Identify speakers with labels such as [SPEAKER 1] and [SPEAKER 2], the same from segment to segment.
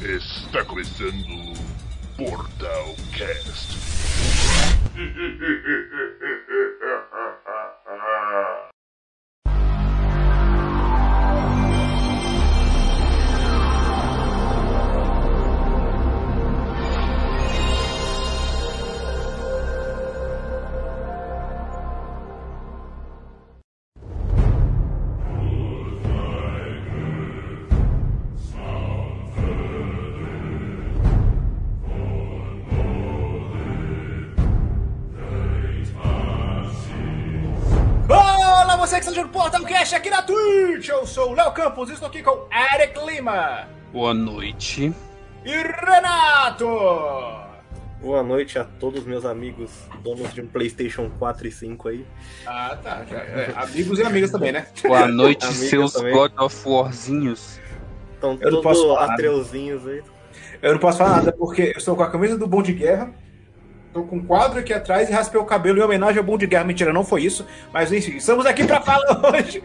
[SPEAKER 1] Está começando o Portal Cast.
[SPEAKER 2] Olá, você que está assistindo o Portal Cash aqui na Twitch! Eu sou o Léo Campos e estou aqui com Eric Lima
[SPEAKER 3] Boa noite.
[SPEAKER 2] e Renato!
[SPEAKER 4] Boa noite a todos meus amigos donos de um PlayStation 4 e 5 aí.
[SPEAKER 2] Ah, tá. já- é, amigos e amigas também, né?
[SPEAKER 3] Boa noite,
[SPEAKER 4] Amiga
[SPEAKER 3] seus
[SPEAKER 4] também.
[SPEAKER 3] God of Warzinhos.
[SPEAKER 4] Estão
[SPEAKER 2] Eu não posso
[SPEAKER 4] todos
[SPEAKER 2] falar, né?
[SPEAKER 4] atreuzinhos aí.
[SPEAKER 2] Eu não posso falar nada porque eu estou com a camisa do Bom de Guerra, estou com um quadro aqui atrás e raspei o cabelo em homenagem ao Bom de Guerra. Mentira, não foi isso. Mas enfim, estamos aqui para falar hoje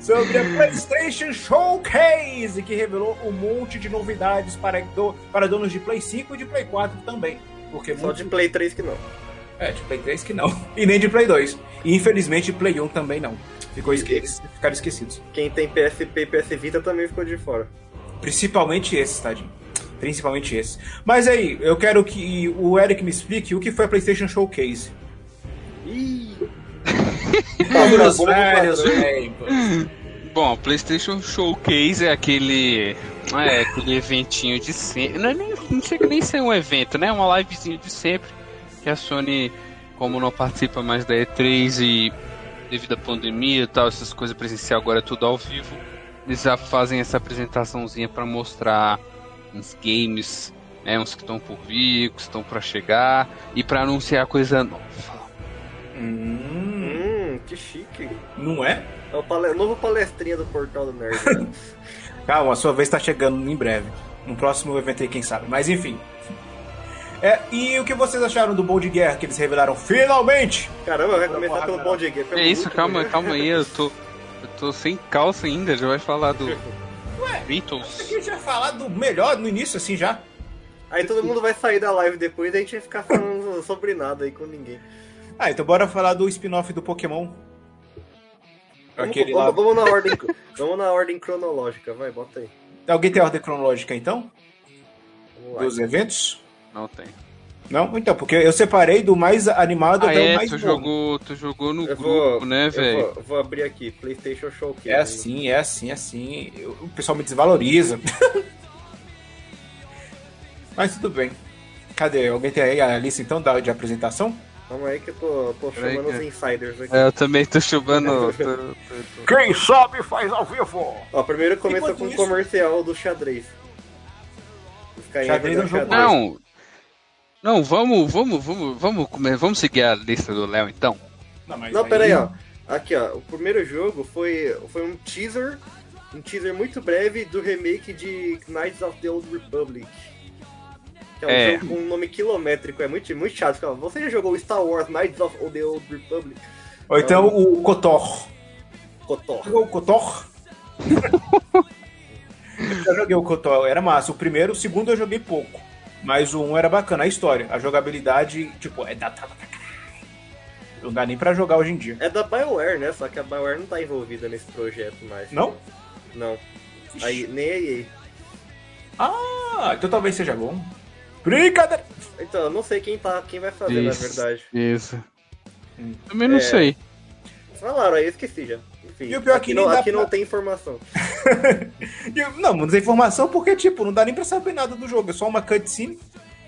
[SPEAKER 2] sobre a PlayStation Showcase, que revelou um monte de novidades para, do- para donos de Play 5 e de Play 4 também. Porque
[SPEAKER 4] Só
[SPEAKER 2] muitos
[SPEAKER 4] de Play 3 que não.
[SPEAKER 2] É, de Play 3 que não. E nem de Play 2. E infelizmente de Play 1 também não. Ficou esque... eles Ficaram esquecidos.
[SPEAKER 4] Quem tem PSP e PS Vita também ficou de fora.
[SPEAKER 2] Principalmente esse, tadinho. Principalmente esse. Mas aí, eu quero que o Eric me explique o que foi a PlayStation Showcase.
[SPEAKER 4] Ih,
[SPEAKER 2] Nos
[SPEAKER 4] bom,
[SPEAKER 2] velhos
[SPEAKER 4] padrão.
[SPEAKER 2] tempos.
[SPEAKER 3] Bom, PlayStation Showcase é aquele. É, aquele eventinho de sempre. Não, é nem, não chega nem a ser um evento, né? É uma livezinha de sempre. Que a Sony, como não participa mais da E3 e devido à pandemia e tal, essas coisas presencial agora é tudo ao vivo. Eles já fazem essa apresentaçãozinha pra mostrar uns games, né? Uns que estão por vir, que estão pra chegar, e pra anunciar coisa nova.
[SPEAKER 2] Hum,
[SPEAKER 4] Hum, que chique.
[SPEAKER 2] não é?
[SPEAKER 4] É o pale- novo palestrinha do Portal do Nerd. né?
[SPEAKER 2] Calma, a sua vez está chegando em breve. No próximo evento aí, quem sabe. Mas enfim. É, e o que vocês acharam do Bom de Guerra que eles revelaram finalmente?
[SPEAKER 4] Caramba, vai começar pelo Bom de Guerra. pelo
[SPEAKER 3] É isso,
[SPEAKER 4] último,
[SPEAKER 3] calma,
[SPEAKER 4] né?
[SPEAKER 3] calma aí, eu tô. Eu tô sem calça ainda, já vai falar do. Beatles.
[SPEAKER 2] Eu já falar do melhor no início, assim, já.
[SPEAKER 4] Aí todo mundo vai sair da live depois e a gente vai ficar falando sobre nada aí com ninguém.
[SPEAKER 2] Ah, então bora falar do spin-off do Pokémon.
[SPEAKER 4] Vamos,
[SPEAKER 2] Aquele lá.
[SPEAKER 4] vamos- vamos na ordem, vamos na ordem cronológica, vai, bota aí.
[SPEAKER 2] Alguém tem a ordem cronológica então?
[SPEAKER 4] Vamos lá.
[SPEAKER 2] Dos eventos?
[SPEAKER 3] Não tem.
[SPEAKER 4] Tá
[SPEAKER 2] Não? Então, porque eu separei do mais animado
[SPEAKER 3] Ah,
[SPEAKER 2] até o
[SPEAKER 3] é,
[SPEAKER 2] mais bom.
[SPEAKER 3] tu jogou, tu jogou no
[SPEAKER 4] Eu
[SPEAKER 3] grupo,
[SPEAKER 4] vou,
[SPEAKER 3] né,
[SPEAKER 4] eu
[SPEAKER 3] velho?
[SPEAKER 4] Vou, vou abrir aqui, PlayStation Showcase.
[SPEAKER 2] É assim, é assim, é assim. Eu- o pessoal me desvaloriza. Mas tudo bem. Cadê? Alguém tem aí a lista então da, de apresentação?
[SPEAKER 4] Calma aí que eu tô, tô
[SPEAKER 3] Peraí,
[SPEAKER 4] chamando os
[SPEAKER 3] cara.
[SPEAKER 4] insiders aqui.
[SPEAKER 3] É, eu também tô chubando. tô- tô-
[SPEAKER 2] Quem sabe faz ao vivo!
[SPEAKER 4] Ó, primeiro começa
[SPEAKER 2] Enquanto
[SPEAKER 4] com um
[SPEAKER 2] isso-
[SPEAKER 4] comercial do xadrez. Os caras
[SPEAKER 2] Xadrez é um
[SPEAKER 4] jogando
[SPEAKER 2] jogo-
[SPEAKER 3] tô- Não! Não, vamos, vamos, vamos, vamos comer, vamos seguir a lista do Léo então.
[SPEAKER 2] Não, mas
[SPEAKER 4] Não, pera aí, ó. Aqui, ó. O primeiro jogo foi, foi um teaser, um teaser muito breve do remake de Knights of the Old Republic. Que é um
[SPEAKER 3] É.
[SPEAKER 4] jogo com um nome quilométrico, é muito, muito chato. Fala, Você já jogou Star Wars Knights of the Old Republic?
[SPEAKER 2] Ou então o Cotor.
[SPEAKER 4] Cotor.
[SPEAKER 2] Jogou o Cotor? eu já joguei o Cotor, era massa. O primeiro, o segundo eu joguei pouco. Mas o um era bacana, a história. A jogabilidade, tipo, é datada pra caralho. Não dá nem pra jogar hoje em dia.
[SPEAKER 4] É da BioWare, né? Só que a BioWare não tá envolvida nesse projeto mais.
[SPEAKER 2] Não?
[SPEAKER 4] Não. Aí, nem a EA.
[SPEAKER 2] Ah, então talvez seja bom. Brincadeira!
[SPEAKER 4] Então, eu não sei quem tá, quem vai fazer, na verdade.
[SPEAKER 3] Isso.
[SPEAKER 2] Hum.
[SPEAKER 3] Também não
[SPEAKER 4] É.
[SPEAKER 3] sei.
[SPEAKER 4] Falaram aí, eu esqueci já. Enfim,
[SPEAKER 2] E o pior é
[SPEAKER 4] aqui,
[SPEAKER 2] que nem
[SPEAKER 4] não,
[SPEAKER 2] dá
[SPEAKER 4] aqui
[SPEAKER 2] pra-
[SPEAKER 4] não tem informação.
[SPEAKER 2] Eu- Não, não tem informação porque, tipo, não dá nem pra saber nada do jogo. É só uma cutscene.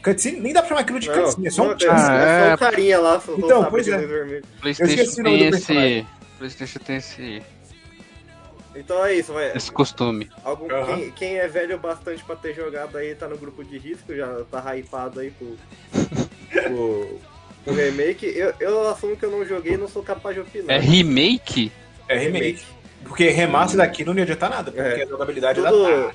[SPEAKER 2] Cutscene? Nem dá pra chamar aquilo de
[SPEAKER 4] Não,
[SPEAKER 2] cutscene, é só
[SPEAKER 4] não,
[SPEAKER 2] um
[SPEAKER 4] é só
[SPEAKER 2] cutscene.
[SPEAKER 3] Ah, é.
[SPEAKER 4] um carinha lá, só
[SPEAKER 2] Então,
[SPEAKER 4] sabe
[SPEAKER 2] pois
[SPEAKER 4] de
[SPEAKER 2] é.
[SPEAKER 4] luz vermelha.
[SPEAKER 3] PlayStation
[SPEAKER 2] o nome
[SPEAKER 3] tem
[SPEAKER 2] do
[SPEAKER 3] esse. PlayStation tem esse,
[SPEAKER 4] Então é isso, vai.
[SPEAKER 3] esse costume.
[SPEAKER 4] Algum,
[SPEAKER 2] Aham.
[SPEAKER 4] quem, quem é velho bastante pra ter jogado aí tá no grupo de risco, já tá hypado aí pro, pro, pro remake. Eu, eu assumo que eu não joguei não sou capaz de opinar.
[SPEAKER 3] É remake?
[SPEAKER 2] É remake. Porque remaster daqui não ia adiantar nada, porque
[SPEAKER 4] É.
[SPEAKER 2] a jogabilidade é datada.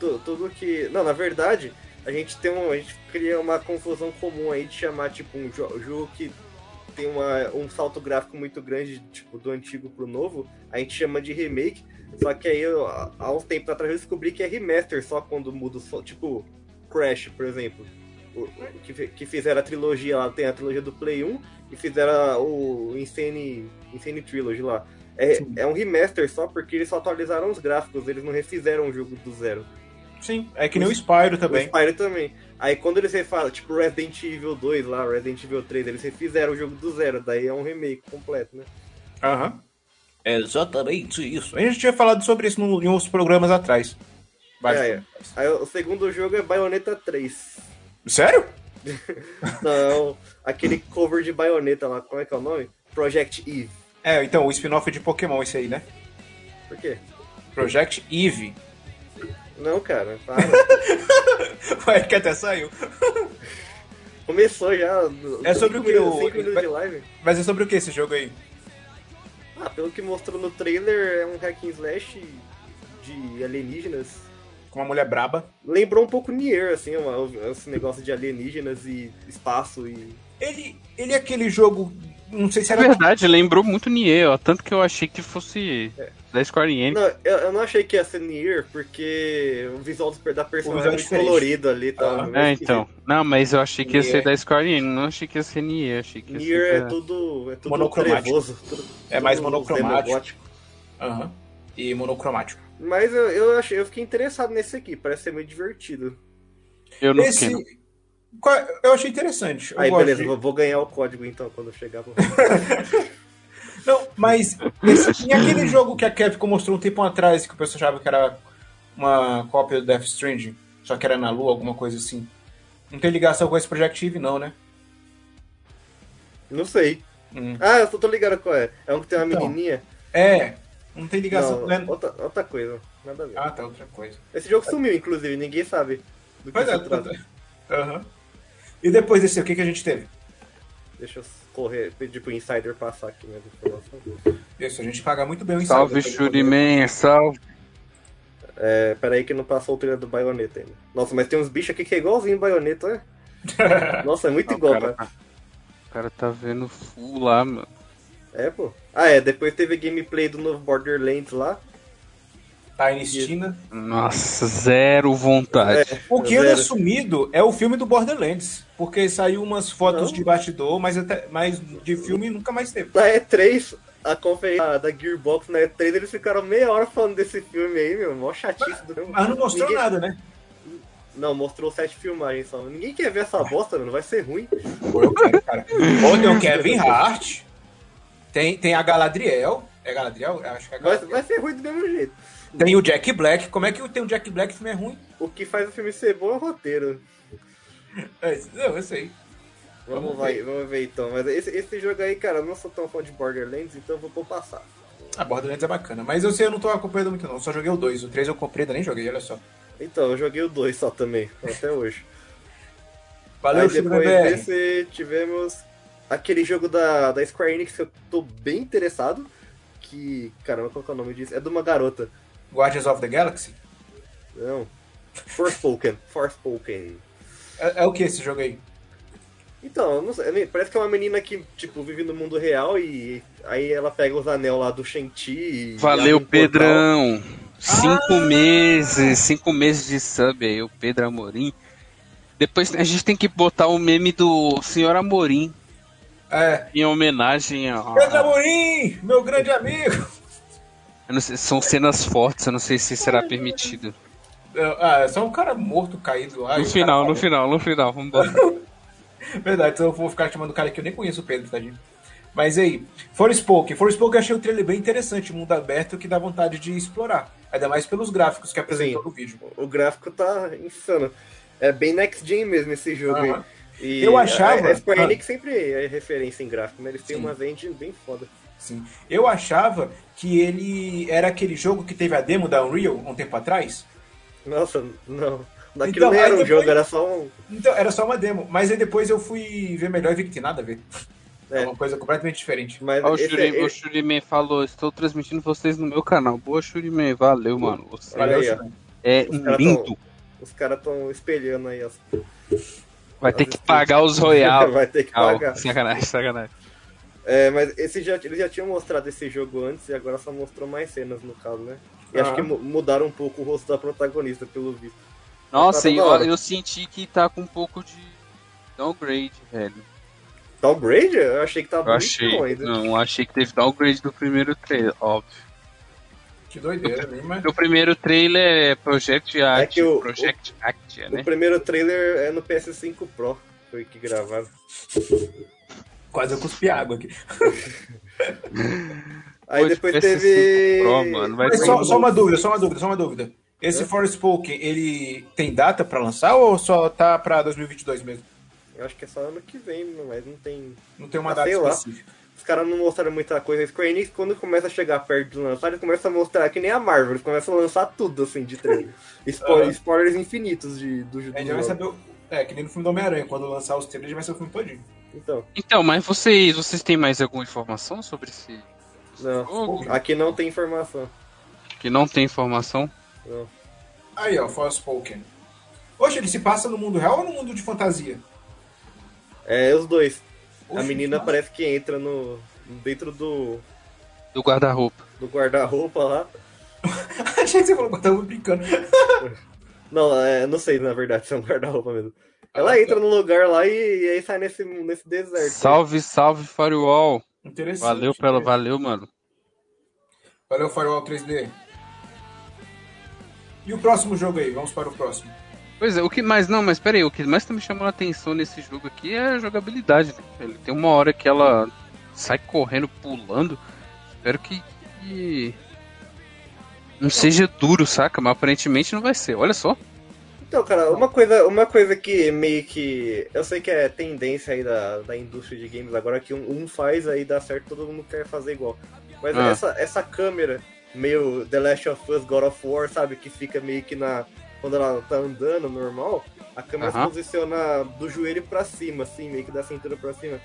[SPEAKER 4] tudo, tu- tudo que. Não, na verdade, a gente tem um. A gente cria uma confusão comum aí de chamar, tipo, um jo- jogo que tem uma, um salto gráfico muito grande, tipo, do antigo pro novo, a gente chama de remake. Só que aí, eu, há há uns tempos atrás, eu descobri que é remaster só quando muda o som. Tipo, Crash, por exemplo. O- o que, fi- que fizeram a trilogia lá, tem a trilogia do Play 1 e fizeram a- o Insane, Insane Trilogy lá. É, é um remaster só porque eles só atualizaram os gráficos, eles não refizeram o jogo do zero.
[SPEAKER 2] Sim, é que nem o Spyro
[SPEAKER 4] O
[SPEAKER 2] também.
[SPEAKER 4] Spyro também. Aí quando eles refazem, tipo Resident Evil 2 lá, Resident Evil 3, eles refizeram o jogo do zero, daí é um remake completo, né?
[SPEAKER 2] Aham.
[SPEAKER 5] É exatamente isso.
[SPEAKER 2] A gente tinha falado sobre isso num- em uns programas atrás. Vários
[SPEAKER 4] É, é.
[SPEAKER 2] programas.
[SPEAKER 4] Aí o segundo jogo é Bayonetta 3.
[SPEAKER 2] Sério?
[SPEAKER 4] Não, Então, aquele cover de Bayonetta lá, como é que é o nome? Project Eve.
[SPEAKER 2] É, então, o spin-off de Pokémon, esse aí, né?
[SPEAKER 4] Por quê?
[SPEAKER 2] Project Eve.
[SPEAKER 4] Não, cara, para.
[SPEAKER 2] Ué, que até saiu.
[SPEAKER 4] Começou já.
[SPEAKER 2] É sobre o que
[SPEAKER 4] cinco minutos-
[SPEAKER 2] o-
[SPEAKER 4] cinco minutos de live.
[SPEAKER 2] Mas é sobre o que esse jogo aí?
[SPEAKER 4] Ah, pelo que mostrou no trailer, é um hack and slash de alienígenas.
[SPEAKER 2] Com uma mulher braba.
[SPEAKER 4] Lembrou um pouco Nier, assim, uma- esse negócio de alienígenas e espaço e.
[SPEAKER 2] Ele, ele é aquele jogo. Não sei se
[SPEAKER 3] É
[SPEAKER 2] era.
[SPEAKER 3] verdade, lembrou muito Nier, ó. Tanto que eu achei que fosse da Square Enix.
[SPEAKER 4] Não, eu, eu não achei que ia ser Nier, porque o visual do- da personagem
[SPEAKER 2] O visual
[SPEAKER 4] é
[SPEAKER 2] é
[SPEAKER 4] muito
[SPEAKER 2] diferente.
[SPEAKER 4] colorido ali tá? e tal.
[SPEAKER 2] Ah,
[SPEAKER 4] meio
[SPEAKER 3] É, então. Não, mas eu achei que ia ser
[SPEAKER 4] Nier.
[SPEAKER 3] da Square Enix. Não achei que ia ser Nier. Achei que ia
[SPEAKER 4] esquisito. Nier é
[SPEAKER 3] ser da...
[SPEAKER 4] tudo, é tudo
[SPEAKER 2] Monocromático.
[SPEAKER 4] trevoso. tudo-
[SPEAKER 2] É mais
[SPEAKER 4] tudo
[SPEAKER 2] monocromático.
[SPEAKER 4] demogótico.
[SPEAKER 2] Aham. E monocromático.
[SPEAKER 4] Mas eu, eu, achei, eu fiquei interessado nesse aqui, parece ser muito divertido.
[SPEAKER 3] Eu não
[SPEAKER 2] Esse.
[SPEAKER 3] sei.
[SPEAKER 2] Qual- Eu achei interessante. Eu
[SPEAKER 4] Aí,
[SPEAKER 2] gosto
[SPEAKER 4] beleza,
[SPEAKER 2] de-
[SPEAKER 4] vou- vou ganhar o código então quando eu chegar. vou-
[SPEAKER 2] Não, mas esse- e aquele jogo que a Capcom mostrou um tempo atrás que o pessoal achava que era uma cópia do Death Stranding, só que era na lua, alguma coisa assim. Não tem ligação com esse Project Eve, não, né?
[SPEAKER 4] Não sei.
[SPEAKER 2] Hum.
[SPEAKER 4] Ah, eu só tô ligado qual é. É um que tem uma
[SPEAKER 2] Então,
[SPEAKER 4] menininha.
[SPEAKER 2] É, não tem ligação.
[SPEAKER 4] Não,
[SPEAKER 2] né?
[SPEAKER 4] outra, outra coisa. Nada a ver.
[SPEAKER 2] Ah, tá, outra coisa.
[SPEAKER 4] Esse jogo sumiu, inclusive. Ninguém sabe do que
[SPEAKER 2] Pois é,
[SPEAKER 4] se trata.
[SPEAKER 2] Aham. E depois desse, o que, que a gente teve?
[SPEAKER 4] Deixa eu correr, pedir pro Insider passar aqui minhas informações.
[SPEAKER 2] Isso, a gente paga muito bem o ensaio.
[SPEAKER 3] Salve, Shuriman. Salve.
[SPEAKER 4] É, pera aí que não passou o trailer do Bayonetta ainda. Nossa, mas tem uns bichos aqui que é igualzinho Bayonetta, né? Nossa, é muito
[SPEAKER 3] Ah, o
[SPEAKER 4] igual,
[SPEAKER 3] cara
[SPEAKER 4] cara.
[SPEAKER 3] tá- O cara tá vendo full lá, mano.
[SPEAKER 4] É, pô. Ah, é, depois teve gameplay do novo Borderlands lá.
[SPEAKER 2] Tiny Stina.
[SPEAKER 3] Nossa, zero vontade.
[SPEAKER 2] O que
[SPEAKER 4] Zero.
[SPEAKER 2] anda sumido é o filme do Borderlands, porque saiu umas fotos
[SPEAKER 4] Não.
[SPEAKER 2] de bastidor, mas, até, mas de filme nunca mais teve.
[SPEAKER 4] Na E3, a conferência da Gearbox na E3, eles ficaram meia hora falando desse filme aí, meu. Mó chatice do filme.
[SPEAKER 2] Mas não mostrou
[SPEAKER 4] Ninguém-
[SPEAKER 2] nada, né?
[SPEAKER 4] Não, mostrou sete filmagens só. Ninguém quer ver essa bosta, mano. Vai ser ruim.
[SPEAKER 2] Pô, eu quero, cara. Ou tem o Kevin Hart, tem, tem a Galadriel. É Galadriel? Eu Acho que é
[SPEAKER 4] Vai,
[SPEAKER 2] Galadriel.
[SPEAKER 4] vai ser ruim do mesmo jeito.
[SPEAKER 2] Tem o Jack Black. Como é que tem o Jack Black? O filme é ruim.
[SPEAKER 4] O que faz o filme ser bom é o roteiro.
[SPEAKER 2] É, não, eu sei.
[SPEAKER 4] Vamos,
[SPEAKER 2] Vamos
[SPEAKER 4] vai, vamos ver então. Mas esse, esse jogo aí, cara, eu não sou tão fã de Borderlands, então eu vou pôr passar.
[SPEAKER 2] A Borderlands é bacana. Mas eu sei, eu não tô acompanhando muito, não. Só joguei o 2. O 3 eu comprei, ainda nem joguei, olha só.
[SPEAKER 4] Então, eu joguei o 2 só também, até hoje.
[SPEAKER 2] Valeu,
[SPEAKER 4] aí
[SPEAKER 2] Chico
[SPEAKER 4] depois
[SPEAKER 2] BBR.
[SPEAKER 4] desse tivemos aquele jogo da, da Square Enix que eu tô bem interessado. Que. Caramba, qual que é o nome disso? É de uma garota.
[SPEAKER 2] Guardians of the Galaxy?
[SPEAKER 4] Não. Forspoken. Forspoken.
[SPEAKER 2] É, é o que esse jogo aí?
[SPEAKER 4] Então, eu não sei, né, parece que é uma menina que, tipo, vive no mundo real e aí ela pega os anel lá do Shang-Chi. e abre
[SPEAKER 3] Valeu,
[SPEAKER 4] um portal. Ah!
[SPEAKER 3] Pedrão. Cinco meses, cinco meses de sub aí, o Pedro Amorim. Depois a gente tem que botar o meme do Senhor Amorim
[SPEAKER 2] É.
[SPEAKER 3] em homenagem a.
[SPEAKER 4] Ah.
[SPEAKER 2] Pedro Amorim, meu grande amigo.
[SPEAKER 3] Eu não sei, são cenas fortes, eu não sei se será permitido.
[SPEAKER 2] Ah, é só um cara morto caído lá.
[SPEAKER 3] No
[SPEAKER 2] E o
[SPEAKER 3] final,
[SPEAKER 2] cara-
[SPEAKER 3] no final, no final, vambora.
[SPEAKER 2] Verdade, então eu vou ficar chamando o cara que eu nem conheço o Pedro, tadinho. Mas aí, Forspoken. Forspoken eu achei o trailer bem interessante, mundo aberto que dá vontade de explorar. Ainda mais pelos gráficos que apresentou
[SPEAKER 4] Sim.
[SPEAKER 2] no vídeo.
[SPEAKER 4] O gráfico tá insano. É bem next gen mesmo esse jogo aí.
[SPEAKER 2] Aham.
[SPEAKER 4] E
[SPEAKER 2] Eu achava-
[SPEAKER 4] A, a Square
[SPEAKER 2] Ah.
[SPEAKER 4] Enix sempre é referência em gráfico, né? Eles têm
[SPEAKER 2] Sim.
[SPEAKER 4] umas engines bem foda.
[SPEAKER 2] Sim. Eu achava que ele era aquele jogo que teve a demo da Unreal um tempo atrás.
[SPEAKER 4] Nossa, não. Daquilo
[SPEAKER 2] Então,
[SPEAKER 4] não era um
[SPEAKER 2] aí depois-
[SPEAKER 4] jogo, era só um.
[SPEAKER 2] Então, era só uma demo. Mas aí depois eu fui ver melhor e vi que tem nada a ver.
[SPEAKER 4] É.
[SPEAKER 2] É uma coisa completamente diferente.
[SPEAKER 4] Mas
[SPEAKER 3] Ó, o,
[SPEAKER 4] esse
[SPEAKER 3] Shuri,
[SPEAKER 4] é-
[SPEAKER 3] o Shuriman falou: Estou transmitindo vocês no meu canal. Boa, Shuriman, valeu, mano. Você
[SPEAKER 4] Olha aí, ó.
[SPEAKER 2] Shurman.
[SPEAKER 3] é
[SPEAKER 4] Os caras
[SPEAKER 3] lindo.
[SPEAKER 4] os caras estão espelhando aí as.
[SPEAKER 3] Vai ter que pagar os Royal.
[SPEAKER 4] Vai ter que
[SPEAKER 3] Ah,
[SPEAKER 4] pagar.
[SPEAKER 3] sacanagem, sacanagem.
[SPEAKER 4] É, mas esse já, eles já tinham mostrado esse jogo antes e agora só mostrou mais cenas, no caso, né? E acho que mu- mudaram um pouco o rosto da protagonista, pelo visto.
[SPEAKER 3] Nossa,
[SPEAKER 4] Tá
[SPEAKER 3] e
[SPEAKER 4] da
[SPEAKER 3] eu,
[SPEAKER 4] hora.
[SPEAKER 3] eu senti que tá com um pouco de downgrade, velho.
[SPEAKER 4] Downgrade? Eu achei que tava
[SPEAKER 3] Eu
[SPEAKER 4] Tá muito né?
[SPEAKER 3] achei.
[SPEAKER 4] bom ainda.
[SPEAKER 3] Não, eu achei que teve downgrade do primeiro trailer, óbvio.
[SPEAKER 2] Que doideira, né? Mas...
[SPEAKER 3] No primeiro trailer é Project Act,
[SPEAKER 4] É que o-
[SPEAKER 3] Project Actia,
[SPEAKER 4] O
[SPEAKER 3] né?
[SPEAKER 4] primeiro trailer é no PS5 Pro, foi que gravaram.
[SPEAKER 2] Quase eu cuspi água aqui.
[SPEAKER 4] Aí
[SPEAKER 3] Pô,
[SPEAKER 4] depois
[SPEAKER 3] esse
[SPEAKER 4] teve.
[SPEAKER 3] Pro, mano, vai
[SPEAKER 2] Mas
[SPEAKER 3] ter
[SPEAKER 2] só,
[SPEAKER 3] um-
[SPEAKER 2] só uma dúvida, só uma dúvida, só uma dúvida.
[SPEAKER 4] É?
[SPEAKER 2] Esse Forspoken, ele tem data pra lançar ou só tá pra 2022 mesmo?
[SPEAKER 4] Eu acho que é só ano que vem, mas não tem.
[SPEAKER 2] Não tem uma
[SPEAKER 4] Ah,
[SPEAKER 2] data
[SPEAKER 4] sei lá.
[SPEAKER 2] específica.
[SPEAKER 4] Os caras não mostraram muita coisa. A Square Enix, quando começa a chegar perto do lançar, eles começam a mostrar que nem a Marvel, eles começam a lançar tudo assim de trailer. Spoil-
[SPEAKER 2] Aham.
[SPEAKER 4] Spoilers infinitos de, do
[SPEAKER 2] A
[SPEAKER 4] jogo.
[SPEAKER 2] gente já vai saber. o- É, que nem no filme do Homem-Aranha, quando lançar os trailers, já vai ser o filme todinho.
[SPEAKER 4] Então,
[SPEAKER 3] Então, mas vocês, vocês têm mais alguma informação sobre esse
[SPEAKER 4] não.
[SPEAKER 3] jogo?
[SPEAKER 4] Aqui não tem informação.
[SPEAKER 3] Que não tem informação?
[SPEAKER 4] Não.
[SPEAKER 2] Aí, ó, Forspoken. Poxa, ele se passa no mundo real ou no mundo de fantasia?
[SPEAKER 4] É, os dois. a
[SPEAKER 2] Oxe,
[SPEAKER 4] menina
[SPEAKER 2] que
[SPEAKER 4] parece que entra no. dentro do.
[SPEAKER 3] Do guarda-roupa.
[SPEAKER 4] do guarda-roupa lá.
[SPEAKER 2] massa. Achei que você falou que eu tava brincando.
[SPEAKER 4] Não, é, não sei, na verdade, se é um guarda-roupa mesmo.
[SPEAKER 2] Ah,
[SPEAKER 4] Ela
[SPEAKER 2] tá.
[SPEAKER 4] entra no lugar lá e, e aí sai nesse, nesse deserto.
[SPEAKER 3] Salve, salve, Firewall.
[SPEAKER 2] Interessante.
[SPEAKER 3] Valeu pelo. Valeu, mano.
[SPEAKER 2] Valeu, Firewall 3D. E o próximo jogo aí? Vamos para o próximo.
[SPEAKER 3] Pois é, o que mais. Não, mas pera aí, o que mais tá me chamando a atenção nesse jogo aqui é a jogabilidade, né? Ele tem uma hora que ela sai correndo, pulando. Espero que. que Não seja duro, saca? Mas aparentemente não vai ser. Olha só.
[SPEAKER 4] Então, cara, uma coisa, uma coisa que meio que. Eu sei que é tendência aí da, da indústria de games agora, que um, um faz aí dá certo, todo mundo quer fazer igual. Mas
[SPEAKER 3] Ah.
[SPEAKER 4] essa, essa câmera, meio The Last of Us, God of War, sabe? Que fica meio que na. Quando ela tá andando normal, a câmera se
[SPEAKER 3] Aham.
[SPEAKER 4] posiciona do joelho pra cima, assim, meio que da cintura pra cima.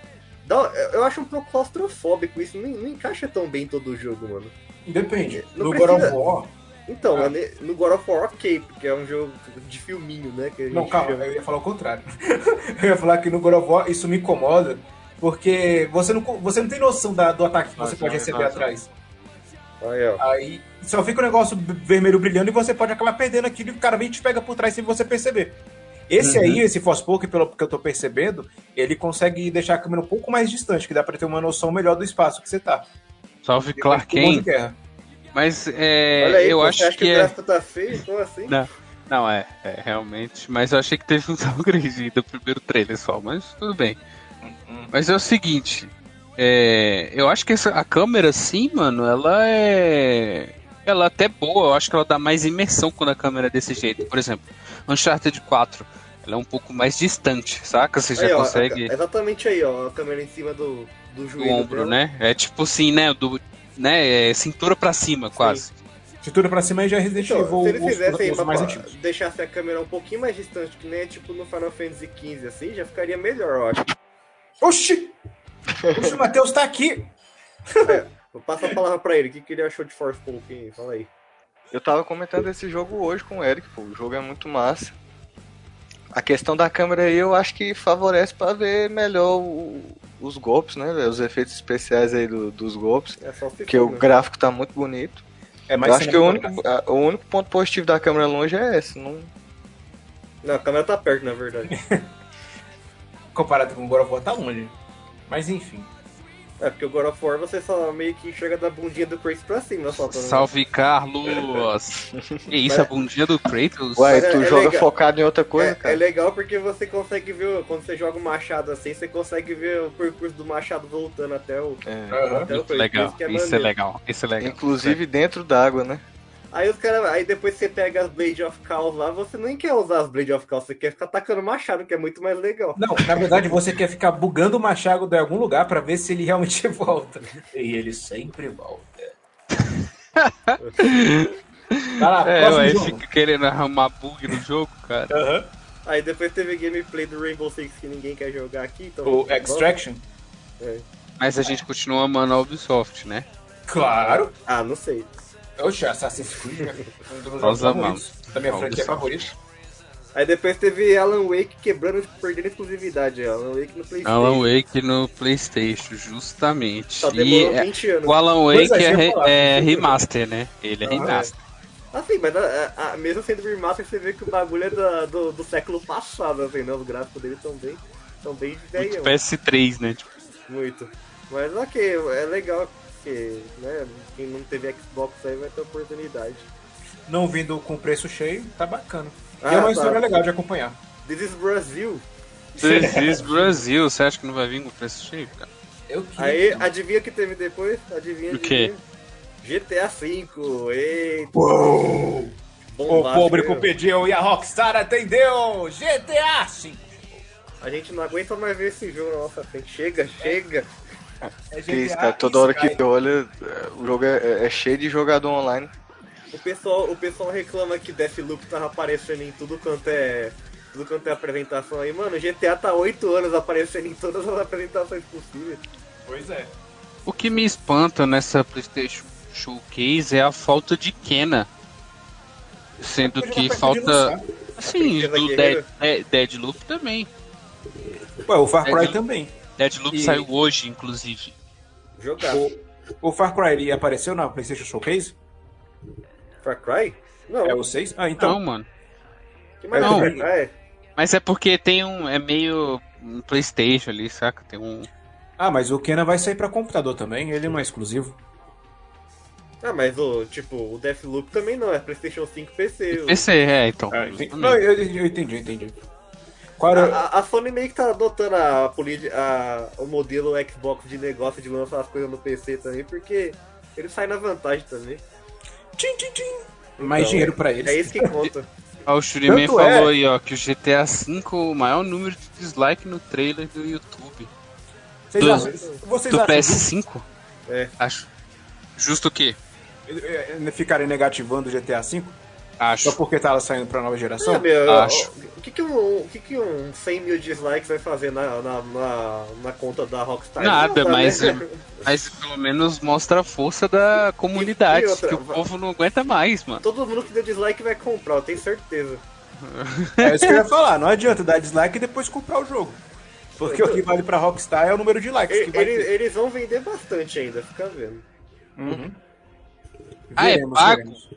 [SPEAKER 4] Dá- eu- eu acho um pouco claustrofóbico isso, não, não encaixa tão bem em todo jogo, mano.
[SPEAKER 2] Depende.
[SPEAKER 4] Não
[SPEAKER 2] no God of
[SPEAKER 4] precisa.
[SPEAKER 2] War.
[SPEAKER 4] Então,
[SPEAKER 2] Ah.
[SPEAKER 4] mas ne- no God of War, ok, porque é um jogo de filminho, né? Que a
[SPEAKER 2] Não,
[SPEAKER 4] gente
[SPEAKER 2] calma,
[SPEAKER 4] chama.
[SPEAKER 2] eu ia falar o contrário. eu ia falar que no God of War isso me incomoda, porque você não, co- você não tem noção da- do ataque que
[SPEAKER 3] Ah,
[SPEAKER 2] você
[SPEAKER 3] sim,
[SPEAKER 2] pode receber
[SPEAKER 3] exato.
[SPEAKER 2] atrás.
[SPEAKER 4] Aí, ó.
[SPEAKER 2] Aí só fica o negócio b- vermelho brilhando e você pode acabar perdendo aquilo e o cara vem e te pega por trás sem você perceber. Esse aí, esse Forspoken, pelo que eu tô percebendo, ele consegue deixar a câmera um pouco mais distante, que dá pra ter uma noção melhor do espaço que você tá.
[SPEAKER 3] Salve, Clark
[SPEAKER 2] Do mundo de
[SPEAKER 3] Kent.
[SPEAKER 2] guerra.
[SPEAKER 3] Mas é.
[SPEAKER 4] Olha aí,
[SPEAKER 3] eu
[SPEAKER 4] pô,
[SPEAKER 3] acho
[SPEAKER 4] você acha
[SPEAKER 3] que
[SPEAKER 4] o
[SPEAKER 3] é.
[SPEAKER 4] gráfico tá feio? Como assim?
[SPEAKER 3] Não. Não, é, é, realmente. Mas eu achei que teve um downgrade do primeiro trailer só, mas tudo bem.
[SPEAKER 4] Uhum.
[SPEAKER 3] Mas é o seguinte, é, eu acho que essa, a câmera sim, mano, ela é. Ela é até boa, eu acho que ela dá mais imersão quando a câmera é desse jeito. Por exemplo, Uncharted 4, ela é um pouco mais distante, saca? Você já
[SPEAKER 4] Aí, ó, é,
[SPEAKER 3] consegue
[SPEAKER 4] a- exatamente aí, ó. A câmera em cima do, do
[SPEAKER 3] o
[SPEAKER 4] joelho.
[SPEAKER 3] ombro,
[SPEAKER 4] dela.
[SPEAKER 3] né? É tipo assim, né? Do, né? É cintura pra cima, quase.
[SPEAKER 2] De tudo pra cima aí já é Resident
[SPEAKER 4] Então,
[SPEAKER 2] Evil,
[SPEAKER 4] se eles
[SPEAKER 2] os-
[SPEAKER 4] fizessem
[SPEAKER 2] os
[SPEAKER 4] pra-
[SPEAKER 2] mais
[SPEAKER 4] pra-
[SPEAKER 2] antigos.
[SPEAKER 4] deixasse a câmera um pouquinho mais distante, que nem é tipo no Final Fantasy XV, assim, já ficaria melhor, eu acho.
[SPEAKER 2] Oxi! Oxi, o Matheus tá aqui!
[SPEAKER 4] Vou passar a palavra pra ele, o que, que ele achou de Forspoken? Fala aí.
[SPEAKER 6] Eu tava comentando esse jogo hoje com o Eric, pô. O jogo é muito massa. A questão da câmera aí eu acho que favorece pra ver melhor o- os golpes, né, velho? Os efeitos especiais aí do- dos golpes.
[SPEAKER 4] É só se
[SPEAKER 6] Porque o
[SPEAKER 4] né?
[SPEAKER 6] gráfico tá muito bonito.
[SPEAKER 2] É
[SPEAKER 6] eu acho que o único,
[SPEAKER 2] cinematográfico.
[SPEAKER 6] a- o único ponto positivo da câmera longe é esse. Não...
[SPEAKER 4] Não, a câmera tá perto, na verdade.
[SPEAKER 2] Comparado com o God of War, tá longe. Mas enfim.
[SPEAKER 4] É, porque o God of War você só meio que enxerga da bundinha do Chris pra cima, só. tá vendo?
[SPEAKER 3] Salve, Carlos! que isso, a bundinha do Kratos?
[SPEAKER 6] Ué,
[SPEAKER 4] Mas é-
[SPEAKER 6] tu
[SPEAKER 4] é
[SPEAKER 6] joga
[SPEAKER 4] legal.
[SPEAKER 6] focado em outra coisa,
[SPEAKER 4] é,
[SPEAKER 6] cara.
[SPEAKER 4] é legal porque você consegue ver, quando você joga o machado assim, você consegue ver o percurso do machado voltando até o.
[SPEAKER 6] É.
[SPEAKER 2] Aham.
[SPEAKER 4] até o
[SPEAKER 3] Muito
[SPEAKER 4] coisa,
[SPEAKER 3] legal,
[SPEAKER 4] isso que é
[SPEAKER 3] isso é
[SPEAKER 4] maneiro.
[SPEAKER 3] legal, isso é legal.
[SPEAKER 6] Inclusive dentro d'água, né?
[SPEAKER 4] Aí os caras. Aí depois você pega as Blade of Chaos lá, você nem quer usar as Blade of Chaos, você quer ficar atacando o machado, que é muito mais legal.
[SPEAKER 2] Não, na verdade você quer ficar bugando o Machado em algum lugar pra ver se ele realmente volta. E ele sempre volta. Vai lá,
[SPEAKER 3] É,
[SPEAKER 2] próximo
[SPEAKER 3] ué,
[SPEAKER 2] jogo.
[SPEAKER 3] fica querendo arrumar bug no jogo, cara.
[SPEAKER 2] Aham.
[SPEAKER 4] Aí depois teve gameplay do Rainbow Six que ninguém quer jogar aqui, então.
[SPEAKER 2] O Extraction?
[SPEAKER 3] Mas a gente continua amando a Ubisoft, né?
[SPEAKER 2] Claro.
[SPEAKER 4] Ah, não sei.
[SPEAKER 2] Oxe, Assassin's Creed é um dos meus
[SPEAKER 3] Nós
[SPEAKER 2] jogos
[SPEAKER 3] amamos.
[SPEAKER 2] favoritos. Da minha
[SPEAKER 3] Vamos
[SPEAKER 2] franquia
[SPEAKER 3] só.
[SPEAKER 2] favorita.
[SPEAKER 4] Aí depois teve Alan Wake quebrando, tipo, perdendo exclusividade. ó, Alan Wake no PlayStation.
[SPEAKER 3] Alan Wake no Playstation, justamente.
[SPEAKER 4] Só
[SPEAKER 3] E
[SPEAKER 4] demorou
[SPEAKER 3] é,
[SPEAKER 4] 20 anos.
[SPEAKER 3] o Alan
[SPEAKER 2] Pois
[SPEAKER 3] Wake
[SPEAKER 2] é,
[SPEAKER 3] é,
[SPEAKER 2] eu ia
[SPEAKER 3] re-
[SPEAKER 2] falar.
[SPEAKER 3] é remaster, né? Ele é
[SPEAKER 2] Ah,
[SPEAKER 3] remaster.
[SPEAKER 4] Assim, mas a, a- a- mesmo sendo remaster, você vê que o bagulho é da- do, do século passado, assim, né? Os gráficos dele estão bem, tão bem
[SPEAKER 3] Muito
[SPEAKER 4] velhão.
[SPEAKER 3] Tipo PS3, né? Tipo,
[SPEAKER 4] Muito. Mas ok, é legal porque, né? Quem não teve Xbox aí vai ter oportunidade.
[SPEAKER 2] Não vindo com preço cheio, tá bacana.
[SPEAKER 4] Ah,
[SPEAKER 2] e é uma
[SPEAKER 4] tá.
[SPEAKER 2] história legal de acompanhar.
[SPEAKER 4] This is Brasil.
[SPEAKER 3] This is Brasil, você acha que não vai vir com preço cheio, cara?
[SPEAKER 5] Eu queria.
[SPEAKER 4] Aí, adivinha o que teve depois? Adivinha,
[SPEAKER 3] O quê?
[SPEAKER 4] adivinha. GTA V, eita.
[SPEAKER 2] O
[SPEAKER 4] Bombaço,
[SPEAKER 2] público
[SPEAKER 4] né?
[SPEAKER 2] pediu e a Rockstar atendeu! GTA V!
[SPEAKER 4] A gente não aguenta mais ver esse jogo na nossa frente. Chega, chega.
[SPEAKER 2] É
[SPEAKER 6] Que
[SPEAKER 4] ah,
[SPEAKER 6] isso, cara, toda
[SPEAKER 2] e
[SPEAKER 6] hora
[SPEAKER 2] Sky.
[SPEAKER 6] que olha, é, o jogo é, é- é cheio de jogador online.
[SPEAKER 4] O pessoal, o pessoal reclama que Deathloop tava aparecendo em tudo quanto é. Tudo quanto é apresentação aí, mano. GTA tá há 8 anos aparecendo em todas as apresentações possíveis.
[SPEAKER 2] Pois é.
[SPEAKER 3] O que me espanta nessa PlayStation Showcase é a falta de Kena. Sendo que
[SPEAKER 4] tá
[SPEAKER 3] falta. Sim,
[SPEAKER 4] Princesa
[SPEAKER 3] do Dead,
[SPEAKER 4] Guerreira.
[SPEAKER 3] Dead, Deadloop também.
[SPEAKER 2] Ué, o Far Cry
[SPEAKER 3] É,
[SPEAKER 2] também.
[SPEAKER 3] Deadloop
[SPEAKER 2] E-
[SPEAKER 3] saiu hoje, inclusive.
[SPEAKER 4] Jogar.
[SPEAKER 2] O Far Cry ele apareceu na PlayStation Showcase?
[SPEAKER 4] Far Cry? Não.
[SPEAKER 2] É o 6? Ah,
[SPEAKER 3] Não,
[SPEAKER 2] então.
[SPEAKER 3] mano.
[SPEAKER 4] que mais
[SPEAKER 2] não.
[SPEAKER 4] é Far Cry?
[SPEAKER 3] Mas é porque tem um. É meio. Um PlayStation ali, saca? Tem um.
[SPEAKER 2] Ah, mas o Kena vai sair pra computador também, ele não é exclusivo.
[SPEAKER 4] Ah, mas o, tipo, o Deathloop também não, é Playstation 5 e PC. o-
[SPEAKER 3] PC, é, então.
[SPEAKER 4] Ah,
[SPEAKER 2] Ah, Não,
[SPEAKER 3] justamente.
[SPEAKER 2] eu, eu entendi, eu entendi. Qual era...
[SPEAKER 4] A, a- a Sony meio que tá adotando a, politi- a- o modelo Xbox de negócio de lançar as coisas no PC também, porque ele sai na vantagem também.
[SPEAKER 2] Tchim, tchim, tchim. Mais
[SPEAKER 4] Então,
[SPEAKER 2] dinheiro pra
[SPEAKER 4] É
[SPEAKER 2] eles.
[SPEAKER 4] isso que conta.
[SPEAKER 3] Ó, Ah, o Shuriman
[SPEAKER 2] Tanto é-
[SPEAKER 3] falou aí, ó, que o GTA V, o maior número de dislike no trailer do YouTube.
[SPEAKER 2] Vocês
[SPEAKER 3] do-
[SPEAKER 2] acham, vocês
[SPEAKER 3] do
[SPEAKER 2] acham
[SPEAKER 3] PS5?
[SPEAKER 4] É.
[SPEAKER 3] Acho. Justo o quê?
[SPEAKER 2] justo, eh, eh, ficarem negativando o GTA V só
[SPEAKER 3] Acho.
[SPEAKER 2] porque tá saindo pra nova geração?
[SPEAKER 4] Ah, meu,
[SPEAKER 3] acho.
[SPEAKER 4] O que que um, o que que um 100 mil dislikes vai fazer na, na, na- na conta da Rockstar?
[SPEAKER 3] Nada,
[SPEAKER 4] né?
[SPEAKER 3] mas, Mas pelo menos mostra a força da comunidade,
[SPEAKER 4] E outra,
[SPEAKER 3] que o
[SPEAKER 4] va-
[SPEAKER 3] povo não aguenta mais, mano.
[SPEAKER 4] Todo mundo que deu dislike vai comprar, eu tenho certeza.
[SPEAKER 2] É isso que eu ia falar, não adianta dar dislike e depois comprar o jogo. Porque o que vale pra Rockstar é o número de likes
[SPEAKER 4] E-
[SPEAKER 2] que vai
[SPEAKER 4] ele-
[SPEAKER 2] ter.
[SPEAKER 4] eles vão vender bastante ainda, fica vendo.
[SPEAKER 2] Uhum.
[SPEAKER 3] Ah, é
[SPEAKER 2] Veremos,
[SPEAKER 3] pago?
[SPEAKER 2] veremos.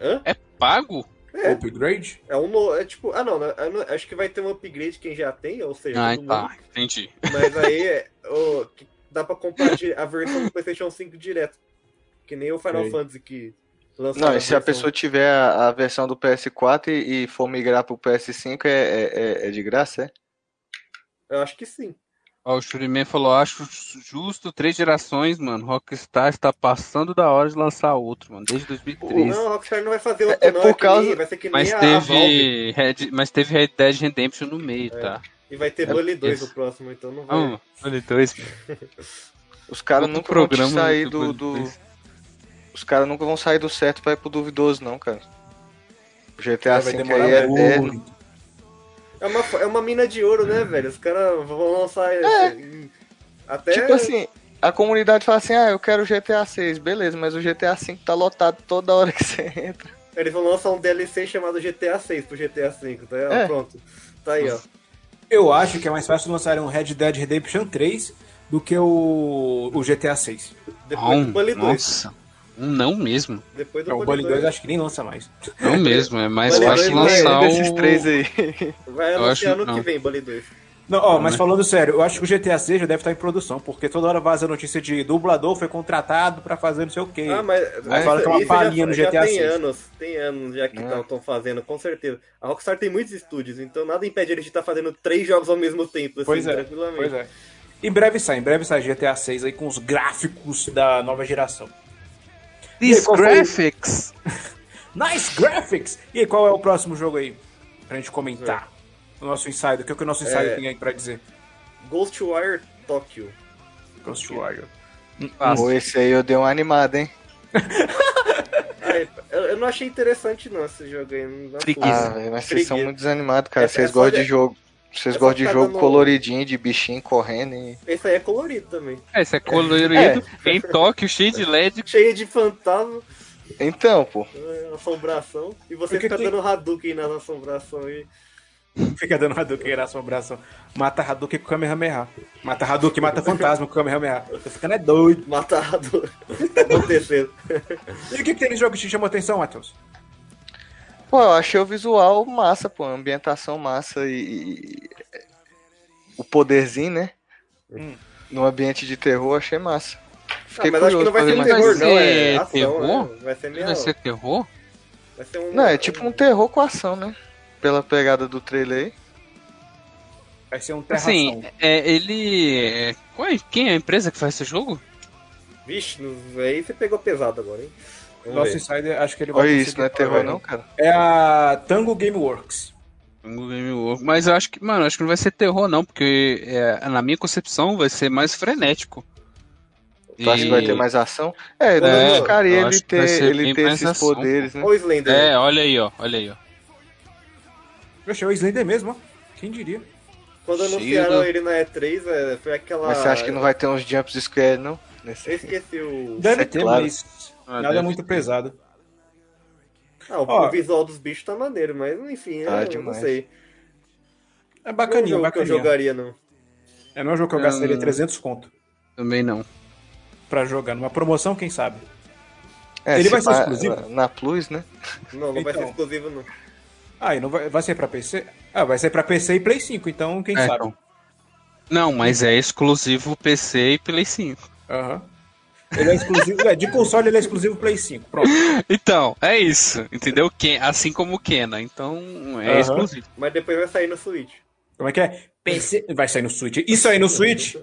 [SPEAKER 4] Hã?
[SPEAKER 3] É pago?
[SPEAKER 4] É,
[SPEAKER 2] Upgrade?
[SPEAKER 4] é um no, é tipo, ah não, né, eu não- acho que vai ter um upgrade quem já tem, ou seja,
[SPEAKER 3] Ah,
[SPEAKER 4] todo mundo.
[SPEAKER 3] tá, entendi.
[SPEAKER 4] Mas aí é, o- que dá pra comprar di- a versão do PlayStation 5 direto. Que nem o Final
[SPEAKER 2] Ok.
[SPEAKER 4] Fantasy que lançou.
[SPEAKER 6] Não, e se a pessoa tiver a, a versão do PS4 e, e for migrar pro PS5, é, é- é- é de graça, é?
[SPEAKER 4] Eu acho que sim.
[SPEAKER 3] Ó, o Shuriman falou, acho justo, três gerações, mano. Rockstar está passando da hora de lançar outro, mano, desde 2013.
[SPEAKER 4] Não, a Rockstar não vai fazer outro,
[SPEAKER 6] É- é
[SPEAKER 4] não.
[SPEAKER 6] por
[SPEAKER 4] que nem-
[SPEAKER 6] causa-
[SPEAKER 4] vai ser que nem
[SPEAKER 3] Mas
[SPEAKER 4] a, a Valve.
[SPEAKER 3] teve, Red, mas teve Red Dead Redemption no meio, tá?
[SPEAKER 4] E vai ter
[SPEAKER 3] É,
[SPEAKER 4] Bully 2
[SPEAKER 3] isso.
[SPEAKER 4] no próximo, então não vai.
[SPEAKER 3] Vamos, olha dois.
[SPEAKER 6] Os caras
[SPEAKER 3] Outro
[SPEAKER 6] nunca vão te
[SPEAKER 3] programa
[SPEAKER 6] sair
[SPEAKER 3] do-
[SPEAKER 6] do...
[SPEAKER 3] do-
[SPEAKER 6] do- Os caras nunca vão sair do certo pra ir pro duvidoso, não, cara. O GTA
[SPEAKER 2] Vai
[SPEAKER 6] V aí
[SPEAKER 2] demorar
[SPEAKER 6] é
[SPEAKER 2] muito.
[SPEAKER 6] eterno.
[SPEAKER 4] É, uma, fo- é uma mina de ouro, né, velho? Os caras vão lançar. em- Até.
[SPEAKER 6] É. Tipo assim, a comunidade fala assim, ah, eu quero o GTA 6, beleza, mas o GTA 5 tá lotado toda hora que você entra.
[SPEAKER 4] Eles vão lançar um DLC chamado GTA 6 pro GTA 5, tá?
[SPEAKER 6] É.
[SPEAKER 4] Pronto. Tá aí, ó.
[SPEAKER 2] Eu acho que é mais fácil lançarem um Red Dead Redemption 3 do que o, o GTA 6.
[SPEAKER 4] Depois do Bully 2.
[SPEAKER 3] Ah, nossa, um não mesmo,
[SPEAKER 4] Depois do
[SPEAKER 2] É, O Bully 2 acho que nem lança mais.
[SPEAKER 3] não mesmo. É mais
[SPEAKER 4] Olha,
[SPEAKER 3] fácil
[SPEAKER 4] olha,
[SPEAKER 3] lançar
[SPEAKER 4] olha
[SPEAKER 6] desses
[SPEAKER 3] o...
[SPEAKER 6] três aí.
[SPEAKER 4] Vai
[SPEAKER 2] é-
[SPEAKER 3] Eu acho-
[SPEAKER 4] anunciar ano que
[SPEAKER 3] não.
[SPEAKER 4] vem, Bully 2.
[SPEAKER 2] Não, né? ó, mas falando sério, eu acho que o GTA 6 já deve estar em produção, porque toda hora vaza a notícia de dublador foi contratado pra fazer não sei o quê.
[SPEAKER 4] Ah, mas, mas
[SPEAKER 2] fala que é uma
[SPEAKER 4] isso
[SPEAKER 2] palhinha
[SPEAKER 4] já,
[SPEAKER 2] no
[SPEAKER 4] já
[SPEAKER 2] GTA
[SPEAKER 4] tem
[SPEAKER 2] VI.
[SPEAKER 4] anos, tem anos já que
[SPEAKER 2] É.
[SPEAKER 6] Ah.
[SPEAKER 4] estão fazendo, com certeza. A Rockstar tem muitos estúdios, então nada impede eles de estar fazendo três jogos ao mesmo tempo, assim,
[SPEAKER 2] Pois é,
[SPEAKER 4] tranquilamente.
[SPEAKER 2] Pois é. Em breve sai, em breve sai GTA 6 aí com os gráficos da nova geração. E aí,
[SPEAKER 3] These
[SPEAKER 2] qual foi o-
[SPEAKER 3] graphics!
[SPEAKER 2] Nice graphics! E aí, qual é o próximo jogo aí? Pra gente comentar. O nosso insider. O que, é que o nosso insider
[SPEAKER 4] É.
[SPEAKER 2] tem aí pra dizer?
[SPEAKER 4] Ghostwire Tokyo.
[SPEAKER 2] Ghost Warrior.
[SPEAKER 6] Pô, esse aí eu dei uma animada, hein?
[SPEAKER 4] Ai, Ah, é, eu, eu não achei interessante não esse jogo aí. Não dá
[SPEAKER 3] Preguiça.
[SPEAKER 6] Ah,
[SPEAKER 4] coisa.
[SPEAKER 6] velho, mas vocês
[SPEAKER 4] Preguiça.
[SPEAKER 6] são muito desanimados, cara.
[SPEAKER 4] É,
[SPEAKER 6] Vocês
[SPEAKER 4] é só
[SPEAKER 6] gostam
[SPEAKER 4] de-
[SPEAKER 6] de jogo. Vocês
[SPEAKER 4] é só
[SPEAKER 6] gostam de
[SPEAKER 4] ficar
[SPEAKER 6] jogo
[SPEAKER 4] dando-
[SPEAKER 6] coloridinho, de bichinho correndo e.
[SPEAKER 4] Esse aí é colorido também.
[SPEAKER 3] É, isso é colorido, em Tóquio, cheio de LED.
[SPEAKER 4] Cheio de fantasma,
[SPEAKER 6] Então, pô.
[SPEAKER 4] é, assombração. E você
[SPEAKER 2] Porque
[SPEAKER 4] fica
[SPEAKER 2] tem-
[SPEAKER 4] dando Hadouken nas assombrações aí.
[SPEAKER 2] Fica dando Hadouken na assombração. Mata Hadouken com Kamehameha. Mata Hadouken, mata fantasma com Kamehameha. Tô ficando é doido.
[SPEAKER 4] Matado. tá acontecendo.
[SPEAKER 2] E o que, que tem nesse jogo que te chamou a atenção, Matheus?
[SPEAKER 6] Pô, eu achei o visual massa, pô, a ambientação massa e, e- o poderzinho, né?
[SPEAKER 2] Hum.
[SPEAKER 6] No ambiente de terror, achei massa.
[SPEAKER 4] Ah,
[SPEAKER 6] Fiquei
[SPEAKER 4] mas acho que não vai ser
[SPEAKER 6] pra ver
[SPEAKER 4] um
[SPEAKER 3] mas
[SPEAKER 4] terror,
[SPEAKER 6] mais coisa.
[SPEAKER 4] não. É
[SPEAKER 3] é
[SPEAKER 4] ação,
[SPEAKER 3] terror?
[SPEAKER 4] né? Vai ser meio.
[SPEAKER 3] Vai ser é terror?
[SPEAKER 4] Vai ser um...
[SPEAKER 6] Não, é tipo um terror com ação, né? Pela pegada do trailer aí.
[SPEAKER 2] Vai ser um terração.
[SPEAKER 3] Assim, é, ele. é, Qual é, quem é a empresa que faz esse jogo?
[SPEAKER 4] Vixe, não- aí você pegou pesado agora, hein? Vamos
[SPEAKER 2] Nosso
[SPEAKER 4] ver.
[SPEAKER 2] insider, acho que ele vai
[SPEAKER 6] Olha isso,
[SPEAKER 2] conseguir
[SPEAKER 6] não é
[SPEAKER 2] falar,
[SPEAKER 6] terror
[SPEAKER 2] velho.
[SPEAKER 6] não, cara.
[SPEAKER 2] É a Tango Gameworks.
[SPEAKER 3] Tango Game Over. Mas eu acho que, mano, acho que não vai ser terror, não, porque é, na minha concepção vai ser mais frenético.
[SPEAKER 6] Tu acha que vai ter mais ação? É, não
[SPEAKER 4] É,
[SPEAKER 6] indicaria
[SPEAKER 3] eu
[SPEAKER 6] ele
[SPEAKER 3] acho que vai
[SPEAKER 6] ter,
[SPEAKER 3] ser
[SPEAKER 6] ele
[SPEAKER 3] bem
[SPEAKER 6] ter
[SPEAKER 3] mais
[SPEAKER 6] esses
[SPEAKER 3] ação,
[SPEAKER 6] poderes, né?
[SPEAKER 4] Olha o Slender.
[SPEAKER 3] É, olha aí, ó. Olha aí, ó.
[SPEAKER 2] Poxa, é o Slender mesmo, ó. Quem diria?
[SPEAKER 4] Quando
[SPEAKER 3] Shield.
[SPEAKER 4] anunciaram ele na E3, é, foi aquela.
[SPEAKER 6] Mas você acha que não vai ter uns jumps square, não? Nesse...
[SPEAKER 4] Eu esqueci o.
[SPEAKER 2] Deve
[SPEAKER 6] é
[SPEAKER 2] ter,
[SPEAKER 6] claro.
[SPEAKER 2] mas
[SPEAKER 3] Ah,
[SPEAKER 2] nada é
[SPEAKER 3] deve
[SPEAKER 2] muito
[SPEAKER 3] ter.
[SPEAKER 2] pesado.
[SPEAKER 4] Ah, o,
[SPEAKER 2] Ó.
[SPEAKER 4] o visual dos bichos tá maneiro, mas enfim,
[SPEAKER 6] Tá
[SPEAKER 4] eu
[SPEAKER 6] demais.
[SPEAKER 4] não sei.
[SPEAKER 2] É
[SPEAKER 4] Não é um
[SPEAKER 2] bacaninha,
[SPEAKER 4] jogo que eu
[SPEAKER 2] bacaninha.
[SPEAKER 4] jogaria, não.
[SPEAKER 2] É não é um jogo que eu
[SPEAKER 3] Ah.
[SPEAKER 2] gastaria 300 conto
[SPEAKER 3] Também não.
[SPEAKER 2] pra jogar. Numa promoção, quem sabe?
[SPEAKER 6] É,
[SPEAKER 2] Ele
[SPEAKER 6] se
[SPEAKER 2] vai ser
[SPEAKER 6] pá-
[SPEAKER 2] exclusivo?
[SPEAKER 6] Na Plus, né?
[SPEAKER 4] Não, não vai
[SPEAKER 2] Então.
[SPEAKER 4] ser exclusivo, não.
[SPEAKER 2] Ah, e não vai, vai ser pra PC? Ah, vai ser pra PC e Play 5, então quem
[SPEAKER 3] É,
[SPEAKER 2] sabe?
[SPEAKER 3] não. Não, mas é exclusivo PC e Play 5.
[SPEAKER 2] Aham. Ele é exclusivo, é, de console ele é exclusivo Play 5, pronto.
[SPEAKER 3] Então, é isso. Entendeu? Ken- assim como o Kena. Então, é
[SPEAKER 2] Aham.
[SPEAKER 3] exclusivo.
[SPEAKER 4] Mas depois vai sair no Switch.
[SPEAKER 2] Como é que é? PC vai sair no Switch. Isso aí no Switch?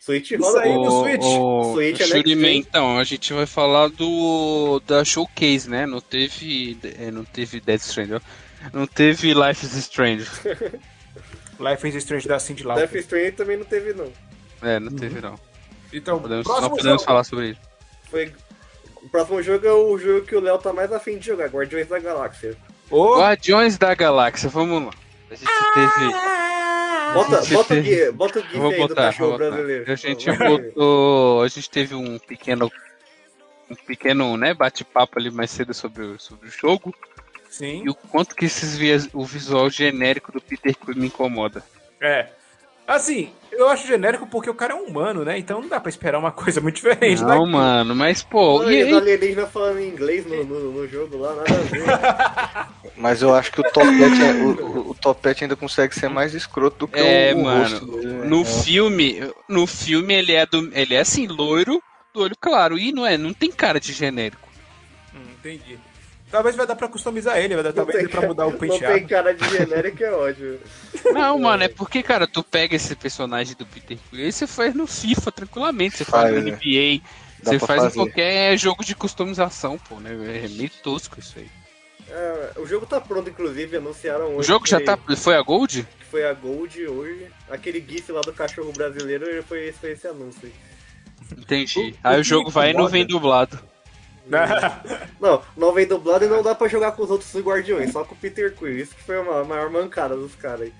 [SPEAKER 4] Switch
[SPEAKER 2] Isso
[SPEAKER 4] roda
[SPEAKER 2] aí.
[SPEAKER 4] aí.
[SPEAKER 2] no Switch.
[SPEAKER 3] O,
[SPEAKER 4] Switch é
[SPEAKER 3] Shuri
[SPEAKER 4] next
[SPEAKER 3] Man,
[SPEAKER 4] gen.
[SPEAKER 3] então, a gente vai falar do da showcase, né? Não teve, eh, não teve Dead Strand, ó. não teve Life is Strange.
[SPEAKER 2] Life is Strange da Cindy Lauper.
[SPEAKER 4] Death Stranding também não teve, não.
[SPEAKER 3] É, não teve não.
[SPEAKER 2] Então,
[SPEAKER 3] Podemos, não
[SPEAKER 2] próximo
[SPEAKER 3] podemos
[SPEAKER 2] jogo.
[SPEAKER 3] falar sobre isso.
[SPEAKER 4] Foi... O próximo jogo é o jogo que o Léo tá mais afim de jogar, Guardiões da Galáxia.
[SPEAKER 2] Ô,
[SPEAKER 3] Guardiões da Galáxia, vamos lá. A gente teve.
[SPEAKER 4] Bota,
[SPEAKER 3] gente
[SPEAKER 4] bota, o,
[SPEAKER 3] teve-
[SPEAKER 4] gui- bota o GIF
[SPEAKER 3] Vou
[SPEAKER 4] aí do
[SPEAKER 3] botar,
[SPEAKER 4] cachorro
[SPEAKER 3] vou botar.
[SPEAKER 4] brasileiro.
[SPEAKER 3] A gente botou. A gente teve um pequeno. Um pequeno, né, bate-papo ali mais cedo sobre, o- sobre o jogo.
[SPEAKER 2] Sim.
[SPEAKER 3] E o quanto que esses vias, o visual genérico do Peter Quill me incomoda.
[SPEAKER 2] É. Assim, eu acho genérico porque o cara é humano, né? Então não dá pra esperar uma coisa muito diferente.
[SPEAKER 3] Não,
[SPEAKER 2] né?
[SPEAKER 3] mano, mas pô.
[SPEAKER 4] Olha,
[SPEAKER 3] e-
[SPEAKER 4] os alienígenas falando em inglês no, no, no jogo lá, nada a
[SPEAKER 2] Tá
[SPEAKER 4] ver.
[SPEAKER 6] Mas eu acho que o topete, o, o- o topete ainda consegue ser mais escroto do que
[SPEAKER 3] É,
[SPEAKER 6] o, o
[SPEAKER 3] mano.
[SPEAKER 6] rosto dele, né?
[SPEAKER 3] No filme, no filme ele é do, ele é assim, loiro, do olho claro, e não é, não tem cara de genérico.
[SPEAKER 2] Hum, entendi. Talvez vai dar pra customizar ele, vai dar talvez
[SPEAKER 4] tem
[SPEAKER 2] dê pra mudar o
[SPEAKER 4] Não tem
[SPEAKER 2] penteado.
[SPEAKER 4] cara de genérico, é ódio.
[SPEAKER 3] Não, mano, é porque, cara, tu pega esse personagem do Peter Quill e você faz no FIFA tranquilamente, você faz,
[SPEAKER 6] Faz,
[SPEAKER 3] no
[SPEAKER 6] né?
[SPEAKER 3] NBA,
[SPEAKER 6] Dá
[SPEAKER 3] você
[SPEAKER 6] pra
[SPEAKER 3] faz
[SPEAKER 6] fazer.
[SPEAKER 3] em qualquer jogo de customização, pô, né? É meio tosco isso aí.
[SPEAKER 4] Ah, o jogo tá pronto, inclusive, anunciaram hoje.
[SPEAKER 3] O jogo já
[SPEAKER 4] que-
[SPEAKER 3] tá. Foi a Gold?
[SPEAKER 4] que Foi a Gold hoje. Aquele GIF lá do cachorro brasileiro ele foi, foi esse anúncio aí.
[SPEAKER 3] Entendi.
[SPEAKER 2] o
[SPEAKER 3] Aí o
[SPEAKER 2] que
[SPEAKER 3] jogo
[SPEAKER 2] me
[SPEAKER 3] vai e não vem dublado.
[SPEAKER 4] Não, não vem dublado e não dá pra jogar com os outros Guardiões, só com o Peter Quill. Isso que foi a maior mancada dos caras aí.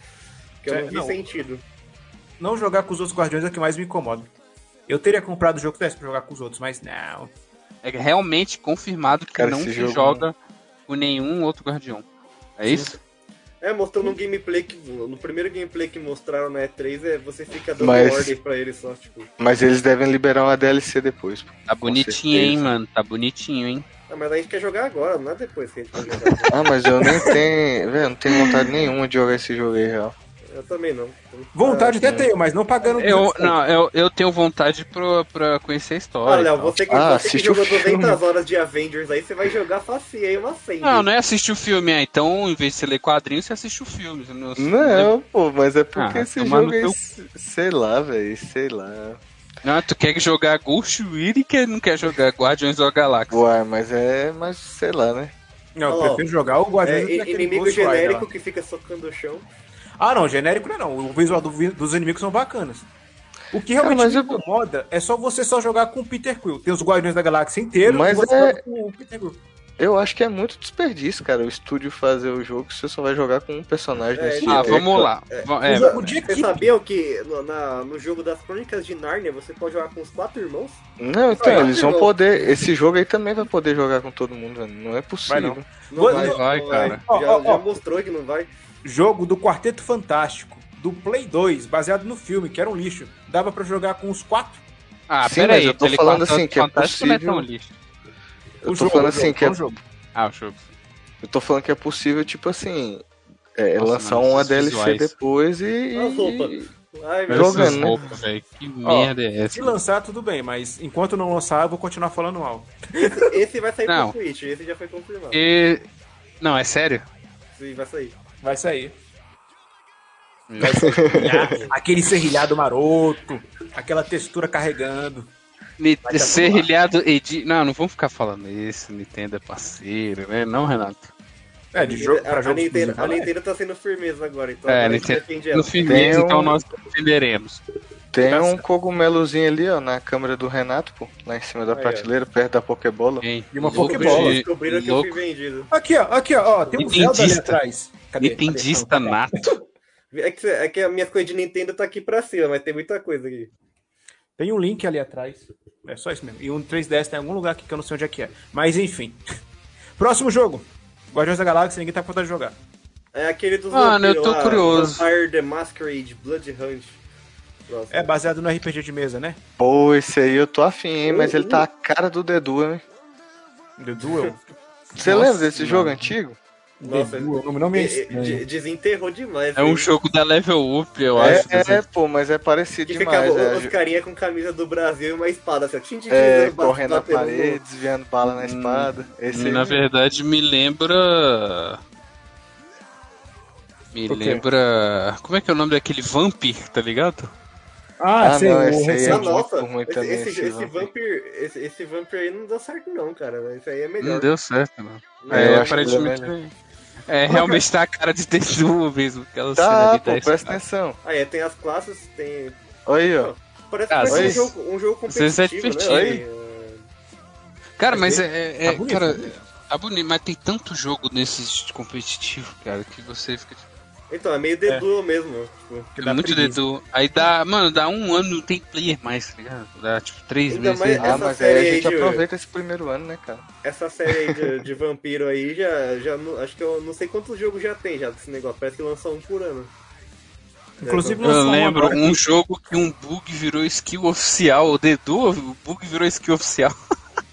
[SPEAKER 4] Que eu
[SPEAKER 2] É,
[SPEAKER 4] não vi
[SPEAKER 2] não.
[SPEAKER 4] sentido.
[SPEAKER 2] Não jogar com os outros guardiões é o que mais me incomoda. Eu teria comprado o jogo desse pra jogar com os outros, mas não.
[SPEAKER 3] É realmente confirmado que
[SPEAKER 6] Cara,
[SPEAKER 3] não
[SPEAKER 6] esse
[SPEAKER 3] se
[SPEAKER 6] jogo-
[SPEAKER 3] joga com nenhum outro Guardião. É isso?
[SPEAKER 4] É, mostrando um gameplay que. No primeiro gameplay que mostraram na E3, é, você fica dando
[SPEAKER 6] Mas-
[SPEAKER 4] ordem pra ele só, tipo.
[SPEAKER 6] Mas eles devem liberar uma DLC depois. pô.
[SPEAKER 3] Tá
[SPEAKER 6] Com
[SPEAKER 3] bonitinho, hein,
[SPEAKER 6] certeza.
[SPEAKER 3] mano? Tá bonitinho, hein?
[SPEAKER 4] Ah, mas a gente quer jogar agora, não é depois que a gente vai jogar.
[SPEAKER 6] Ah, mas eu nem tenho. Velho, não tenho vontade nenhuma de jogar esse jogo aí, real.
[SPEAKER 4] eu também não.
[SPEAKER 2] Vontade
[SPEAKER 4] É,
[SPEAKER 2] até tenho, mas não pagando.
[SPEAKER 3] Eu,
[SPEAKER 2] 200 conto.
[SPEAKER 3] não, eu, eu tenho vontade pra, pra conhecer a
[SPEAKER 4] Ah,
[SPEAKER 3] história. e
[SPEAKER 4] Léo,
[SPEAKER 3] tal.
[SPEAKER 4] você que,
[SPEAKER 6] Ah,
[SPEAKER 4] você que
[SPEAKER 6] assiste o
[SPEAKER 4] jogou
[SPEAKER 6] filme.
[SPEAKER 4] 200 horas de Avengers aí, você vai jogar facinho aí uma 100.
[SPEAKER 3] Não, não é assistir o filme. Ah, então, em vez de você ler quadrinhos, você assiste o filme. Você não,
[SPEAKER 6] Não, pô, mas é porque
[SPEAKER 3] Ah,
[SPEAKER 6] esse
[SPEAKER 3] tomar
[SPEAKER 6] jogo
[SPEAKER 3] no
[SPEAKER 6] aí.
[SPEAKER 3] teu-
[SPEAKER 6] se- Sei lá, velho, sei lá.
[SPEAKER 3] Não, tu quer jogar Ghost Wheel e que não quer jogar Guardiões da Galáxia.
[SPEAKER 6] Uai, mas é. Mas sei lá, né?
[SPEAKER 2] Não, eu
[SPEAKER 4] Ó,
[SPEAKER 2] prefiro jogar o
[SPEAKER 4] É,
[SPEAKER 2] Guardiões do que
[SPEAKER 4] in-
[SPEAKER 2] né, aquele
[SPEAKER 4] inimigo
[SPEAKER 2] Ghost Rider
[SPEAKER 4] genérico
[SPEAKER 2] lá.
[SPEAKER 4] que fica socando o chão.
[SPEAKER 2] Ah, não, genérico não é não. O visual do vi- dos inimigos são bacanas. O que realmente
[SPEAKER 6] mas
[SPEAKER 2] me
[SPEAKER 6] eu-
[SPEAKER 2] incomoda é só você só jogar com o Peter Quill. Tem os Guardiões da Galáxia inteiro
[SPEAKER 6] Mas
[SPEAKER 2] e você
[SPEAKER 6] é-
[SPEAKER 2] joga com o Peter Quill.
[SPEAKER 6] Eu acho que é muito desperdício, cara, o estúdio fazer o jogo que você só vai jogar com um personagem
[SPEAKER 4] É,
[SPEAKER 6] nesse
[SPEAKER 2] tipo,
[SPEAKER 4] ele-
[SPEAKER 3] Ah,
[SPEAKER 6] jeito.
[SPEAKER 3] vamos lá. Va- é,
[SPEAKER 2] o jogo de
[SPEAKER 4] Vocês
[SPEAKER 2] equipe.
[SPEAKER 4] sabiam que no, na- no jogo das Crônicas de Nárnia você pode jogar com os quatro irmãos?
[SPEAKER 6] Não, então,
[SPEAKER 4] Vai,
[SPEAKER 6] eles vão
[SPEAKER 4] vai.
[SPEAKER 6] poder. Esse jogo aí também vai poder jogar com todo mundo, velho. Não
[SPEAKER 2] Vai
[SPEAKER 6] é
[SPEAKER 2] não.
[SPEAKER 6] possível.
[SPEAKER 2] Vai,
[SPEAKER 3] vai, cara.
[SPEAKER 4] Já,
[SPEAKER 2] Ó, ó,
[SPEAKER 4] já
[SPEAKER 2] ó.
[SPEAKER 4] mostrou que não vai.
[SPEAKER 2] Jogo do Quarteto Fantástico, do Play 2, baseado no filme, que era um lixo. Dava pra jogar com os quatro.
[SPEAKER 3] Ah,
[SPEAKER 6] Sim,
[SPEAKER 3] peraí.
[SPEAKER 6] mas eu tô
[SPEAKER 3] ele
[SPEAKER 6] falando
[SPEAKER 3] cortando
[SPEAKER 6] assim, que é
[SPEAKER 3] fantástico não
[SPEAKER 6] possível.
[SPEAKER 3] tão lixo.
[SPEAKER 6] Eu
[SPEAKER 2] o
[SPEAKER 6] tô
[SPEAKER 2] jogo,
[SPEAKER 6] falando
[SPEAKER 2] o
[SPEAKER 6] assim
[SPEAKER 2] jogo,
[SPEAKER 6] que é,
[SPEAKER 2] o jogo.
[SPEAKER 3] Ah, o jogo.
[SPEAKER 6] eu tô falando que é possível, tipo assim, é,
[SPEAKER 3] Nossa,
[SPEAKER 6] lançar
[SPEAKER 3] mano,
[SPEAKER 6] uma
[SPEAKER 3] esses
[SPEAKER 6] DLC
[SPEAKER 3] visuais.
[SPEAKER 6] depois e.
[SPEAKER 4] Olha as roupas.
[SPEAKER 6] e-
[SPEAKER 4] Ai, meu
[SPEAKER 6] Jogando,
[SPEAKER 3] Essas
[SPEAKER 6] né?
[SPEAKER 3] roupas, velho. Que
[SPEAKER 2] Ó,
[SPEAKER 3] merda é essa?
[SPEAKER 2] Se lançar, tudo bem, mas enquanto não lançar, eu vou continuar falando mal.
[SPEAKER 4] Deus, esse vai sair
[SPEAKER 3] Não.
[SPEAKER 4] pro Switch, esse já foi confirmado.
[SPEAKER 3] E... Não, é sério?
[SPEAKER 4] Esse vai sair.
[SPEAKER 2] Vai sair. Vai sair. Aquele serrilhado maroto, aquela textura carregando.
[SPEAKER 3] Ni-
[SPEAKER 6] é
[SPEAKER 2] Vai te
[SPEAKER 3] Serrilhado Edi. Não, não vamos ficar falando isso. Nintendo é parceiro, né? Não, Renato.
[SPEAKER 2] É, de jogo
[SPEAKER 4] a,
[SPEAKER 2] pra jogo.
[SPEAKER 4] a, Nintendo, a
[SPEAKER 2] exclusivo, né?
[SPEAKER 4] Nintendo tá sendo firmeza agora, então
[SPEAKER 3] É,
[SPEAKER 4] agora a gente
[SPEAKER 3] Nintendo-
[SPEAKER 4] defende
[SPEAKER 3] No
[SPEAKER 4] ela.
[SPEAKER 3] firmeza,
[SPEAKER 6] Tem um-
[SPEAKER 3] então nós defenderemos.
[SPEAKER 6] Tem
[SPEAKER 2] Tá
[SPEAKER 4] assim.
[SPEAKER 6] um
[SPEAKER 2] certo.
[SPEAKER 6] cogumelozinho ali, ó, na câmera do Renato, pô. Lá em cima da
[SPEAKER 4] Aí, ó.
[SPEAKER 6] prateleira, perto da Pokébola.
[SPEAKER 3] Hein?
[SPEAKER 2] E uma
[SPEAKER 3] Louco
[SPEAKER 2] Pokébola.
[SPEAKER 3] de-
[SPEAKER 4] Descobriram que eu
[SPEAKER 3] louco-
[SPEAKER 4] fui vendido.
[SPEAKER 2] Aqui, ó, aqui, ó, ó, tem um Zelda ali
[SPEAKER 3] Nintendista.
[SPEAKER 2] atrás. Cadê? Cadê?
[SPEAKER 3] Nintendista nato.
[SPEAKER 4] É que, cê- é que as minhas coisas de Nintendo tá aqui pra cima, mas tem muita coisa aqui.
[SPEAKER 2] Tem um link ali atrás. É só isso mesmo. E um 3DS tá em algum lugar aqui que eu não sei onde é que é. Mas enfim. Próximo jogo. Guardiões da Galáxia, ninguém tá com vontade de jogar.
[SPEAKER 4] É aquele dos
[SPEAKER 3] Mano, eu
[SPEAKER 4] vampiros
[SPEAKER 3] tô
[SPEAKER 4] lá,
[SPEAKER 3] curioso.
[SPEAKER 4] Vampire the Masquerade, Blood Hunt. Próximo.
[SPEAKER 2] É baseado no RPG de mesa, né?
[SPEAKER 6] Pô, esse aí eu tô afim, hein? Mas ele tá a cara do Dedu, hein?
[SPEAKER 2] The Duel.
[SPEAKER 6] Você
[SPEAKER 3] Nossa,
[SPEAKER 6] lembra desse
[SPEAKER 3] não.
[SPEAKER 6] jogo antigo?
[SPEAKER 4] Nossa,
[SPEAKER 2] The Duel, o nome não me
[SPEAKER 4] E- e-
[SPEAKER 2] né?
[SPEAKER 4] de- desenterrou demais.
[SPEAKER 3] É um
[SPEAKER 4] hein?
[SPEAKER 3] jogo da level up, eu
[SPEAKER 6] é,
[SPEAKER 3] acho. né?
[SPEAKER 6] é, pô, mas é parecido
[SPEAKER 4] Que ficava
[SPEAKER 6] demais.
[SPEAKER 4] os
[SPEAKER 6] é,
[SPEAKER 4] carinha com camisa do Brasil e uma espada, assim, ó, tchim, tchim, tchim,
[SPEAKER 6] É,
[SPEAKER 4] bate-
[SPEAKER 6] correndo na
[SPEAKER 4] batendo né? no-
[SPEAKER 6] parede, desviando bala na espada. Esse aí
[SPEAKER 3] Hum, Na verdade, me lembra. Me
[SPEAKER 2] O quê?
[SPEAKER 3] lembra. Como é que é o nome daquele Vampir, tá ligado?
[SPEAKER 2] Ah,
[SPEAKER 6] Ah,
[SPEAKER 2] sei,
[SPEAKER 6] não,
[SPEAKER 2] o
[SPEAKER 6] esse aí é
[SPEAKER 4] Ah,
[SPEAKER 2] recente.
[SPEAKER 6] muito
[SPEAKER 4] nossa,
[SPEAKER 6] ruim
[SPEAKER 4] esse,
[SPEAKER 6] também,
[SPEAKER 4] esse,
[SPEAKER 6] esse
[SPEAKER 4] esse
[SPEAKER 6] Vampir.
[SPEAKER 4] vampir, esse, esse vampir aí não deu certo não, cara. Esse aí é melhor.
[SPEAKER 3] Não deu certo, não.
[SPEAKER 4] Não,
[SPEAKER 6] É,
[SPEAKER 3] É,
[SPEAKER 6] eu acho que
[SPEAKER 3] aparentemente.
[SPEAKER 6] ele
[SPEAKER 3] É, realmente tá a cara de Tetsuo mesmo. Aquela cena
[SPEAKER 6] Tá,
[SPEAKER 3] ali
[SPEAKER 6] pô,
[SPEAKER 3] da
[SPEAKER 6] presta
[SPEAKER 3] espada.
[SPEAKER 6] atenção.
[SPEAKER 4] Aí é, tem as classes, tem...
[SPEAKER 6] Olha aí, ó.
[SPEAKER 4] Parece
[SPEAKER 3] Ah,
[SPEAKER 4] que vai
[SPEAKER 6] vocês-
[SPEAKER 4] ser um jogo, um jogo
[SPEAKER 3] vocês é
[SPEAKER 4] competitivo, né?
[SPEAKER 3] divertido. Cara, mas é. é-
[SPEAKER 2] Tá
[SPEAKER 3] é-
[SPEAKER 2] bonito,
[SPEAKER 3] cara,
[SPEAKER 2] tá
[SPEAKER 3] tá bonito, mas tem tanto jogo nesses competitivo, cara, que você fica. tipo,
[SPEAKER 4] Então, é meio deduo mesmo. Tipo.
[SPEAKER 2] Que dá
[SPEAKER 3] muito
[SPEAKER 2] preguiça.
[SPEAKER 3] dedo. Aí dá. Mano, dá um ano, não tem player mais, tá ligado? Dá tipo três
[SPEAKER 4] Ainda
[SPEAKER 3] meses.
[SPEAKER 4] mais-
[SPEAKER 3] né?
[SPEAKER 6] Ah,
[SPEAKER 4] Essa
[SPEAKER 6] mas
[SPEAKER 4] série
[SPEAKER 6] aí a
[SPEAKER 4] aí
[SPEAKER 6] gente
[SPEAKER 4] de-
[SPEAKER 6] aproveita esse primeiro ano, né, cara?
[SPEAKER 4] Essa série aí de, de vampiro aí, já, já não- acho que eu não sei quantos jogos já tem já desse negócio. Parece que lançou um por ano.
[SPEAKER 2] Inclusive, lançou
[SPEAKER 3] Eu
[SPEAKER 2] um
[SPEAKER 3] lembro
[SPEAKER 2] agora.
[SPEAKER 3] um jogo que um bug virou skill oficial, o Dedu, o bug virou skill oficial.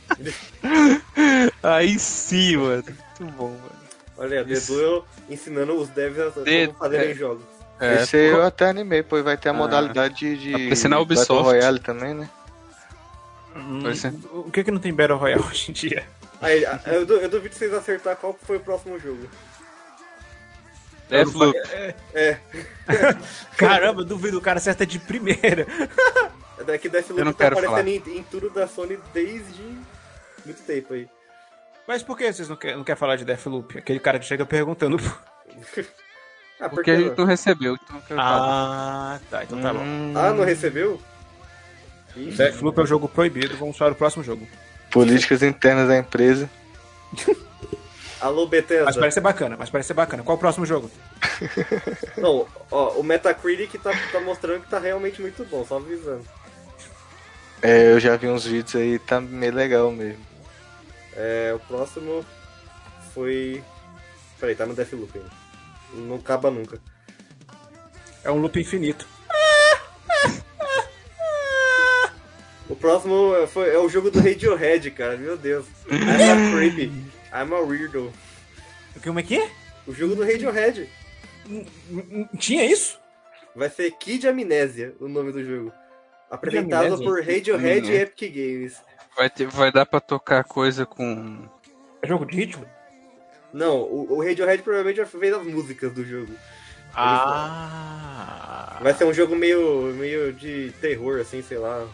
[SPEAKER 3] Aí sim, mano. Muito bom, mano.
[SPEAKER 4] Olha,
[SPEAKER 3] Isso.
[SPEAKER 4] deduo eu ensinando os devs a
[SPEAKER 3] Dedo,
[SPEAKER 4] como fazerem
[SPEAKER 3] é.
[SPEAKER 4] jogos.
[SPEAKER 3] É,
[SPEAKER 6] esse aí eu até animei, pô. É, e Vai ter a
[SPEAKER 3] Ah.
[SPEAKER 6] modalidade de, de
[SPEAKER 3] Tá parecendo a
[SPEAKER 6] Battle
[SPEAKER 3] Ubisoft.
[SPEAKER 6] Royale também, né?
[SPEAKER 2] Hum,
[SPEAKER 3] Pois é.
[SPEAKER 2] O que que não tem Battle Royale hoje em dia?
[SPEAKER 4] Aí, a- eu, du- eu duvido vocês acertar qual foi o próximo jogo.
[SPEAKER 3] Deathloop.
[SPEAKER 2] Caramba, duvido, o cara acerta de primeira.
[SPEAKER 4] É daqui desse
[SPEAKER 3] Eu não
[SPEAKER 4] loop tá
[SPEAKER 3] quero
[SPEAKER 4] aparecendo em, em tudo da Sony desde muito tempo aí.
[SPEAKER 2] Mas por que vocês não querem não quer falar de Deathloop? Aquele cara que chega perguntando.
[SPEAKER 4] Ah,
[SPEAKER 6] É
[SPEAKER 4] por
[SPEAKER 3] Porque
[SPEAKER 4] que
[SPEAKER 3] a gente
[SPEAKER 4] não?
[SPEAKER 3] não recebeu, então eu quero falar.
[SPEAKER 2] Ah, tá, então tá bom.
[SPEAKER 6] Hum,
[SPEAKER 4] Ah, não recebeu? Ixi,
[SPEAKER 2] Deathloop é o jogo proibido, vamos para o próximo jogo.
[SPEAKER 6] Políticas internas da empresa.
[SPEAKER 4] Alô,
[SPEAKER 2] Mas
[SPEAKER 4] Bethesda.
[SPEAKER 2] parece ser bacana, mas parece ser bacana. Qual o próximo jogo?
[SPEAKER 4] Não, ó, o Metacritic tá, tá mostrando que tá realmente muito bom, só avisando.
[SPEAKER 6] É, eu já vi uns vídeos aí, tá meio legal mesmo.
[SPEAKER 4] É, o próximo foi... Peraí, tá no Deathloop ainda. Não acaba nunca.
[SPEAKER 2] É um loop infinito.
[SPEAKER 4] O próximo é- foi, é o jogo do Radiohead, cara. Meu Deus. I'm a creepy. I'm a weirdo.
[SPEAKER 2] Como é que é?
[SPEAKER 4] O jogo do Radiohead.
[SPEAKER 2] N- n- n- Tinha isso?
[SPEAKER 4] Vai ser Kid Amnésia o nome do jogo. Apresentado
[SPEAKER 2] Amnésia?
[SPEAKER 4] por Radiohead
[SPEAKER 3] Amnésia.
[SPEAKER 4] e Epic Games.
[SPEAKER 3] Vai, ter- vai dar pra tocar coisa com.
[SPEAKER 2] É jogo de ritmo?
[SPEAKER 4] Não, o, o Radiohead provavelmente é já fez as músicas do jogo.
[SPEAKER 2] Ah.
[SPEAKER 4] Vai ser um jogo meio, meio de terror, assim, sei lá.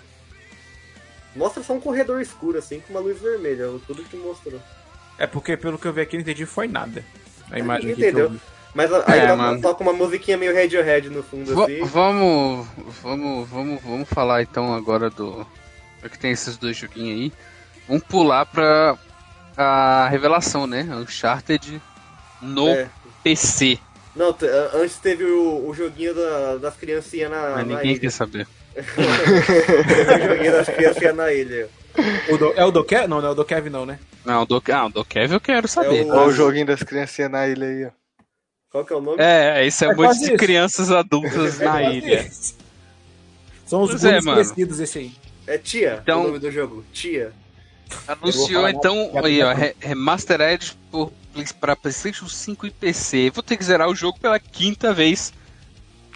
[SPEAKER 4] Mostra só um corredor escuro, assim, com uma luz vermelha. Tudo que mostrou.
[SPEAKER 2] É porque pelo que eu vi aqui não entendi foi nada. A
[SPEAKER 4] É,
[SPEAKER 2] imagem aqui
[SPEAKER 4] entendeu?
[SPEAKER 2] que eu vi.
[SPEAKER 4] Mas a- aí
[SPEAKER 3] É,
[SPEAKER 4] tá-
[SPEAKER 3] mano.
[SPEAKER 4] toca uma musiquinha meio Radiohead no fundo, assim.
[SPEAKER 3] Va- vamos, vamos, vamos, vamos falar então agora do. Já que tem esses dois joguinhos aí. Vamos pular pra a revelação, né? Uncharted no
[SPEAKER 4] É.
[SPEAKER 3] PC.
[SPEAKER 4] Não, t- a- antes teve o, o joguinho da- das criancinhas
[SPEAKER 6] Ah,
[SPEAKER 4] na,
[SPEAKER 3] Mas
[SPEAKER 4] na
[SPEAKER 3] ninguém
[SPEAKER 4] ilha.
[SPEAKER 3] quer saber.
[SPEAKER 4] o joguinho das criancinhas na ilha.
[SPEAKER 2] O do- é o do Kev? Não, não é o do Kev, não, né?
[SPEAKER 3] Não, do, ah, do Kev eu quero saber.
[SPEAKER 4] É
[SPEAKER 6] Olha o joguinho das criancinhas na ilha aí, ó.
[SPEAKER 4] Qual que é o nome?
[SPEAKER 3] É, isso é um
[SPEAKER 2] É
[SPEAKER 3] monte
[SPEAKER 2] quase
[SPEAKER 3] de
[SPEAKER 2] isso.
[SPEAKER 3] crianças adultas
[SPEAKER 6] É
[SPEAKER 3] na ilha.
[SPEAKER 2] é São os
[SPEAKER 3] Pois é,
[SPEAKER 2] bullies
[SPEAKER 3] mano.
[SPEAKER 2] crescidos esse aí.
[SPEAKER 4] É Tia
[SPEAKER 3] Então-
[SPEAKER 4] o nome do jogo. Tia.
[SPEAKER 3] Anunciou
[SPEAKER 2] falar
[SPEAKER 3] então
[SPEAKER 2] nada.
[SPEAKER 3] aí, ó, re- Remastered por, pra PlayStation 5 e PC. Vou ter que zerar o jogo pela quinta vez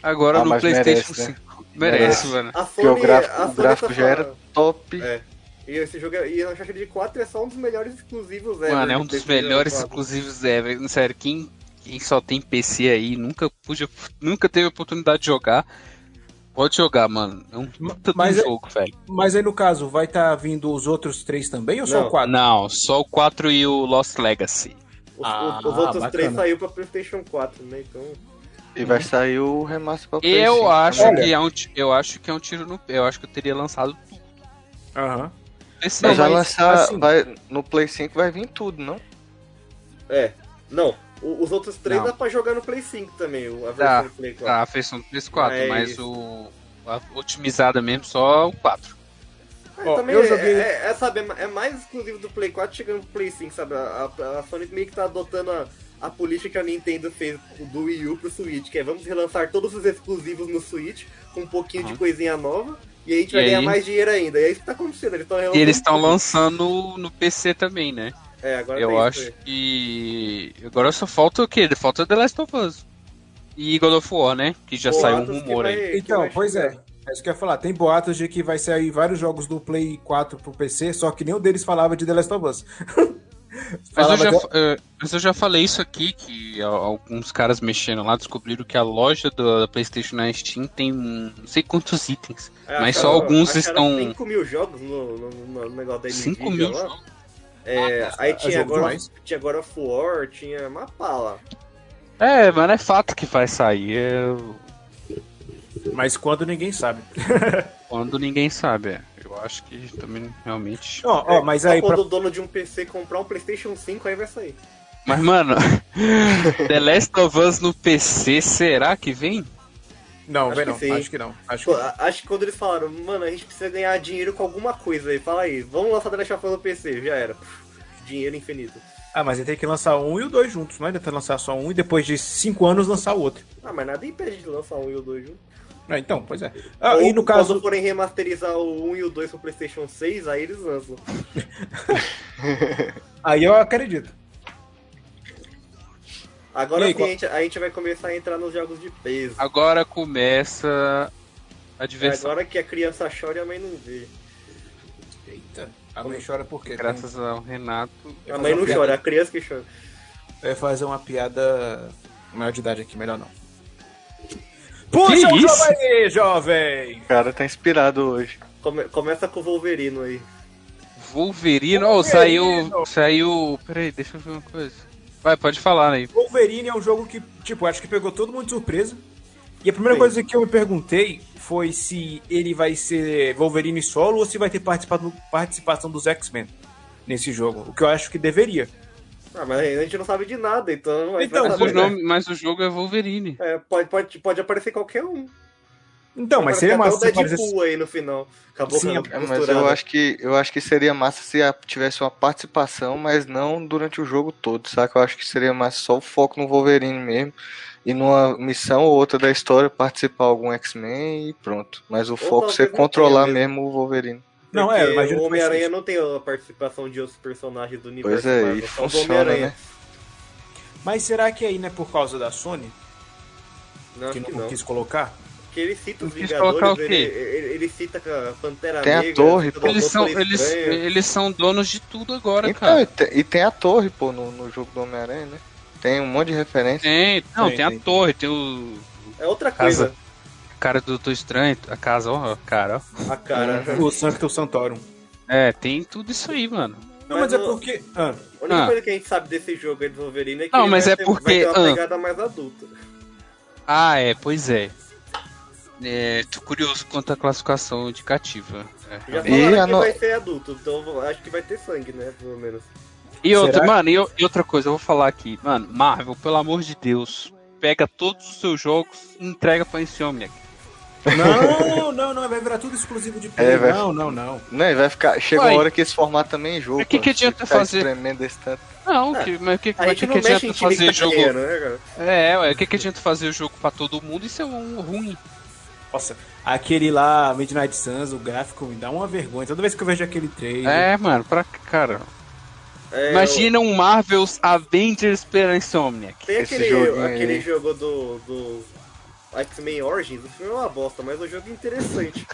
[SPEAKER 3] agora
[SPEAKER 6] Ah,
[SPEAKER 3] no
[SPEAKER 6] mas
[SPEAKER 3] PlayStation
[SPEAKER 6] merece, né?
[SPEAKER 3] 5. Merece,
[SPEAKER 6] Merece.
[SPEAKER 3] mano.
[SPEAKER 4] A
[SPEAKER 6] Porque
[SPEAKER 4] Sony,
[SPEAKER 6] o gráfico,
[SPEAKER 4] a
[SPEAKER 6] o
[SPEAKER 4] Sony
[SPEAKER 6] gráfico
[SPEAKER 4] tá
[SPEAKER 6] já era
[SPEAKER 4] falando-
[SPEAKER 6] top.
[SPEAKER 4] É. E esse jogo, é- e a Uncharted 4 é só um dos melhores exclusivos né? ever.
[SPEAKER 3] Mano, é um
[SPEAKER 4] de
[SPEAKER 3] dos
[SPEAKER 4] 2004.
[SPEAKER 3] melhores exclusivos ever. Sério, quem, quem só tem PC aí, nunca pude, nunca teve oportunidade de jogar. Pode jogar, mano. É um puta
[SPEAKER 2] Mas
[SPEAKER 3] do
[SPEAKER 2] é-
[SPEAKER 3] jogo, velho.
[SPEAKER 2] Mas aí, no caso, vai estar vindo os outros três também ou só
[SPEAKER 4] Não.
[SPEAKER 2] o quatro?
[SPEAKER 3] Não, só o 4 e o Lost Legacy.
[SPEAKER 4] Os,
[SPEAKER 2] Ah,
[SPEAKER 4] os- os outros
[SPEAKER 2] bacana.
[SPEAKER 4] três saiu pra PlayStation 4, né? Então.
[SPEAKER 6] E vai sair o remaster pra
[SPEAKER 3] Eu
[SPEAKER 6] PS5
[SPEAKER 3] acho
[SPEAKER 6] também.
[SPEAKER 3] que é um, ti- eu acho que é um tiro no pé. Eu acho que eu teria lançado tudo.
[SPEAKER 2] Aham.
[SPEAKER 3] PC.
[SPEAKER 6] Mas vai
[SPEAKER 2] mas,
[SPEAKER 6] lançar.
[SPEAKER 2] assim-
[SPEAKER 6] vai- no Play 5 vai vir tudo, não?
[SPEAKER 4] É. Não. o- os outros três
[SPEAKER 3] Não.
[SPEAKER 4] dá pra jogar no Play 5 também, o- a versão
[SPEAKER 3] Dá,
[SPEAKER 4] do Play 4.
[SPEAKER 3] Tá, a versão do PS4,
[SPEAKER 4] Mas-
[SPEAKER 3] mas o. A otimizada mesmo, só o 4.
[SPEAKER 4] Ah,
[SPEAKER 2] Ó,
[SPEAKER 4] também
[SPEAKER 2] eu
[SPEAKER 4] é-
[SPEAKER 2] joguei-
[SPEAKER 4] é, é, sabe, é ma- é mais exclusivo do Play 4 chegando pro Play 5, sabe? A, a- a Sony meio que tá adotando a, a política que a Nintendo fez do Wii U pro Switch, que é vamos relançar todos os exclusivos no Switch, com um pouquinho de
[SPEAKER 3] Aham.
[SPEAKER 4] coisinha nova, e aí a gente
[SPEAKER 3] E
[SPEAKER 4] vai ganhar
[SPEAKER 3] aí?
[SPEAKER 4] mais dinheiro ainda. E é isso que tá acontecendo, eles estão
[SPEAKER 3] E eles estão lançando no PC também, né?
[SPEAKER 4] É, agora
[SPEAKER 3] Eu
[SPEAKER 4] tem isso
[SPEAKER 3] acho
[SPEAKER 4] aí.
[SPEAKER 3] que. Agora só falta o quê? Falta The Last of Us. E God of War, né? Que já saiu um
[SPEAKER 4] Boatos que
[SPEAKER 3] rumor
[SPEAKER 4] vai-
[SPEAKER 3] aí.
[SPEAKER 4] que
[SPEAKER 2] Então,
[SPEAKER 4] vai
[SPEAKER 2] pois
[SPEAKER 4] chegar.
[SPEAKER 2] é. É isso que eu ia falar. Tem boatos de que vai sair vários jogos do Play 4 pro PC, só que nenhum deles falava de The Last of Us.
[SPEAKER 3] Mas eu,
[SPEAKER 2] Falava
[SPEAKER 3] já,
[SPEAKER 2] de-
[SPEAKER 3] eh, mas eu já falei isso aqui, que a- alguns caras mexendo lá descobriram que a loja do- da Playstation na Steam tem um- não sei quantos itens.
[SPEAKER 4] É,
[SPEAKER 3] Mas
[SPEAKER 4] acharam-
[SPEAKER 3] só alguns
[SPEAKER 4] acharam
[SPEAKER 3] estão-
[SPEAKER 4] 5 mil jogos no, no- no negócio da
[SPEAKER 3] 5
[SPEAKER 4] Nvidia
[SPEAKER 3] mil
[SPEAKER 4] lá.
[SPEAKER 3] jogos. Ah, tá.
[SPEAKER 4] É, aí tinha
[SPEAKER 2] jogo
[SPEAKER 4] agora,
[SPEAKER 2] demais.
[SPEAKER 4] tinha agora of War, tinha uma pala.
[SPEAKER 3] É, mano, é fato que vai sair. é,
[SPEAKER 2] Mas quando ninguém sabe.
[SPEAKER 3] Quando ninguém sabe, é. Eu acho que também realmente.
[SPEAKER 2] Ó, ó, mas aí,
[SPEAKER 4] Só
[SPEAKER 2] pra
[SPEAKER 4] É, quando o dono de um PC comprar um PlayStation 5, aí vai sair.
[SPEAKER 3] Mas, mano, The Last of Us no PC, será que vem?
[SPEAKER 2] Não,
[SPEAKER 4] Acho
[SPEAKER 2] vem
[SPEAKER 4] que
[SPEAKER 2] não.
[SPEAKER 4] sim.
[SPEAKER 2] Acho que não. Acho
[SPEAKER 4] Pô,
[SPEAKER 2] que...
[SPEAKER 4] a- Acho que quando eles falaram, mano, a gente precisa ganhar dinheiro com alguma coisa aí, fala aí, vamos lançar The Last of Us no PC, já era. Puf, Dinheiro infinito.
[SPEAKER 2] Ah, mas ele tem que lançar um e o dois juntos, não é? Ele tem que lançar só um e depois de cinco anos lançar o outro.
[SPEAKER 4] Ah, mas nada impede de lançar um e o 2 junto.
[SPEAKER 2] Ah, então, pois é. Ah,
[SPEAKER 4] Ou
[SPEAKER 2] e no caso.
[SPEAKER 4] Quando forem remasterizar o 1 e o 2 pro PlayStation 6, aí eles lançam.
[SPEAKER 2] Aí eu acredito.
[SPEAKER 4] Agora
[SPEAKER 2] E aí,
[SPEAKER 4] sim,
[SPEAKER 2] qual-
[SPEAKER 4] a, gente, a gente vai começar a entrar nos jogos de peso.
[SPEAKER 3] Agora começa a
[SPEAKER 4] É
[SPEAKER 3] diversão.
[SPEAKER 4] agora que a criança chora e a mãe não vê.
[SPEAKER 2] Eita, a mãe chora por quê?
[SPEAKER 3] Graças ao Renato.
[SPEAKER 4] A mãe não chora, é a criança que chora.
[SPEAKER 2] Eu ia fazer uma piada maior de idade aqui, melhor não.
[SPEAKER 3] Que
[SPEAKER 2] Puxa o
[SPEAKER 3] isso?
[SPEAKER 2] jogo aí, jovem!
[SPEAKER 6] O cara tá inspirado hoje.
[SPEAKER 4] Come- começa com o Wolverino aí.
[SPEAKER 3] Wolverine, oh, saiu. Saiu. Peraí, deixa eu ver uma coisa. Vai, pode falar né? aí.
[SPEAKER 2] Wolverine é um jogo que, tipo, acho que pegou todo mundo de surpresa. E a primeira
[SPEAKER 4] Sim.
[SPEAKER 2] coisa que eu me perguntei foi se ele vai ser Wolverine solo ou se vai ter participa- participação dos X-Men nesse jogo. O que eu acho que deveria.
[SPEAKER 4] Ah, mas a gente não sabe de nada, então. aí
[SPEAKER 2] Então,
[SPEAKER 4] vai
[SPEAKER 3] Mas
[SPEAKER 4] saber.
[SPEAKER 3] o, nome- mas o jogo é Wolverine.
[SPEAKER 4] É, pode, pode, pode aparecer qualquer um.
[SPEAKER 2] Então, mas seria
[SPEAKER 4] mais
[SPEAKER 2] massa
[SPEAKER 4] o
[SPEAKER 2] se aparecesse-
[SPEAKER 4] Deadpool aí no final. Acabou
[SPEAKER 2] Sim,
[SPEAKER 4] com a
[SPEAKER 6] É, mas
[SPEAKER 4] costurada.
[SPEAKER 6] eu acho que eu acho que seria massa se a- tivesse uma participação, mas não durante o jogo todo, saca? Eu acho que seria mais só o foco no Wolverine mesmo. E numa missão ou outra da história participar algum X-Men e pronto. Mas o foco
[SPEAKER 4] talvez
[SPEAKER 6] ser
[SPEAKER 4] não
[SPEAKER 6] controlar
[SPEAKER 4] tenha
[SPEAKER 6] mesmo o Wolverine.
[SPEAKER 2] Não, é, eu
[SPEAKER 4] Porque
[SPEAKER 2] imagino
[SPEAKER 4] O
[SPEAKER 2] que vai ser
[SPEAKER 4] Homem-Aranha
[SPEAKER 2] isso.
[SPEAKER 4] não tem a participação de outros personagens do universo.
[SPEAKER 6] Pois é,
[SPEAKER 4] Marvel,
[SPEAKER 6] e
[SPEAKER 4] só do
[SPEAKER 6] funciona,
[SPEAKER 4] Homem-Aranha.
[SPEAKER 6] né?
[SPEAKER 2] Mas será que aí não é por causa da Sony
[SPEAKER 4] Não,
[SPEAKER 2] que
[SPEAKER 4] acho que
[SPEAKER 2] não
[SPEAKER 4] não.
[SPEAKER 2] quis colocar?
[SPEAKER 4] Porque ele cita os
[SPEAKER 3] Não quis colocar o
[SPEAKER 4] Vingadores,
[SPEAKER 3] quê?
[SPEAKER 4] ele, ele, ele cita a Pantera
[SPEAKER 6] Tem a
[SPEAKER 4] Negra,
[SPEAKER 6] torre,
[SPEAKER 4] cita o
[SPEAKER 6] pô.
[SPEAKER 3] Eles são,
[SPEAKER 4] Doutor
[SPEAKER 3] eles,
[SPEAKER 4] Estranho.
[SPEAKER 3] eles são donos de tudo agora,
[SPEAKER 6] Então,
[SPEAKER 3] cara.
[SPEAKER 6] e te- e tem a torre, pô, no, no jogo do Homem-Aranha, né? Tem um monte de referência.
[SPEAKER 3] Tem, não,
[SPEAKER 2] Tem,
[SPEAKER 3] tem a
[SPEAKER 2] tem.
[SPEAKER 3] torre, tem o
[SPEAKER 4] É outra
[SPEAKER 3] Casa.
[SPEAKER 4] coisa.
[SPEAKER 3] cara do Doutor Estranho, a casa, ó, cara, ó.
[SPEAKER 2] A
[SPEAKER 4] cara.
[SPEAKER 2] O Sanctum Santorum.
[SPEAKER 3] É, tem tudo isso aí, mano.
[SPEAKER 2] Não, mas é
[SPEAKER 4] o-
[SPEAKER 2] porque. Ah,
[SPEAKER 4] A única
[SPEAKER 3] Ah.
[SPEAKER 4] coisa que a gente sabe desse jogo aí do Wolverine é que
[SPEAKER 3] Não,
[SPEAKER 4] ele
[SPEAKER 3] mas
[SPEAKER 4] vai
[SPEAKER 3] é
[SPEAKER 4] ter-
[SPEAKER 3] porque-
[SPEAKER 4] vai ter uma
[SPEAKER 3] ah.
[SPEAKER 4] pegada mais adulta.
[SPEAKER 3] Ah, é, pois é. É, tô curioso quanto à classificação indicativa. É.
[SPEAKER 4] Já
[SPEAKER 6] E
[SPEAKER 4] falaram
[SPEAKER 6] a
[SPEAKER 4] que
[SPEAKER 6] no-
[SPEAKER 4] vai ser adulto, então eu acho que vai ter sangue, né? Pelo menos.
[SPEAKER 3] E outra,
[SPEAKER 2] Será?
[SPEAKER 3] mano, e, eu- e outra coisa, eu vou falar aqui. Mano, Marvel, pelo amor de Deus, pega todos os seus jogos e entrega pra Insomniac.
[SPEAKER 2] Não, não, não, vai virar tudo exclusivo de Play.
[SPEAKER 6] É, vai-
[SPEAKER 2] não, não, não.
[SPEAKER 6] Não, né? e vai ficar. Chega
[SPEAKER 3] Uai.
[SPEAKER 6] uma hora que esse formato também é jogo.
[SPEAKER 3] Mas que
[SPEAKER 6] pô.
[SPEAKER 3] que adianta
[SPEAKER 6] Se ficar
[SPEAKER 3] fazer?
[SPEAKER 6] espremendo esse tanto.
[SPEAKER 3] Não, que, mas o que,
[SPEAKER 4] É, A
[SPEAKER 3] mas
[SPEAKER 4] gente
[SPEAKER 3] que,
[SPEAKER 4] não
[SPEAKER 3] que
[SPEAKER 4] mexe em
[SPEAKER 3] adianta
[SPEAKER 4] time que tá
[SPEAKER 3] fazer jogo?
[SPEAKER 4] ganhando, né, cara?
[SPEAKER 3] É, ué, o que, que adianta fazer o jogo pra todo mundo? Isso é um ruim.
[SPEAKER 2] Nossa, aquele lá, Midnight Suns, o gráfico me dá uma vergonha. Toda vez que eu vejo aquele trailer.
[SPEAKER 3] É, mano, pra que, cara?
[SPEAKER 4] É,
[SPEAKER 3] Imagina um Marvel's Avengers pela Insomniac.
[SPEAKER 4] Tem
[SPEAKER 6] Esse
[SPEAKER 4] aquele,
[SPEAKER 6] joguinho
[SPEAKER 4] aquele
[SPEAKER 6] aí.
[SPEAKER 4] jogo do, do X-Men Origins, o filme é uma bosta, mas o jogo é interessante.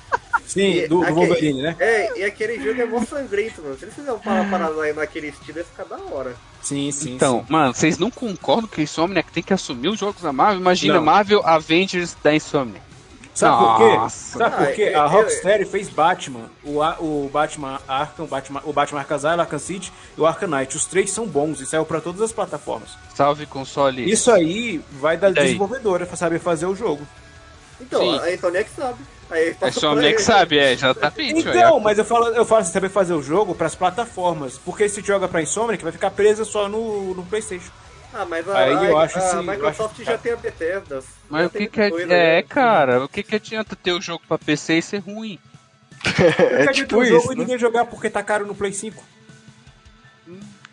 [SPEAKER 2] Sim, do, do
[SPEAKER 4] Aquele-
[SPEAKER 2] Wolverine, né?
[SPEAKER 4] É, e aquele jogo é mó sangrento, mano. Se eles fizerem uma parada aí naquele estilo, ia ficar da hora.
[SPEAKER 2] Sim, sim.
[SPEAKER 3] Então,
[SPEAKER 2] sim.
[SPEAKER 3] mano, vocês não concordam que a Insomniac tem que assumir os jogos da Marvel? Imagina
[SPEAKER 2] Não.
[SPEAKER 3] Marvel Avengers da Insomniac.
[SPEAKER 2] Sabe por quê?
[SPEAKER 3] Nossa.
[SPEAKER 2] Sabe por
[SPEAKER 4] Ah,
[SPEAKER 2] quê?
[SPEAKER 4] eu-
[SPEAKER 2] A
[SPEAKER 4] eu-
[SPEAKER 2] Rocksteady fez Batman, o, A- o Batman Arkham, o Batman, o Batman Arkham Asylum, Arkham City e o Arkham Knight. Os três são bons e saiu pra todas as plataformas.
[SPEAKER 3] Salve console.
[SPEAKER 2] Isso aí vai da
[SPEAKER 3] E daí?
[SPEAKER 2] desenvolvedora pra saber fazer o jogo.
[SPEAKER 4] Então,
[SPEAKER 3] Sim.
[SPEAKER 4] a Insomniac sabe.
[SPEAKER 3] A
[SPEAKER 4] Aí passa pra
[SPEAKER 3] É Insomniac
[SPEAKER 4] ele.
[SPEAKER 3] sabe, é, já tá feito. aí.
[SPEAKER 2] tá Então, mas eu falo, eu falo assim, saber fazer o jogo pras plataformas, porque se joga pra Insomniac vai ficar presa só no, no PlayStation.
[SPEAKER 4] Ah, mas a,
[SPEAKER 2] Aí eu
[SPEAKER 4] a-
[SPEAKER 2] acho
[SPEAKER 4] a
[SPEAKER 2] assim, eu
[SPEAKER 4] Microsoft
[SPEAKER 2] acho-
[SPEAKER 4] já tem a Bethesda.
[SPEAKER 3] Mas
[SPEAKER 4] já
[SPEAKER 3] o
[SPEAKER 4] tem
[SPEAKER 3] que que
[SPEAKER 4] muita
[SPEAKER 3] é,
[SPEAKER 4] coisa,
[SPEAKER 3] é,
[SPEAKER 4] né?
[SPEAKER 3] cara? O que que adianta ter o jogo pra PC e ser ruim?
[SPEAKER 6] É
[SPEAKER 2] Fica dentro
[SPEAKER 6] tipo
[SPEAKER 2] do
[SPEAKER 6] isso.
[SPEAKER 2] jogo e
[SPEAKER 6] Né?
[SPEAKER 2] ninguém jogar porque tá caro no Play 5.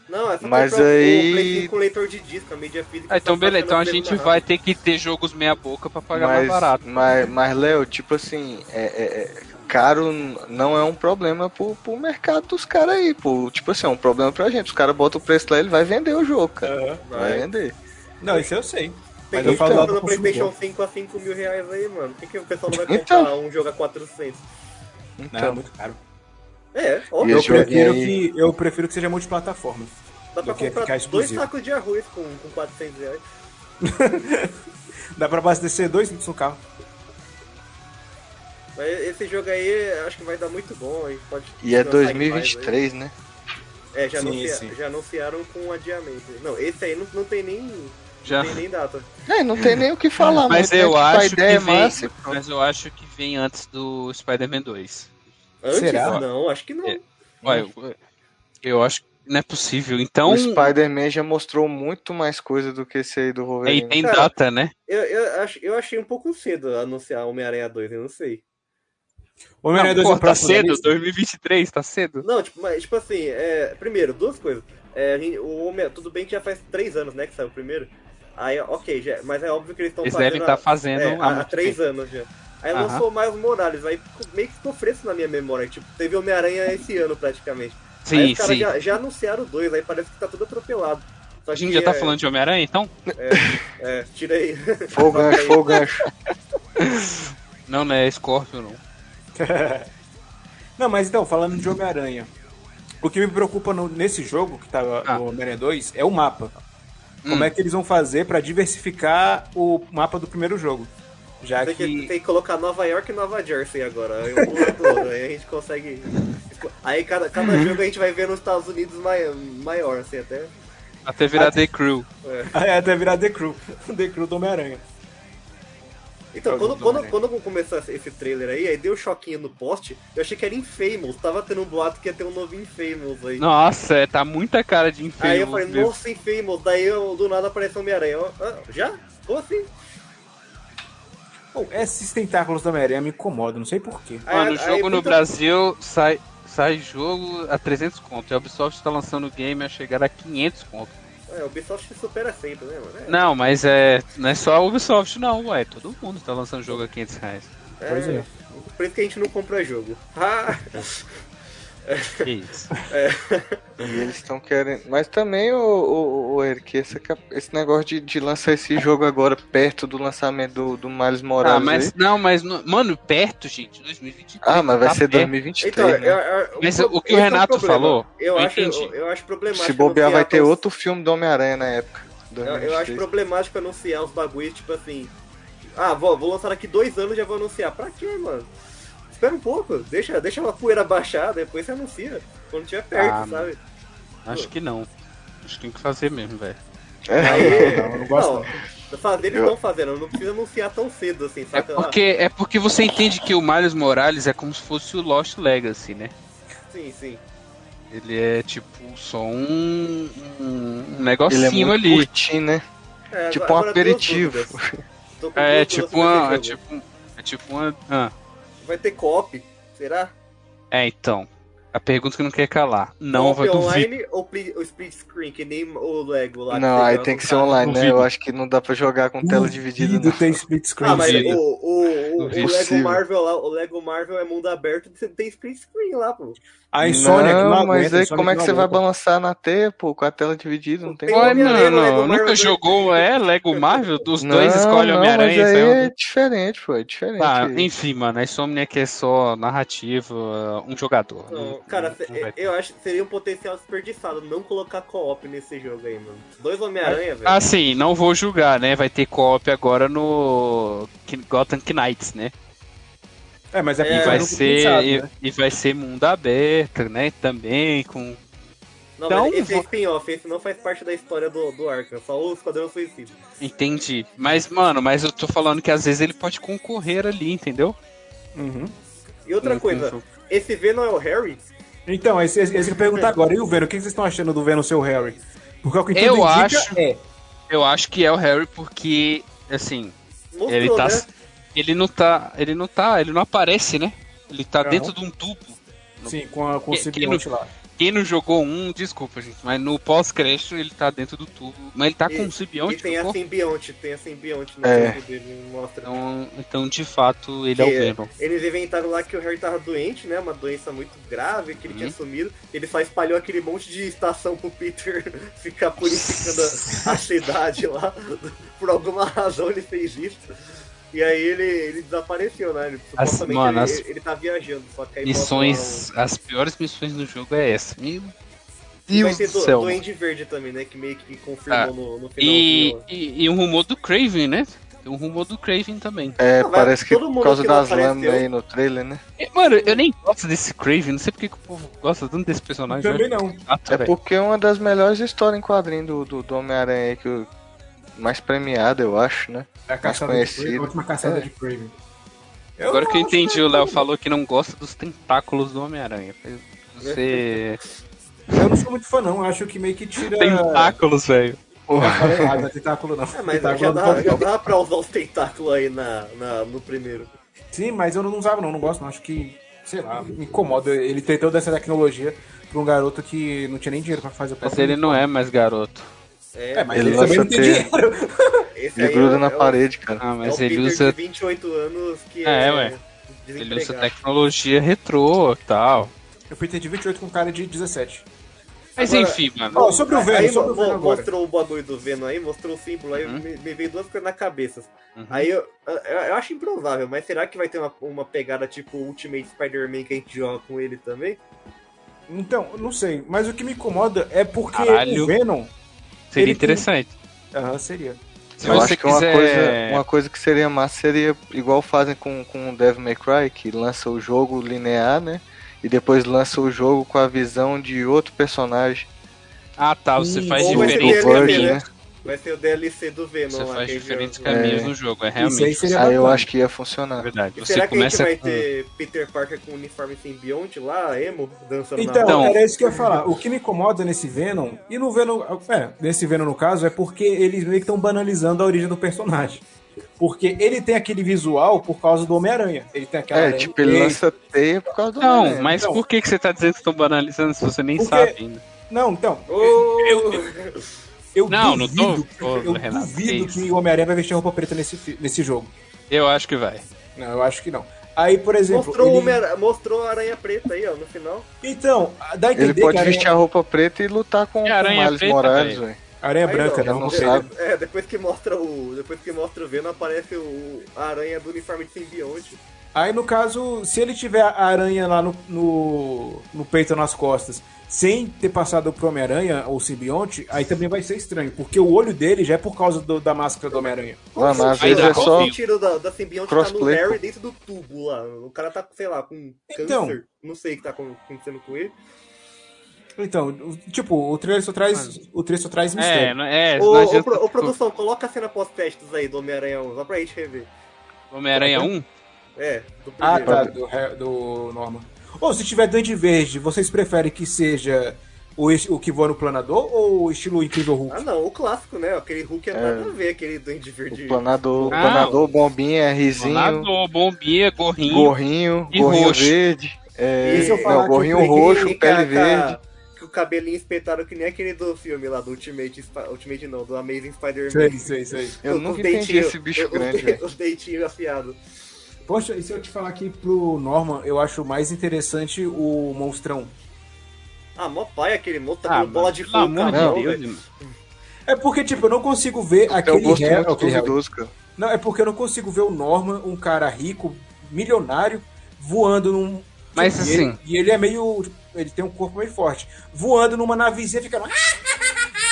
[SPEAKER 4] Não, é só
[SPEAKER 6] Mas
[SPEAKER 4] comprar o-
[SPEAKER 6] aí-
[SPEAKER 4] o Play 5 com leitor de disco, a mídia física. tá
[SPEAKER 3] Ah, então
[SPEAKER 4] só
[SPEAKER 3] beleza, então a
[SPEAKER 4] pelo
[SPEAKER 3] gente
[SPEAKER 4] celular.
[SPEAKER 3] vai ter que ter jogos meia boca pra pagar mais
[SPEAKER 6] Mas,
[SPEAKER 3] barato.
[SPEAKER 6] mas, mas Léo, tipo assim, é, é- é- caro não é um problema pro, pro mercado dos caras aí, pô. Tipo assim, é um problema pra gente. Os caras botam o preço lá, ele vai vender o jogo, cara. Vai
[SPEAKER 4] É, Vai.
[SPEAKER 6] vender.
[SPEAKER 2] Não, isso eu sei.
[SPEAKER 4] Tem
[SPEAKER 2] Mas eu
[SPEAKER 4] gente
[SPEAKER 2] falo lá
[SPEAKER 4] comprando
[SPEAKER 2] do
[SPEAKER 4] PlayStation
[SPEAKER 2] consumidor.
[SPEAKER 4] 5 a 5 mil reais aí, mano. Por que, que o pessoal não vai comprar
[SPEAKER 6] Então.
[SPEAKER 4] um jogo a 400?
[SPEAKER 2] Não,
[SPEAKER 6] Então,
[SPEAKER 2] é muito caro.
[SPEAKER 4] É,
[SPEAKER 6] E
[SPEAKER 4] óbvio.
[SPEAKER 2] Eu
[SPEAKER 6] esse jogo
[SPEAKER 2] prefiro,
[SPEAKER 6] aí-
[SPEAKER 2] que, eu prefiro que seja multiplataforma.
[SPEAKER 4] Dá pra
[SPEAKER 6] é
[SPEAKER 2] eu quero
[SPEAKER 4] comprar
[SPEAKER 2] ficar
[SPEAKER 4] dois
[SPEAKER 2] exclusivo.
[SPEAKER 4] sacos de arroz com, com 400 reais.
[SPEAKER 2] Dá pra abastecer dois litros no carro.
[SPEAKER 4] Mas esse jogo aí acho que vai dar muito bom. A gente pode
[SPEAKER 6] E é
[SPEAKER 4] lançar em paz aí.
[SPEAKER 6] 2023, né?
[SPEAKER 4] É, já,
[SPEAKER 2] Sim,
[SPEAKER 4] anuncia-
[SPEAKER 2] sim.
[SPEAKER 4] já anunciaram com adiamento. Não, esse aí não, não tem nem,
[SPEAKER 3] Já.
[SPEAKER 4] tem nem data.
[SPEAKER 6] É, não tem nem o que falar,
[SPEAKER 3] Mas
[SPEAKER 6] mano. É,
[SPEAKER 3] eu
[SPEAKER 6] tipo, a
[SPEAKER 3] acho que
[SPEAKER 6] ideia é
[SPEAKER 3] vem.
[SPEAKER 6] massa.
[SPEAKER 3] Mas eu acho que vem antes do Spider-Man 2.
[SPEAKER 4] Antes?
[SPEAKER 2] Será?
[SPEAKER 4] Não, acho que não.
[SPEAKER 3] É. Ué, eu, eu acho que não é possível. Então.
[SPEAKER 6] O Spider-Man já mostrou muito mais coisa do que esse aí do
[SPEAKER 3] Aí
[SPEAKER 6] Wolverine.
[SPEAKER 3] tem
[SPEAKER 4] Cara,
[SPEAKER 3] data, né?
[SPEAKER 4] Eu, eu, acho, eu achei um pouco cedo anunciar Homem-Aranha 2, eu não sei.
[SPEAKER 2] Homem-Aranha
[SPEAKER 3] Não,
[SPEAKER 2] 2 é
[SPEAKER 3] pô,
[SPEAKER 2] o
[SPEAKER 3] tá
[SPEAKER 2] próximo da
[SPEAKER 3] cedo,
[SPEAKER 2] lista?
[SPEAKER 3] 2023, tá cedo.
[SPEAKER 4] Não, tipo, mas, tipo assim, é, primeiro, duas coisas. É, a gente- o Homem, tudo bem que já faz três anos, né, que saiu o primeiro. Aí, ok, já, mas é óbvio que eles estão
[SPEAKER 3] Eles
[SPEAKER 4] fazendo...
[SPEAKER 3] devem estar
[SPEAKER 4] a-
[SPEAKER 3] fazendo.
[SPEAKER 4] é,
[SPEAKER 3] há
[SPEAKER 4] há, há
[SPEAKER 3] muito
[SPEAKER 4] três
[SPEAKER 3] tempo.
[SPEAKER 4] anos já. Aí
[SPEAKER 3] Aham.
[SPEAKER 4] lançou mais Morales, aí ficou- meio que ficou fresco na minha memória. Tipo, teve Homem-Aranha esse ano praticamente. aí
[SPEAKER 3] Sim,
[SPEAKER 4] os caras
[SPEAKER 3] sim.
[SPEAKER 4] é, já, já anunciaram dois, aí parece que tá tudo atropelado. Só
[SPEAKER 3] A gente
[SPEAKER 4] que,
[SPEAKER 3] já tá
[SPEAKER 4] é,
[SPEAKER 3] falando de Homem-Aranha, então?
[SPEAKER 4] É, tira aí.
[SPEAKER 6] Foi o gancho, foi o gancho.
[SPEAKER 3] Não, não é Scorpion, não.
[SPEAKER 2] Não, mas então, falando de Homem-Aranha. O que me preocupa no- nesse jogo, que tava
[SPEAKER 3] Ah.
[SPEAKER 2] no Homem-Aranha 2, é o mapa.
[SPEAKER 3] Hum.
[SPEAKER 2] Como é que eles vão fazer pra diversificar o mapa do primeiro jogo? Já
[SPEAKER 4] Tem que,
[SPEAKER 2] que.
[SPEAKER 4] tem que colocar Nova York e Nova Jersey agora. Aí, um lado do outro, aí a gente consegue. Aí cada, cada
[SPEAKER 3] Uhum.
[SPEAKER 4] jogo a gente vai ver nos Estados Unidos maior, maior assim, até.
[SPEAKER 3] Até virar The Crew.
[SPEAKER 2] É, até virar The Crew. The Crew do Homem-Aranha.
[SPEAKER 4] Então,
[SPEAKER 2] Jogo
[SPEAKER 4] quando,
[SPEAKER 2] do
[SPEAKER 4] quando,
[SPEAKER 2] Homem-Aranha.
[SPEAKER 4] quando começou esse- esse trailer aí, aí deu um choquinho no poste, eu achei que era Infamous. Tava tendo um boato que ia ter um novo Infamous aí.
[SPEAKER 3] Nossa, é, tá muita cara de
[SPEAKER 4] Aí eu
[SPEAKER 3] Infamous
[SPEAKER 4] falei,
[SPEAKER 3] mesmo.
[SPEAKER 4] nossa, Infamous. Daí eu, do nada apareceu Homem-Aranha. Eu, "Ah, Já? Como assim?
[SPEAKER 2] Bom, esses tentáculos do Homem-Aranha me incomodam, não sei porquê.
[SPEAKER 4] Aí-
[SPEAKER 3] Mano,
[SPEAKER 4] aí
[SPEAKER 3] o jogo no
[SPEAKER 4] muita-
[SPEAKER 3] Brasil sai, sai jogo a 300 conto. E a Ubisoft tá lançando o game a chegar a 500 conto.
[SPEAKER 4] É, o Ubisoft supera sempre, né, mano? É,
[SPEAKER 3] Não, mas é, não é só a Ubisoft, não, ué. Todo mundo tá lançando jogo a 500 reais.
[SPEAKER 4] é,
[SPEAKER 2] Pois é.
[SPEAKER 4] Por isso que a gente não compra jogo. Ah,
[SPEAKER 3] Que isso.
[SPEAKER 6] E eles estão querendo. Mas também, o, o, Eric, essa cap- esse negócio de, de lançar esse jogo agora perto do lançamento do, do Miles Morales.
[SPEAKER 3] Ah, mas
[SPEAKER 6] aí-
[SPEAKER 3] não, mas não- mano, perto, gente, 2023.
[SPEAKER 6] Ah, mas vai
[SPEAKER 3] tá
[SPEAKER 6] ser
[SPEAKER 3] perto.
[SPEAKER 6] 2023.
[SPEAKER 4] então,
[SPEAKER 6] né?
[SPEAKER 4] eu- eu-
[SPEAKER 3] Mas
[SPEAKER 4] pro-
[SPEAKER 3] é, o que o
[SPEAKER 4] esse é
[SPEAKER 3] Renato
[SPEAKER 4] problema.
[SPEAKER 3] falou,
[SPEAKER 4] eu,
[SPEAKER 3] eu
[SPEAKER 4] acho,
[SPEAKER 3] entendi.
[SPEAKER 4] eu, eu acho problemático.
[SPEAKER 6] Se bobear, vai
[SPEAKER 4] anunciar
[SPEAKER 6] ter
[SPEAKER 4] os-
[SPEAKER 6] outro filme do Homem-Aranha na época.
[SPEAKER 4] Eu, eu acho
[SPEAKER 6] 2023.
[SPEAKER 4] problemático anunciar os bagulhos, tipo assim. Ah, vou, vou lançar daqui dois anos e já vou anunciar. Pra quê, mano? Espera um pouco, deixa, deixa uma poeira baixar, depois você anuncia. Quando tiver perto,
[SPEAKER 3] Ah,
[SPEAKER 4] sabe?
[SPEAKER 3] Acho que não. Acho que tem que fazer mesmo, velho.
[SPEAKER 6] É,
[SPEAKER 4] Aí,
[SPEAKER 2] Não, eu não gosto,
[SPEAKER 4] fazer eles
[SPEAKER 6] Eu-
[SPEAKER 4] estão fazendo, não precisa anunciar tão cedo assim,
[SPEAKER 3] É
[SPEAKER 4] saca?
[SPEAKER 3] porque, é porque você entende que o Miles Morales é como se fosse o Lost Legacy, né?
[SPEAKER 4] Ah, sim, sim.
[SPEAKER 3] Ele é tipo só um, um
[SPEAKER 6] Ele é
[SPEAKER 3] negocinho
[SPEAKER 6] muito
[SPEAKER 3] ali.
[SPEAKER 6] curtinho, né?
[SPEAKER 4] É,
[SPEAKER 6] Tipo
[SPEAKER 4] agora-
[SPEAKER 6] um
[SPEAKER 4] agora duas
[SPEAKER 6] aperitivo.
[SPEAKER 4] dúvidas. Tô com
[SPEAKER 3] É
[SPEAKER 4] duas
[SPEAKER 3] tipo
[SPEAKER 4] dúvidas
[SPEAKER 3] uma. É
[SPEAKER 4] sobre esse jogo.
[SPEAKER 3] tipo, um- é tipo uma. ah.
[SPEAKER 4] Vai ter co-op? Será?
[SPEAKER 3] É, então. A pergunta que não quer calar. Não,
[SPEAKER 4] Co-op
[SPEAKER 3] vai duvido.
[SPEAKER 4] online ou pli- ou split screen, que nem o Lego lá. que
[SPEAKER 6] Não,
[SPEAKER 4] você
[SPEAKER 6] aí
[SPEAKER 4] joga
[SPEAKER 6] tem
[SPEAKER 4] no
[SPEAKER 6] que ser
[SPEAKER 4] carro?
[SPEAKER 6] online, né?
[SPEAKER 3] Duvido.
[SPEAKER 6] Eu acho que não dá pra jogar com tela dividida, né?
[SPEAKER 2] Duvido
[SPEAKER 6] não.
[SPEAKER 2] ter split screen.
[SPEAKER 4] Ah, mas
[SPEAKER 3] Duvido.
[SPEAKER 4] o, o, o, o
[SPEAKER 3] Duvido.
[SPEAKER 4] Lego
[SPEAKER 6] Possível.
[SPEAKER 4] Marvel lá, o Lego Marvel é mundo aberto, você tem split screen lá, pô.
[SPEAKER 2] A Insônia que
[SPEAKER 6] não,
[SPEAKER 2] não aguenta,
[SPEAKER 6] mas
[SPEAKER 2] a
[SPEAKER 6] aí
[SPEAKER 2] Insônia
[SPEAKER 6] como é que
[SPEAKER 2] não
[SPEAKER 6] você vai
[SPEAKER 2] aguenta.
[SPEAKER 6] balançar na teia, pô, com a tela dividida, não tem
[SPEAKER 4] Tem
[SPEAKER 3] Ué,
[SPEAKER 6] como. né?
[SPEAKER 4] Homem-Aranha,
[SPEAKER 3] mano,
[SPEAKER 4] Lego Marvel
[SPEAKER 3] nunca
[SPEAKER 4] dois.
[SPEAKER 3] jogou, é Lego Marvel? Dos
[SPEAKER 6] Não,
[SPEAKER 3] dois escolhe
[SPEAKER 6] não,
[SPEAKER 3] Homem-Aranha.
[SPEAKER 6] mas
[SPEAKER 3] saiu-
[SPEAKER 6] aí é diferente, pô, é diferente.
[SPEAKER 3] Tá, enfim, mano, a Insomnia aqui é só narrativa, um jogador.
[SPEAKER 4] Não,
[SPEAKER 3] Não-
[SPEAKER 4] cara,
[SPEAKER 3] não
[SPEAKER 4] cê-
[SPEAKER 3] vai ter.
[SPEAKER 4] eu acho que seria um potencial desperdiçado não colocar co-op nesse jogo aí, mano. Dois Homem-Aranha, velho.
[SPEAKER 3] Ah, sim, não vou julgar, né? Vai ter co-op agora no Ki- Gotham Knights, né?
[SPEAKER 2] É, mas é porque
[SPEAKER 4] É,
[SPEAKER 3] E
[SPEAKER 2] foi
[SPEAKER 3] vai
[SPEAKER 2] nunca
[SPEAKER 3] ser
[SPEAKER 2] pensado,
[SPEAKER 3] e,
[SPEAKER 2] né?
[SPEAKER 3] e vai ser mundo aberto, né? Também com
[SPEAKER 4] Não,
[SPEAKER 3] Então,
[SPEAKER 4] mas esse é
[SPEAKER 3] vou-
[SPEAKER 4] spin-off, esse não faz parte da história do, do Arkham, só o Esquadrão Suicida.
[SPEAKER 3] entendi. Mas mano, mas eu tô falando que às vezes ele pode concorrer ali, entendeu?
[SPEAKER 2] Uhum.
[SPEAKER 4] E outra
[SPEAKER 3] Com- com o
[SPEAKER 4] coisa,
[SPEAKER 3] jogo.
[SPEAKER 4] esse V não é o Harry?
[SPEAKER 2] Então, esse, esse, esse que eu ia perguntar agora. E o Venom? O que vocês estão achando do Venom seu Harry? Porque é o que tudo
[SPEAKER 3] Eu
[SPEAKER 2] indica
[SPEAKER 3] acho-
[SPEAKER 2] é.
[SPEAKER 3] Eu acho que é o Harry porque assim,
[SPEAKER 4] Mostrou,
[SPEAKER 3] ele tá
[SPEAKER 4] né?
[SPEAKER 3] ele não tá, ele não tá, ele não aparece, né? Ele tá
[SPEAKER 2] Aham.
[SPEAKER 3] dentro de um tubo.
[SPEAKER 2] Sim, com, a, com o
[SPEAKER 3] Que- que
[SPEAKER 2] simbionte lá.
[SPEAKER 3] Quem não jogou um, desculpa, gente, mas no pós-crédito ele tá dentro do tubo. Mas ele tá
[SPEAKER 4] E-
[SPEAKER 3] com um simbionte
[SPEAKER 4] E tem
[SPEAKER 3] no
[SPEAKER 4] a
[SPEAKER 3] corpo.
[SPEAKER 4] simbionte, tem a simbionte no
[SPEAKER 6] É.
[SPEAKER 4] corpo dele, mostra.
[SPEAKER 3] Então, então, de fato, ele é o
[SPEAKER 4] Que-
[SPEAKER 3] Venom.
[SPEAKER 4] Eles inventaram lá que o Harry tava doente, né? Uma doença muito grave que ele
[SPEAKER 3] Uhum.
[SPEAKER 4] tinha sumido. Ele só espalhou aquele monte de estação pro Peter ficar purificando a, a cidade lá. Por alguma razão ele fez isso. E aí ele, ele desapareceu, né? Ele,
[SPEAKER 3] As-
[SPEAKER 4] supostamente
[SPEAKER 3] mano,
[SPEAKER 4] ele,
[SPEAKER 3] as-
[SPEAKER 4] ele- ele tá viajando, só que aí mostra lá
[SPEAKER 3] Missões. As piores missões do jogo é essa. Meu
[SPEAKER 4] um- E vai
[SPEAKER 3] Deus
[SPEAKER 4] ter
[SPEAKER 3] do
[SPEAKER 4] do,
[SPEAKER 3] céu.
[SPEAKER 4] Duende Verde também, né? Que meio que confirmou
[SPEAKER 3] Ah,
[SPEAKER 4] no, no final.
[SPEAKER 3] E, e, e um rumor do Craven, né? Tem um rumor do Craven também.
[SPEAKER 6] É,
[SPEAKER 4] Não, mas
[SPEAKER 6] parece que
[SPEAKER 4] todo mundo
[SPEAKER 6] por causa
[SPEAKER 4] que não
[SPEAKER 6] das
[SPEAKER 4] apareceu-
[SPEAKER 6] lâminas aí no trailer, né?
[SPEAKER 3] E, mano, eu nem gosto desse Craven, não sei porque que o povo gosta tanto desse personagem.
[SPEAKER 2] Também
[SPEAKER 3] eu acho
[SPEAKER 2] não.
[SPEAKER 3] chato,
[SPEAKER 6] É
[SPEAKER 3] velho.
[SPEAKER 6] porque é uma das melhores histórias em quadrinho do, do, do Homem-Aranha aí, que o- mais premiada, eu acho, né?
[SPEAKER 2] É a caçada de
[SPEAKER 6] conhecido.
[SPEAKER 2] Kraven, a última caçada
[SPEAKER 6] É.
[SPEAKER 2] de Kraven.
[SPEAKER 3] Agora que eu
[SPEAKER 2] acho
[SPEAKER 3] entendi,
[SPEAKER 4] né?
[SPEAKER 2] é
[SPEAKER 3] o Léo
[SPEAKER 2] tudo.
[SPEAKER 3] falou que não gosta dos tentáculos do Homem-Aranha. Você.
[SPEAKER 2] Eu não sou muito fã, não. Eu Acho que meio que tira.
[SPEAKER 3] um Tentáculos, velho.
[SPEAKER 2] Eu falei errado, não é tentáculo, não. é um
[SPEAKER 4] Ah, mas já
[SPEAKER 2] tentáculo não
[SPEAKER 4] dá,
[SPEAKER 2] pode,
[SPEAKER 4] já
[SPEAKER 2] não.
[SPEAKER 4] dá pra usar os tentáculos aí na, na- no primeiro.
[SPEAKER 2] Sim, mas eu não usava, não. Não gosto, não. Acho que, sei lá, me incomoda. Ele tem toda essa tecnologia pra um garoto que não tinha nem dinheiro pra fazer o
[SPEAKER 3] Mas
[SPEAKER 2] próprio-
[SPEAKER 3] ele não é mais garoto.
[SPEAKER 4] É,
[SPEAKER 2] É, mas
[SPEAKER 6] Ele
[SPEAKER 2] ele, também
[SPEAKER 6] lança
[SPEAKER 2] não tem
[SPEAKER 6] teia.
[SPEAKER 2] dinheiro.
[SPEAKER 4] esse
[SPEAKER 6] Ele
[SPEAKER 4] aí
[SPEAKER 6] gruda
[SPEAKER 4] é-
[SPEAKER 6] na
[SPEAKER 4] é o-
[SPEAKER 6] parede, cara.
[SPEAKER 3] Ah, mas
[SPEAKER 4] é o
[SPEAKER 3] ele
[SPEAKER 4] Peter
[SPEAKER 3] usa.
[SPEAKER 4] de 28 anos que
[SPEAKER 3] É,
[SPEAKER 4] é,
[SPEAKER 3] ué. Ele
[SPEAKER 4] desempregado.
[SPEAKER 3] usa tecnologia retrô e tal.
[SPEAKER 2] Eu Peter de 28 com cara de 17.
[SPEAKER 3] Mas
[SPEAKER 4] Agora-
[SPEAKER 3] enfim, mano.
[SPEAKER 2] Ó, sobre o
[SPEAKER 4] aí
[SPEAKER 2] Venom, sobre o
[SPEAKER 4] mo-
[SPEAKER 2] Venom agora.
[SPEAKER 4] mostrou o bagulho do Venom aí, mostrou o símbolo aí,
[SPEAKER 3] Uhum.
[SPEAKER 4] me, me veio duas coisas na cabeça.
[SPEAKER 3] Uhum.
[SPEAKER 4] Aí eu, eu, eu acho improvável, mas será que vai ter uma, uma pegada tipo Ultimate Spider-Man que a gente joga com ele também?
[SPEAKER 2] Então, não sei. Mas o que me incomoda é porque
[SPEAKER 3] Caralho.
[SPEAKER 2] o Venom... ele
[SPEAKER 3] Seria
[SPEAKER 2] tem-
[SPEAKER 3] interessante.
[SPEAKER 2] Aham, seria.
[SPEAKER 3] Se
[SPEAKER 6] eu
[SPEAKER 3] você
[SPEAKER 6] acho que uma,
[SPEAKER 3] quiser. é.
[SPEAKER 6] coisa, uma coisa que seria massa seria igual fazem com, com o Devil May Cry, que lança o jogo linear, né? E depois lança o jogo com a visão de outro personagem.
[SPEAKER 3] Ah, tá. Você faz
[SPEAKER 4] Ou vai ser
[SPEAKER 3] diferentes
[SPEAKER 4] DLC,
[SPEAKER 3] caminhos.
[SPEAKER 4] né? Vai ser o DLC do Venom
[SPEAKER 3] Você faz
[SPEAKER 4] lá. que a gente
[SPEAKER 3] diferentes
[SPEAKER 4] joga.
[SPEAKER 3] caminhos no jogo, é
[SPEAKER 2] Isso aí
[SPEAKER 3] realmente.
[SPEAKER 2] seria
[SPEAKER 6] Aí eu
[SPEAKER 2] bacana.
[SPEAKER 6] acho que ia funcionar.
[SPEAKER 3] verdade.
[SPEAKER 4] E
[SPEAKER 3] Você
[SPEAKER 4] será que a gente
[SPEAKER 3] começa
[SPEAKER 4] vai
[SPEAKER 3] com.
[SPEAKER 4] ter Peter Parker com uniforme simbionte lá, emo, dançando
[SPEAKER 2] Então,
[SPEAKER 4] na
[SPEAKER 3] Então-
[SPEAKER 2] era isso que eu ia falar. O que me incomoda nesse Venom, e no Venom, é, nesse Venom no caso, é porque eles meio que estão banalizando a origem do personagem. Porque ele tem aquele visual por causa do Homem-Aranha. Ele tem aquela.
[SPEAKER 6] É, tipo, ele lança teia por causa do
[SPEAKER 3] Não,
[SPEAKER 6] Homem-Aranha.
[SPEAKER 3] mas
[SPEAKER 2] Então-
[SPEAKER 3] por que, que você tá dizendo que estão banalizando se você nem
[SPEAKER 2] Porque-
[SPEAKER 3] sabe ainda?
[SPEAKER 2] Não, então.
[SPEAKER 4] Ô,
[SPEAKER 2] Eu
[SPEAKER 3] Não, não
[SPEAKER 2] duvido,
[SPEAKER 3] tô- Ô,
[SPEAKER 2] eu
[SPEAKER 3] Renato,
[SPEAKER 2] duvido
[SPEAKER 3] que
[SPEAKER 2] que, o Homem-Aranha vai vestir roupa preta nesse, fi- nesse jogo.
[SPEAKER 3] Eu acho que vai.
[SPEAKER 2] Não, eu acho que não. Aí, por exemplo.
[SPEAKER 4] Mostrou, o
[SPEAKER 2] ele-
[SPEAKER 4] Homem-Ara- mostrou a Aranha Preta aí, ó, no final.
[SPEAKER 2] Então, dá a entender
[SPEAKER 6] Ele pode
[SPEAKER 2] que a
[SPEAKER 6] vestir a roupa preta e lutar com,
[SPEAKER 3] É
[SPEAKER 6] com
[SPEAKER 3] aranha
[SPEAKER 6] Miles
[SPEAKER 3] preta,
[SPEAKER 6] Morales,
[SPEAKER 3] velho.
[SPEAKER 6] velho.
[SPEAKER 2] Aranha
[SPEAKER 4] Aí
[SPEAKER 2] branca,
[SPEAKER 6] É não,
[SPEAKER 2] não,
[SPEAKER 6] não
[SPEAKER 2] não
[SPEAKER 4] de-
[SPEAKER 2] sei.
[SPEAKER 6] sabe.
[SPEAKER 4] É, depois que mostra o. Depois que mostra o Venom, aparece o a aranha do uniforme de simbionte.
[SPEAKER 2] Aí, no caso, se ele tiver a aranha lá no, no, no peito ou nas costas, sem ter passado pro Homem-Aranha ou simbionte, aí também vai ser estranho, porque o olho dele já é por causa do- da máscara do Homem-Aranha.
[SPEAKER 6] Mano, às
[SPEAKER 3] Aí
[SPEAKER 6] vezes
[SPEAKER 3] dá
[SPEAKER 6] é só...
[SPEAKER 3] golpe.
[SPEAKER 4] O tiro da, da simbionte tá no
[SPEAKER 6] Crossplay,
[SPEAKER 4] Harry dentro do tubo lá. O cara tá, sei lá, com câncer.
[SPEAKER 2] Então.
[SPEAKER 4] Não sei o que tá acon- acontecendo com ele.
[SPEAKER 2] Então, o- tipo, o trailer só traz, o trailer só traz
[SPEAKER 3] É,
[SPEAKER 2] mistério.
[SPEAKER 3] não, é,
[SPEAKER 4] Ô,
[SPEAKER 3] não
[SPEAKER 4] ô,
[SPEAKER 3] adianta.
[SPEAKER 4] pro- ô, produção, coloca a cena pós-testes aí do Homem-Aranha 1, só pra gente rever.
[SPEAKER 3] Homem-Aranha 1?
[SPEAKER 6] Ah,
[SPEAKER 4] É, do primeiro.
[SPEAKER 6] tá.
[SPEAKER 2] Ah, tá, do, Re- do Norman. Ou se tiver Duende Verde, vocês preferem que seja o, es- o que voa no planador ou o estilo Incrível Hulk?
[SPEAKER 4] Ah, não, o clássico, né? Aquele Hulk é nada a ver, aquele Duende Verde.
[SPEAKER 6] O planador, o
[SPEAKER 3] Ah,
[SPEAKER 6] planador bombinha, risinho,
[SPEAKER 3] Planador, bombinha, gorrinho.
[SPEAKER 6] gorrinho,
[SPEAKER 3] E
[SPEAKER 6] gorrinho
[SPEAKER 3] roxo.
[SPEAKER 6] verde. É,
[SPEAKER 2] E se eu falar
[SPEAKER 6] não,
[SPEAKER 2] que
[SPEAKER 6] gorrinho
[SPEAKER 2] eu peguei
[SPEAKER 6] roxo,
[SPEAKER 4] Que
[SPEAKER 6] pele
[SPEAKER 4] a- que tá a-
[SPEAKER 6] verde.
[SPEAKER 4] Que o cabelinho espetado que nem aquele do filme lá do Ultimate, Sp- Ultimate não, do Amazing Spider-Man.
[SPEAKER 2] Sei, sei, sei.
[SPEAKER 6] Eu
[SPEAKER 4] Os- os
[SPEAKER 6] nunca entendi
[SPEAKER 4] dentinhos-
[SPEAKER 6] esse bicho
[SPEAKER 4] os-
[SPEAKER 6] grande, velho.
[SPEAKER 4] Os dentinhos afiados.
[SPEAKER 2] Poxa, e se eu te falar que pro Norman eu acho mais interessante o monstrão?
[SPEAKER 4] Ah, mó pai aquele monte,
[SPEAKER 3] Ah,
[SPEAKER 4] tá com bola
[SPEAKER 3] mano,
[SPEAKER 4] de
[SPEAKER 3] pelo amor
[SPEAKER 4] fogo,
[SPEAKER 3] de
[SPEAKER 4] não,
[SPEAKER 3] Deus,
[SPEAKER 4] velho.
[SPEAKER 3] mano.
[SPEAKER 2] É porque, tipo, eu não consigo ver
[SPEAKER 3] É
[SPEAKER 6] Eu
[SPEAKER 2] aquele
[SPEAKER 6] É gosto
[SPEAKER 2] Harry.
[SPEAKER 6] muito
[SPEAKER 2] aquele Harry.
[SPEAKER 6] duvidoso, cara.
[SPEAKER 2] Não, é porque eu não consigo ver o Norman, um cara rico, milionário, voando num.
[SPEAKER 3] Mas,
[SPEAKER 2] e ele-
[SPEAKER 3] assim-
[SPEAKER 2] E ele é meio. tipo, Ele tem um corpo meio forte. Voando numa navezinha, ficando. "Ah!"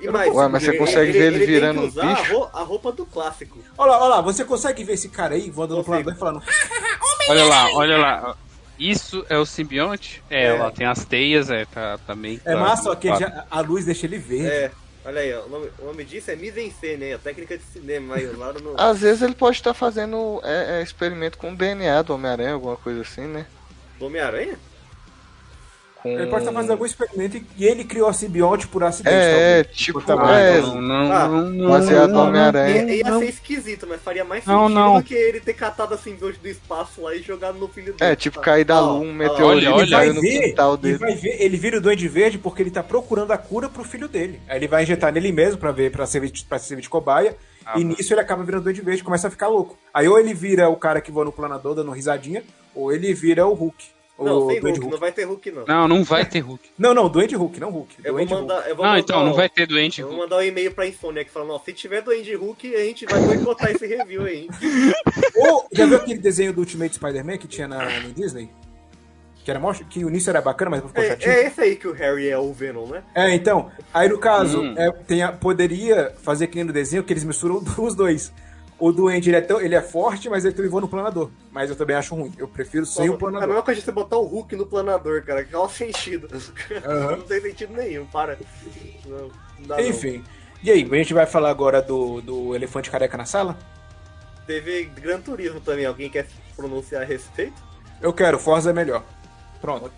[SPEAKER 4] E mais,
[SPEAKER 6] Ué, mas você consegue ver ele
[SPEAKER 4] tem que
[SPEAKER 6] virando um
[SPEAKER 4] usar a
[SPEAKER 6] bicho?
[SPEAKER 4] ro- A roupa do clássico.
[SPEAKER 2] Olha lá, olha lá, você consegue ver esse cara aí voando no planador
[SPEAKER 4] Consigo.
[SPEAKER 2] e falando. "É
[SPEAKER 3] Olha lá, olha lá. Isso é o simbionte? É, ela tem as teias, é, tá também.
[SPEAKER 2] É massa, ó, que já- a luz deixa ele verde.
[SPEAKER 4] É, olha aí, ó, o nome, o nome disso é mise en scène, né? A técnica de cinema aí, lá no...
[SPEAKER 6] Às vezes ele pode estar fazendo é, é, experimento com o DNA do Homem-Aranha, alguma coisa assim, né?
[SPEAKER 4] do Homem-Aranha?
[SPEAKER 6] Com...
[SPEAKER 2] Ele pode estar tá fazendo algum experimento e- e ele criou a simbionte por acidente.
[SPEAKER 6] É, é,
[SPEAKER 2] talvez.
[SPEAKER 6] tipo,
[SPEAKER 2] Puta
[SPEAKER 6] é,
[SPEAKER 2] merda.
[SPEAKER 3] então não, não,
[SPEAKER 4] Ah,
[SPEAKER 3] não, não,
[SPEAKER 6] baseado no
[SPEAKER 3] não,
[SPEAKER 6] Homem-Aranha.
[SPEAKER 4] Ia, ia
[SPEAKER 3] não.
[SPEAKER 4] ser esquisito, mas faria mais
[SPEAKER 3] Não,
[SPEAKER 4] sentido
[SPEAKER 3] não.
[SPEAKER 4] do que ele ter catado a simbionte do espaço lá e jogado no filho dele.
[SPEAKER 6] É, tipo
[SPEAKER 4] sabe?
[SPEAKER 6] cair da
[SPEAKER 4] Ah, lá,
[SPEAKER 6] lua, um
[SPEAKER 4] ah lá.
[SPEAKER 6] meteorito
[SPEAKER 3] Olha, olha.
[SPEAKER 6] caiu no
[SPEAKER 2] Vai ver,
[SPEAKER 6] quintal
[SPEAKER 2] E
[SPEAKER 6] dele.
[SPEAKER 2] vai ver, ele vira o Duende Verde porque ele tá procurando a cura pro filho dele. Aí ele vai injetar nele mesmo pra ver, para servir, de- pra servir de cobaia.
[SPEAKER 3] Ah,
[SPEAKER 2] e nisso ele acaba virando Duende Verde, começa a ficar louco. Aí ou ele vira o cara que voa no planador dando risadinha, ou ele vira o Hulk.
[SPEAKER 4] Não,
[SPEAKER 2] o
[SPEAKER 4] sem
[SPEAKER 2] Duende
[SPEAKER 4] Hulk, não vai ter Hulk, não.
[SPEAKER 3] Não, não vai ter Hulk.
[SPEAKER 2] Não, não, Duende Hulk, não Hulk.
[SPEAKER 4] Eu vou
[SPEAKER 2] Duende Hulk.
[SPEAKER 4] mandar... Eu vou
[SPEAKER 3] Não,
[SPEAKER 4] mandar
[SPEAKER 3] então, não
[SPEAKER 4] o-
[SPEAKER 3] vai ter doente
[SPEAKER 4] Eu vou
[SPEAKER 3] Hulk.
[SPEAKER 4] mandar um e-mail pra Insomniac falando, ó, se tiver Duende Hulk, a gente vai boicotar esse review aí, hein?
[SPEAKER 2] Ou, já viu aquele desenho do Ultimate Spider-Man que tinha na, no Disney? Que, era mó, que o início era bacana, mas ficou
[SPEAKER 4] É,
[SPEAKER 2] chatinho.
[SPEAKER 4] é esse aí que o Harry é o Venom, né?
[SPEAKER 2] É, então, aí no caso,
[SPEAKER 3] Hum.
[SPEAKER 2] é, tem a- poderia fazer que nem no desenho, que eles misturam os dois. O duende, ele é, tão, ele é forte, mas ele também voa no planador. Mas eu também acho ruim. Eu prefiro sem o
[SPEAKER 4] É a
[SPEAKER 2] planador.
[SPEAKER 4] mesma coisa de você botar o Hulk no planador, cara. Que qual sentido?
[SPEAKER 2] Aham.
[SPEAKER 4] não tem sentido nenhum, para. Não, não dá, não.
[SPEAKER 2] Enfim. E aí, a gente vai falar agora do, do elefante careca na sala?
[SPEAKER 4] Teve Gran Turismo também. Alguém quer se pronunciar a respeito?
[SPEAKER 2] Eu quero, Forza é melhor. Pronto.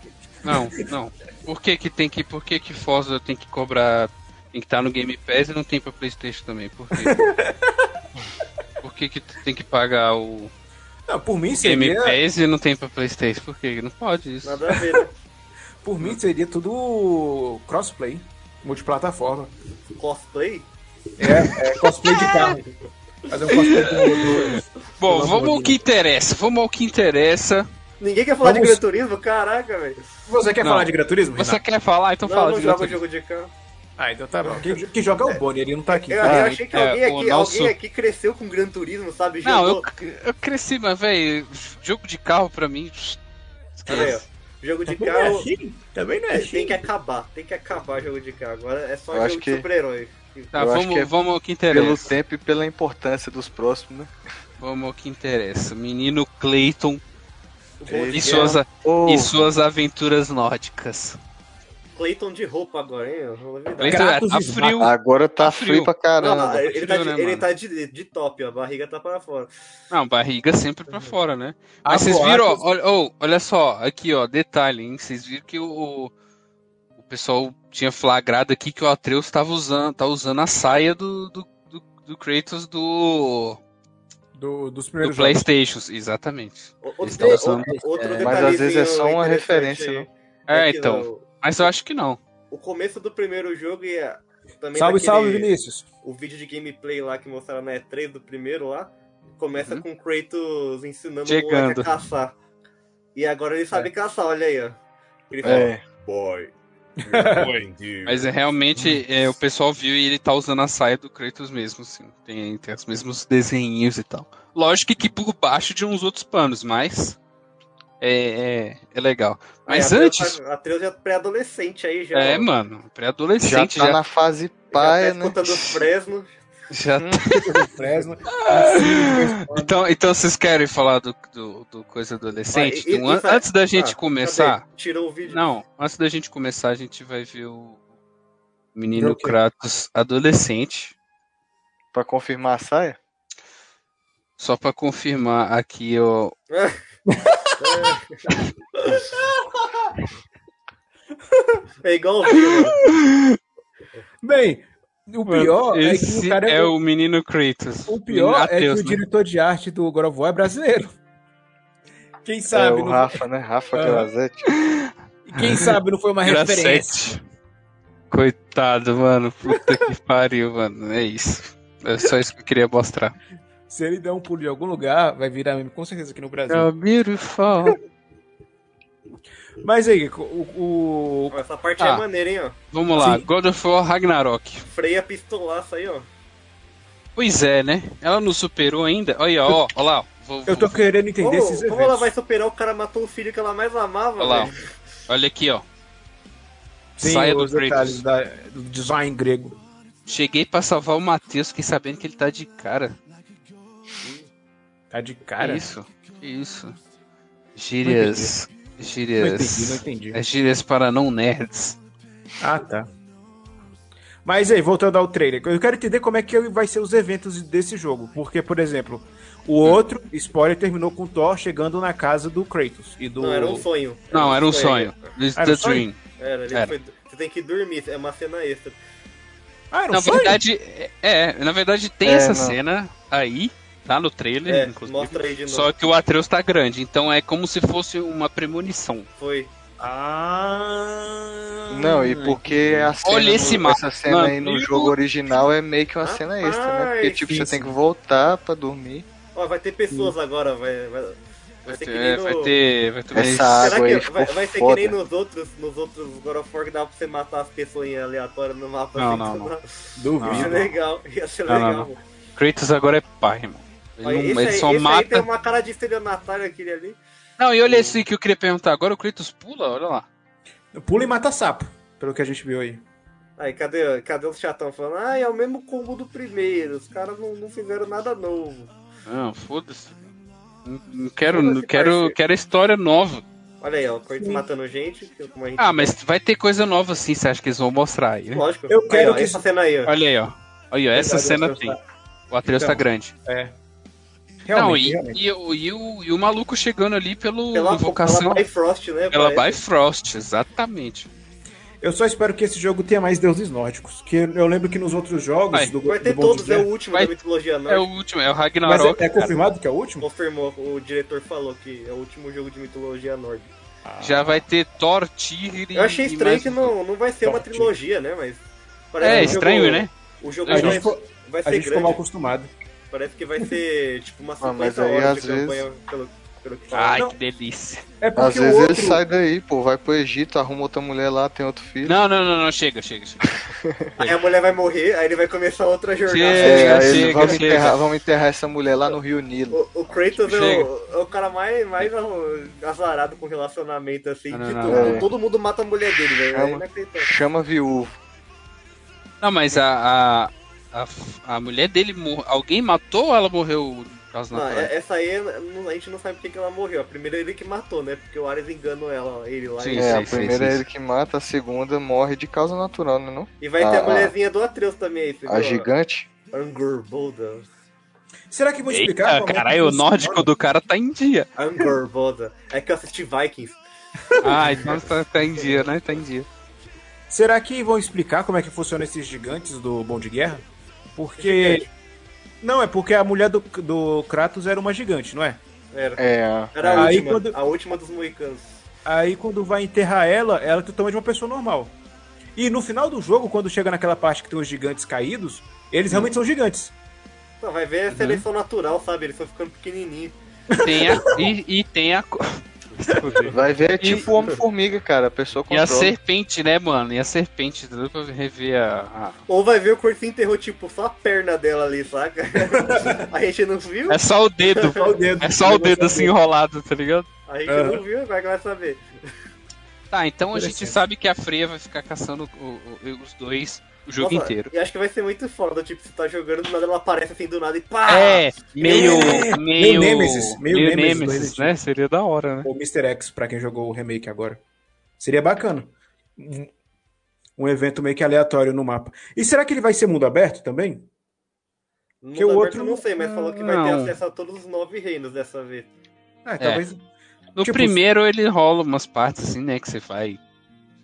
[SPEAKER 3] Não, não. Por que que tem que... Por que que Forza tem que cobrar... Tem que estar no Game Pass e não tem pra Playstation também? Por quê? Por que que tu tem que pagar o
[SPEAKER 2] Não, por mim
[SPEAKER 3] Game
[SPEAKER 2] seria.
[SPEAKER 3] Pass e não tem pra Playstation? Por quê? Não pode isso.
[SPEAKER 4] Nada a ver, né?
[SPEAKER 2] Por mim seria tudo crossplay. Multiplataforma.
[SPEAKER 4] Cosplay?
[SPEAKER 2] É, é cosplay de carro. Fazer um cosplay de
[SPEAKER 3] Bom,
[SPEAKER 2] Pelo
[SPEAKER 3] vamos
[SPEAKER 2] amor
[SPEAKER 3] ao
[SPEAKER 2] de
[SPEAKER 3] que interessa. Vamos ao que interessa.
[SPEAKER 4] Ninguém quer falar
[SPEAKER 2] Vamos-
[SPEAKER 4] de Gran Turismo? Caraca, velho.
[SPEAKER 2] Você quer
[SPEAKER 3] Não.
[SPEAKER 2] falar de Gran Turismo,
[SPEAKER 3] Você
[SPEAKER 2] Renato?
[SPEAKER 3] quer falar? Então
[SPEAKER 4] Não,
[SPEAKER 3] fala.
[SPEAKER 4] não
[SPEAKER 3] de Gran
[SPEAKER 4] joga
[SPEAKER 3] Turismo.
[SPEAKER 4] jogo de carro.
[SPEAKER 2] Ah, então tá bom. Quem, quem joga é o Bonnie, ele não tá aqui.
[SPEAKER 4] Eu, eu
[SPEAKER 6] Ah,
[SPEAKER 4] achei que
[SPEAKER 3] é,
[SPEAKER 4] alguém,
[SPEAKER 3] o
[SPEAKER 4] aqui,
[SPEAKER 3] nosso-
[SPEAKER 4] alguém aqui cresceu com Gran Turismo, sabe?
[SPEAKER 3] Não,
[SPEAKER 4] Jogou-
[SPEAKER 3] eu, eu cresci, mas, velho, jogo de carro pra mim.
[SPEAKER 4] Olha aí, ó. Jogo
[SPEAKER 2] É
[SPEAKER 4] de
[SPEAKER 2] assim,
[SPEAKER 4] carro
[SPEAKER 2] Também não
[SPEAKER 4] tem que acabar. Tem que acabar jogo de carro. Agora é só
[SPEAKER 6] Eu acho
[SPEAKER 4] jogo
[SPEAKER 6] que-
[SPEAKER 4] de super-herói.
[SPEAKER 3] Tá,
[SPEAKER 6] Eu acho
[SPEAKER 3] vamos,
[SPEAKER 6] que é
[SPEAKER 3] vamos ao que
[SPEAKER 6] Pelo
[SPEAKER 3] interessa.
[SPEAKER 6] tempo e pela importância dos próximos, né?
[SPEAKER 3] Vamos ao que interessa. Menino Clayton
[SPEAKER 4] O bom
[SPEAKER 6] Ele é um
[SPEAKER 3] e
[SPEAKER 4] de
[SPEAKER 3] suas,
[SPEAKER 6] Ô,
[SPEAKER 3] e suas aventuras nórdicas.
[SPEAKER 4] é Clayton de roupa agora, hein? Novidade.
[SPEAKER 3] Clayton
[SPEAKER 2] Kratos
[SPEAKER 3] tá
[SPEAKER 2] e
[SPEAKER 3] frio.
[SPEAKER 6] agora tá
[SPEAKER 3] Tá frio.
[SPEAKER 6] frio pra caramba.
[SPEAKER 4] Não, ele, tá, de,
[SPEAKER 3] né,
[SPEAKER 4] ele
[SPEAKER 3] mano?
[SPEAKER 4] tá de, de top, ó, a barriga tá para fora.
[SPEAKER 3] Não, barriga sempre pra fora, né?
[SPEAKER 2] Ah,
[SPEAKER 3] Mas vocês
[SPEAKER 2] boatos.
[SPEAKER 3] viram, ó, olha, ô, olha só, aqui, ó, detalhe, hein? Vocês viram que o, o- o pessoal tinha flagrado aqui que o Atreus tava usando, tá usando a saia do, do, do, do Kratos do,
[SPEAKER 2] Do, dos
[SPEAKER 3] do
[SPEAKER 2] primeiros jogos.
[SPEAKER 3] Playstation. Exatamente.
[SPEAKER 4] O- Outro,
[SPEAKER 3] Eles tão
[SPEAKER 4] de-
[SPEAKER 3] usando.
[SPEAKER 4] o- outro
[SPEAKER 5] É.
[SPEAKER 6] Mas às vezes é só uma
[SPEAKER 4] detalhezinho
[SPEAKER 6] referência,
[SPEAKER 4] interessante aí
[SPEAKER 3] É,
[SPEAKER 4] que
[SPEAKER 3] então.
[SPEAKER 4] no-
[SPEAKER 3] Mas eu acho que não.
[SPEAKER 4] O começo do primeiro jogo e a- também
[SPEAKER 2] Salve,
[SPEAKER 4] naquele-
[SPEAKER 2] salve, Vinícius.
[SPEAKER 4] o vídeo de gameplay lá que mostraram na E3 do primeiro lá, começa com o Kratos ensinando o moleque
[SPEAKER 3] Chegando.
[SPEAKER 4] a caçar. E agora ele sabe caçar, olha aí, ó. Ele fala,
[SPEAKER 6] É,
[SPEAKER 4] boy.
[SPEAKER 3] Mas é, realmente é, o pessoal viu e ele tá usando a saia do Kratos mesmo, assim. Tem, tem os mesmos desenhinhos e tal. Lógico que por baixo de uns outros panos, mas. É, é, é legal. Mas
[SPEAKER 4] Aí, a Atreus
[SPEAKER 3] antes.
[SPEAKER 4] tá- A Atreus é pré-adolescente aí já.
[SPEAKER 3] É,
[SPEAKER 4] ó.
[SPEAKER 3] mano,
[SPEAKER 6] já
[SPEAKER 3] pré-adolescente
[SPEAKER 6] tá
[SPEAKER 3] já,
[SPEAKER 6] na fase
[SPEAKER 4] Já tá
[SPEAKER 6] paia, né?
[SPEAKER 4] escutando os Fresno.
[SPEAKER 3] já
[SPEAKER 4] Hum.
[SPEAKER 2] Ah. Fresno.
[SPEAKER 3] Então, então vocês querem falar do, do, do coisa adolescente?
[SPEAKER 4] Vai, e-
[SPEAKER 3] Do an-
[SPEAKER 4] e vai-
[SPEAKER 3] antes da gente
[SPEAKER 4] Ah,
[SPEAKER 3] começar.
[SPEAKER 4] cadê? Tirou o vídeo.
[SPEAKER 3] Não, antes da gente começar, a gente vai ver o menino
[SPEAKER 2] Ver o quê?
[SPEAKER 3] Kratos adolescente.
[SPEAKER 6] Pra confirmar a saia.
[SPEAKER 3] Só pra confirmar aqui, ó.
[SPEAKER 4] É igual o Vila.
[SPEAKER 2] Bem, o pior é que
[SPEAKER 3] Esse
[SPEAKER 2] o
[SPEAKER 3] é, né?
[SPEAKER 2] cara é,
[SPEAKER 3] o menino Kratos.
[SPEAKER 2] o pior é que
[SPEAKER 3] Ateus,
[SPEAKER 2] o diretor de arte do God of War é brasileiro. Quem
[SPEAKER 6] É
[SPEAKER 2] sabe,
[SPEAKER 6] o
[SPEAKER 2] não-
[SPEAKER 6] Rafa, né? Rafa
[SPEAKER 2] Ah.
[SPEAKER 6] Gelazetti.
[SPEAKER 2] quem sabe não foi uma é referência.
[SPEAKER 3] Gracete. Coitado, mano. Puta que pariu, mano. É isso. É só isso que eu queria mostrar.
[SPEAKER 2] Se ele der um pulo de algum lugar, vai virar meme com certeza aqui no Brasil.
[SPEAKER 3] Oh, beautiful.
[SPEAKER 2] Mas aí, o, o-
[SPEAKER 4] Ó, Essa parte
[SPEAKER 3] Ah.
[SPEAKER 4] é maneira, hein, ó.
[SPEAKER 3] Vamos lá,
[SPEAKER 2] Sim.
[SPEAKER 3] God of War Ragnarok.
[SPEAKER 4] Freia pistolaça aí, ó.
[SPEAKER 3] Pois é, né? Ela não superou ainda. Olha, ó, ó lá. ó. Vou,
[SPEAKER 2] eu tô
[SPEAKER 3] vou-
[SPEAKER 2] querendo entender
[SPEAKER 4] Como,
[SPEAKER 2] esses
[SPEAKER 4] como ela
[SPEAKER 2] eventos.
[SPEAKER 4] vai superar o cara matou o filho que ela mais amava,
[SPEAKER 3] Olha lá, ó.
[SPEAKER 4] velho?
[SPEAKER 3] Olha aqui, ó.
[SPEAKER 2] Sim,
[SPEAKER 3] Saia do
[SPEAKER 2] os detalhes
[SPEAKER 3] Kratos.
[SPEAKER 2] da- do design grego.
[SPEAKER 3] Cheguei pra salvar o Matheus, fiquei sabendo que ele tá de cara.
[SPEAKER 2] Tá de cara.
[SPEAKER 3] Que isso, que isso. Gírias.
[SPEAKER 2] Não
[SPEAKER 3] Gírias.
[SPEAKER 2] entendi, não entendi.
[SPEAKER 3] É gírias para não nerds.
[SPEAKER 2] Ah, tá. Mas aí, voltando ao trailer, eu quero entender como é que vai ser os eventos desse jogo. Porque, por exemplo, o
[SPEAKER 3] Hum.
[SPEAKER 2] outro spoiler terminou com o Thor chegando na casa do Kratos e do.
[SPEAKER 4] Não, era um sonho.
[SPEAKER 3] Não, era um sonho. This
[SPEAKER 2] Era
[SPEAKER 3] the
[SPEAKER 2] um sonho?
[SPEAKER 3] dream.
[SPEAKER 4] Era, ele
[SPEAKER 3] Era.
[SPEAKER 4] foi- Você tem que dormir, é uma cena extra.
[SPEAKER 2] Ah, era um
[SPEAKER 3] Na
[SPEAKER 2] sonho?
[SPEAKER 3] verdade, é- é, na verdade tem
[SPEAKER 6] É,
[SPEAKER 3] essa
[SPEAKER 6] não.
[SPEAKER 3] cena aí, tá no trailer,
[SPEAKER 4] É,
[SPEAKER 3] inclusive.
[SPEAKER 4] mostra aí de novo.
[SPEAKER 3] Só que o Atreus tá grande, então é como se fosse uma premonição.
[SPEAKER 4] Foi.
[SPEAKER 2] Ah.
[SPEAKER 6] Não, e porque a cena,
[SPEAKER 3] Olha esse
[SPEAKER 6] no,
[SPEAKER 3] mapa,
[SPEAKER 6] essa cena aí no
[SPEAKER 3] mano.
[SPEAKER 6] jogo original é meio que uma cena extra, né? Porque
[SPEAKER 4] Rapaz,
[SPEAKER 6] tipo,
[SPEAKER 4] que
[SPEAKER 6] você tem que voltar pra dormir.
[SPEAKER 4] Ó, vai ter pessoas agora, vai. Vai, vai
[SPEAKER 3] Vai
[SPEAKER 4] ser
[SPEAKER 3] ter,
[SPEAKER 4] que nem
[SPEAKER 3] é,
[SPEAKER 4] no...
[SPEAKER 3] vai ter, vai ter
[SPEAKER 6] Essa
[SPEAKER 3] isso.
[SPEAKER 6] água
[SPEAKER 4] Será
[SPEAKER 6] aí
[SPEAKER 4] que
[SPEAKER 6] ficou
[SPEAKER 4] vai, vai ser que
[SPEAKER 6] foda.
[SPEAKER 4] nem nos outros, nos outros God of War que dá pra você matar as pessoas em aleatório no mapa?
[SPEAKER 3] Não,
[SPEAKER 4] assim,
[SPEAKER 3] não,
[SPEAKER 4] do
[SPEAKER 3] não.
[SPEAKER 4] nada?
[SPEAKER 2] Duvido.
[SPEAKER 4] Ia ser legal, ia ser
[SPEAKER 3] Não, não,
[SPEAKER 4] legal.
[SPEAKER 3] não. Kratos agora é pai, irmão. Ele,
[SPEAKER 4] Olha,
[SPEAKER 3] não-
[SPEAKER 4] esse
[SPEAKER 3] ele
[SPEAKER 4] aí-
[SPEAKER 3] só
[SPEAKER 4] esse aí tem
[SPEAKER 3] mata.
[SPEAKER 4] uma cara de estelionatário aquele ali.
[SPEAKER 3] Não, e olha esse que eu queria perguntar agora, o Kratos pula, olha lá.
[SPEAKER 2] Pula e mata sapo, pelo que a gente viu aí.
[SPEAKER 4] Aí, cadê, cadê os chatão falando? Ah, é o mesmo combo do primeiro. Os caras não, não fizeram nada novo.
[SPEAKER 3] Não, foda-se. Não, não quero,
[SPEAKER 4] Foda-se,
[SPEAKER 3] não quero,
[SPEAKER 4] parceiro.
[SPEAKER 3] quero história nova.
[SPEAKER 4] Olha aí, ó, o Kratos matando gente. que- Como a gente...
[SPEAKER 3] Ah, mas vai ter coisa nova sim, você acha que eles vão mostrar aí, né?
[SPEAKER 4] Lógico.
[SPEAKER 2] Eu quero
[SPEAKER 4] aí, ó,
[SPEAKER 2] que
[SPEAKER 4] essa cena aí, ó.
[SPEAKER 3] Olha aí, ó. Olha, ó, essa
[SPEAKER 2] Verdade,
[SPEAKER 3] cena
[SPEAKER 2] Atreus
[SPEAKER 3] tem.
[SPEAKER 2] tá-
[SPEAKER 3] O Atreus tá
[SPEAKER 2] Então,
[SPEAKER 3] grande. não,
[SPEAKER 2] Realmente,
[SPEAKER 3] e,
[SPEAKER 2] realmente.
[SPEAKER 3] e o- e o, e o maluco chegando ali pelo
[SPEAKER 4] Pela,
[SPEAKER 3] invocação.
[SPEAKER 4] pela Bifrost, né?
[SPEAKER 3] Pela
[SPEAKER 4] parece?
[SPEAKER 3] Bifrost, exatamente.
[SPEAKER 2] Eu só espero que esse jogo tenha mais deuses nórdicos. Que eu lembro que nos outros jogos
[SPEAKER 3] Vai.
[SPEAKER 2] do,
[SPEAKER 4] Vai
[SPEAKER 2] do
[SPEAKER 4] ter
[SPEAKER 2] Bom
[SPEAKER 4] todos,
[SPEAKER 2] Dia-
[SPEAKER 4] é o último
[SPEAKER 3] Vai-
[SPEAKER 4] da mitologia
[SPEAKER 3] É o
[SPEAKER 4] nórdica.
[SPEAKER 3] último, é o
[SPEAKER 2] Mas
[SPEAKER 3] Ragnarok.
[SPEAKER 2] é, é
[SPEAKER 3] cara.
[SPEAKER 2] confirmado que é o último?
[SPEAKER 4] Confirmou, o diretor falou que é o último jogo de mitologia nórdica.
[SPEAKER 3] Já vai ter Thor, Tyr e-
[SPEAKER 4] Eu achei
[SPEAKER 3] e
[SPEAKER 4] estranho
[SPEAKER 3] mais
[SPEAKER 4] que
[SPEAKER 3] um.
[SPEAKER 4] não, não vai ser uma
[SPEAKER 2] Forte.
[SPEAKER 4] trilogia, né? Mas.
[SPEAKER 3] É,
[SPEAKER 4] que o
[SPEAKER 3] estranho,
[SPEAKER 4] jogo-
[SPEAKER 3] né?
[SPEAKER 4] O jogo
[SPEAKER 2] A
[SPEAKER 4] vai,
[SPEAKER 2] gente, ficou,
[SPEAKER 4] vai
[SPEAKER 2] a
[SPEAKER 4] ser
[SPEAKER 2] gente ficou
[SPEAKER 4] grande.
[SPEAKER 2] mal acostumado.
[SPEAKER 4] Parece que vai ser tipo uma 50
[SPEAKER 6] Ah, mas aí,
[SPEAKER 4] horas
[SPEAKER 6] às
[SPEAKER 4] de
[SPEAKER 6] vezes-
[SPEAKER 4] campanha, pelo, pelo que falaram.
[SPEAKER 3] Ai,
[SPEAKER 2] Não.
[SPEAKER 3] que delícia.
[SPEAKER 2] É
[SPEAKER 6] Às
[SPEAKER 2] porque o
[SPEAKER 6] vezes
[SPEAKER 2] outro...
[SPEAKER 6] ele sai daí, pô, vai pro Egito, arruma outra mulher lá, tem outro filho.
[SPEAKER 3] Não, não, não, não, chega, chega, chega.
[SPEAKER 4] Aí a mulher vai morrer, aí ele vai começar outra jornada.
[SPEAKER 3] Chega,
[SPEAKER 6] É, aí eles-
[SPEAKER 3] chega,
[SPEAKER 6] vamos,
[SPEAKER 3] chega.
[SPEAKER 6] enterrar, vamos enterrar essa mulher lá no Rio Nilo.
[SPEAKER 4] O, o Kratos é o,
[SPEAKER 3] Chega.
[SPEAKER 4] é o cara mais, mais azarado com relacionamento, assim,
[SPEAKER 3] Não, não,
[SPEAKER 4] de
[SPEAKER 3] não,
[SPEAKER 4] tudo.
[SPEAKER 6] não. é.
[SPEAKER 4] Todo mundo mata a mulher dele, velho. É
[SPEAKER 6] Calma.
[SPEAKER 4] inacreditável.
[SPEAKER 6] Chama viúvo.
[SPEAKER 3] Não, mas a, a, a, a mulher dele, mor... alguém matou ou ela morreu por causa
[SPEAKER 4] Não,
[SPEAKER 3] da
[SPEAKER 4] é- essa aí não- a gente não sabe por que que ela morreu. A primeira ele que matou, né? Porque o Ares enganou ela, ele lá.
[SPEAKER 3] Sim.
[SPEAKER 4] e-
[SPEAKER 6] É, a
[SPEAKER 3] sim, sim,
[SPEAKER 6] primeira
[SPEAKER 3] sim,
[SPEAKER 6] é ele que mata, a segunda morre de causa natural, né? Não?
[SPEAKER 4] E vai ter a
[SPEAKER 6] Ah,
[SPEAKER 4] mulherzinha do Atreus também aí, você
[SPEAKER 6] A
[SPEAKER 4] viu?
[SPEAKER 6] gigante.
[SPEAKER 4] Angerboda.
[SPEAKER 2] Será que vão explicar?
[SPEAKER 3] Eita,
[SPEAKER 2] como é que
[SPEAKER 3] caralho, o
[SPEAKER 2] funciona?
[SPEAKER 3] nórdico do cara tá em dia.
[SPEAKER 4] Angerboda. É que eu assisti Vikings.
[SPEAKER 3] Ah, então tá, tá em dia, né? Tá em dia.
[SPEAKER 2] Será que vão explicar como é que funciona esses gigantes do Bom de Guerra? Porque... Não, é porque a mulher do, do Kratos era uma gigante, não é?
[SPEAKER 4] Era,
[SPEAKER 6] É, a-
[SPEAKER 4] era a
[SPEAKER 2] Aí
[SPEAKER 4] última.
[SPEAKER 2] quando-
[SPEAKER 4] A última dos moicanos.
[SPEAKER 2] Aí quando vai enterrar ela, ela tem o tamanho de uma pessoa normal. E no final do jogo, quando chega naquela parte que tem os gigantes caídos, eles realmente são gigantes.
[SPEAKER 4] Não, vai ver a
[SPEAKER 2] Uhum.
[SPEAKER 4] seleção natural, sabe? Eles estão ficando pequenininhos.
[SPEAKER 3] Tem a, e, e tem a. co-
[SPEAKER 6] vai ver, é
[SPEAKER 3] E-
[SPEAKER 6] tipo o Homem-Formiga, cara. A pessoa
[SPEAKER 3] E a
[SPEAKER 6] controla.
[SPEAKER 3] serpente, né, mano? E a serpente, deu pra rever a. a-
[SPEAKER 4] Ou vai ver o Kratos enterrou, tipo, só a perna dela ali, saca? a gente não viu?
[SPEAKER 3] É só o dedo.
[SPEAKER 2] Só o dedo.
[SPEAKER 3] É só o dedo assim enrolado, tá ligado?
[SPEAKER 4] A gente
[SPEAKER 2] Aham.
[SPEAKER 4] não viu, como é que vai saber?
[SPEAKER 3] Tá, então a gente
[SPEAKER 2] Interessante.
[SPEAKER 3] sabe que a Freya vai ficar caçando o- o- os dois o jogo
[SPEAKER 4] Nossa,
[SPEAKER 3] inteiro.
[SPEAKER 4] E acho que vai ser muito foda, tipo, você tá jogando, do nada ela aparece assim do nada e pá!
[SPEAKER 3] É, meio.
[SPEAKER 2] É, Ah, meio
[SPEAKER 3] Meio.
[SPEAKER 2] Nemesis, meio Nemesis do Resident Evil.
[SPEAKER 3] né? Seria da hora, né?
[SPEAKER 2] Ou Mr. X, pra quem jogou o remake agora. Seria bacana. Um- Um evento meio que aleatório no mapa. E será que ele vai ser mundo aberto também?
[SPEAKER 4] Mundo
[SPEAKER 2] Porque o
[SPEAKER 4] aberto
[SPEAKER 2] outro
[SPEAKER 4] eu
[SPEAKER 2] não-
[SPEAKER 4] não sei, mas falou que vai ter
[SPEAKER 3] não. É.
[SPEAKER 4] acesso a todos os nove reinos dessa vez.
[SPEAKER 2] Ah, talvez.
[SPEAKER 3] No
[SPEAKER 2] Tipo,
[SPEAKER 3] primeiro ele rola umas partes assim, né? Que você vai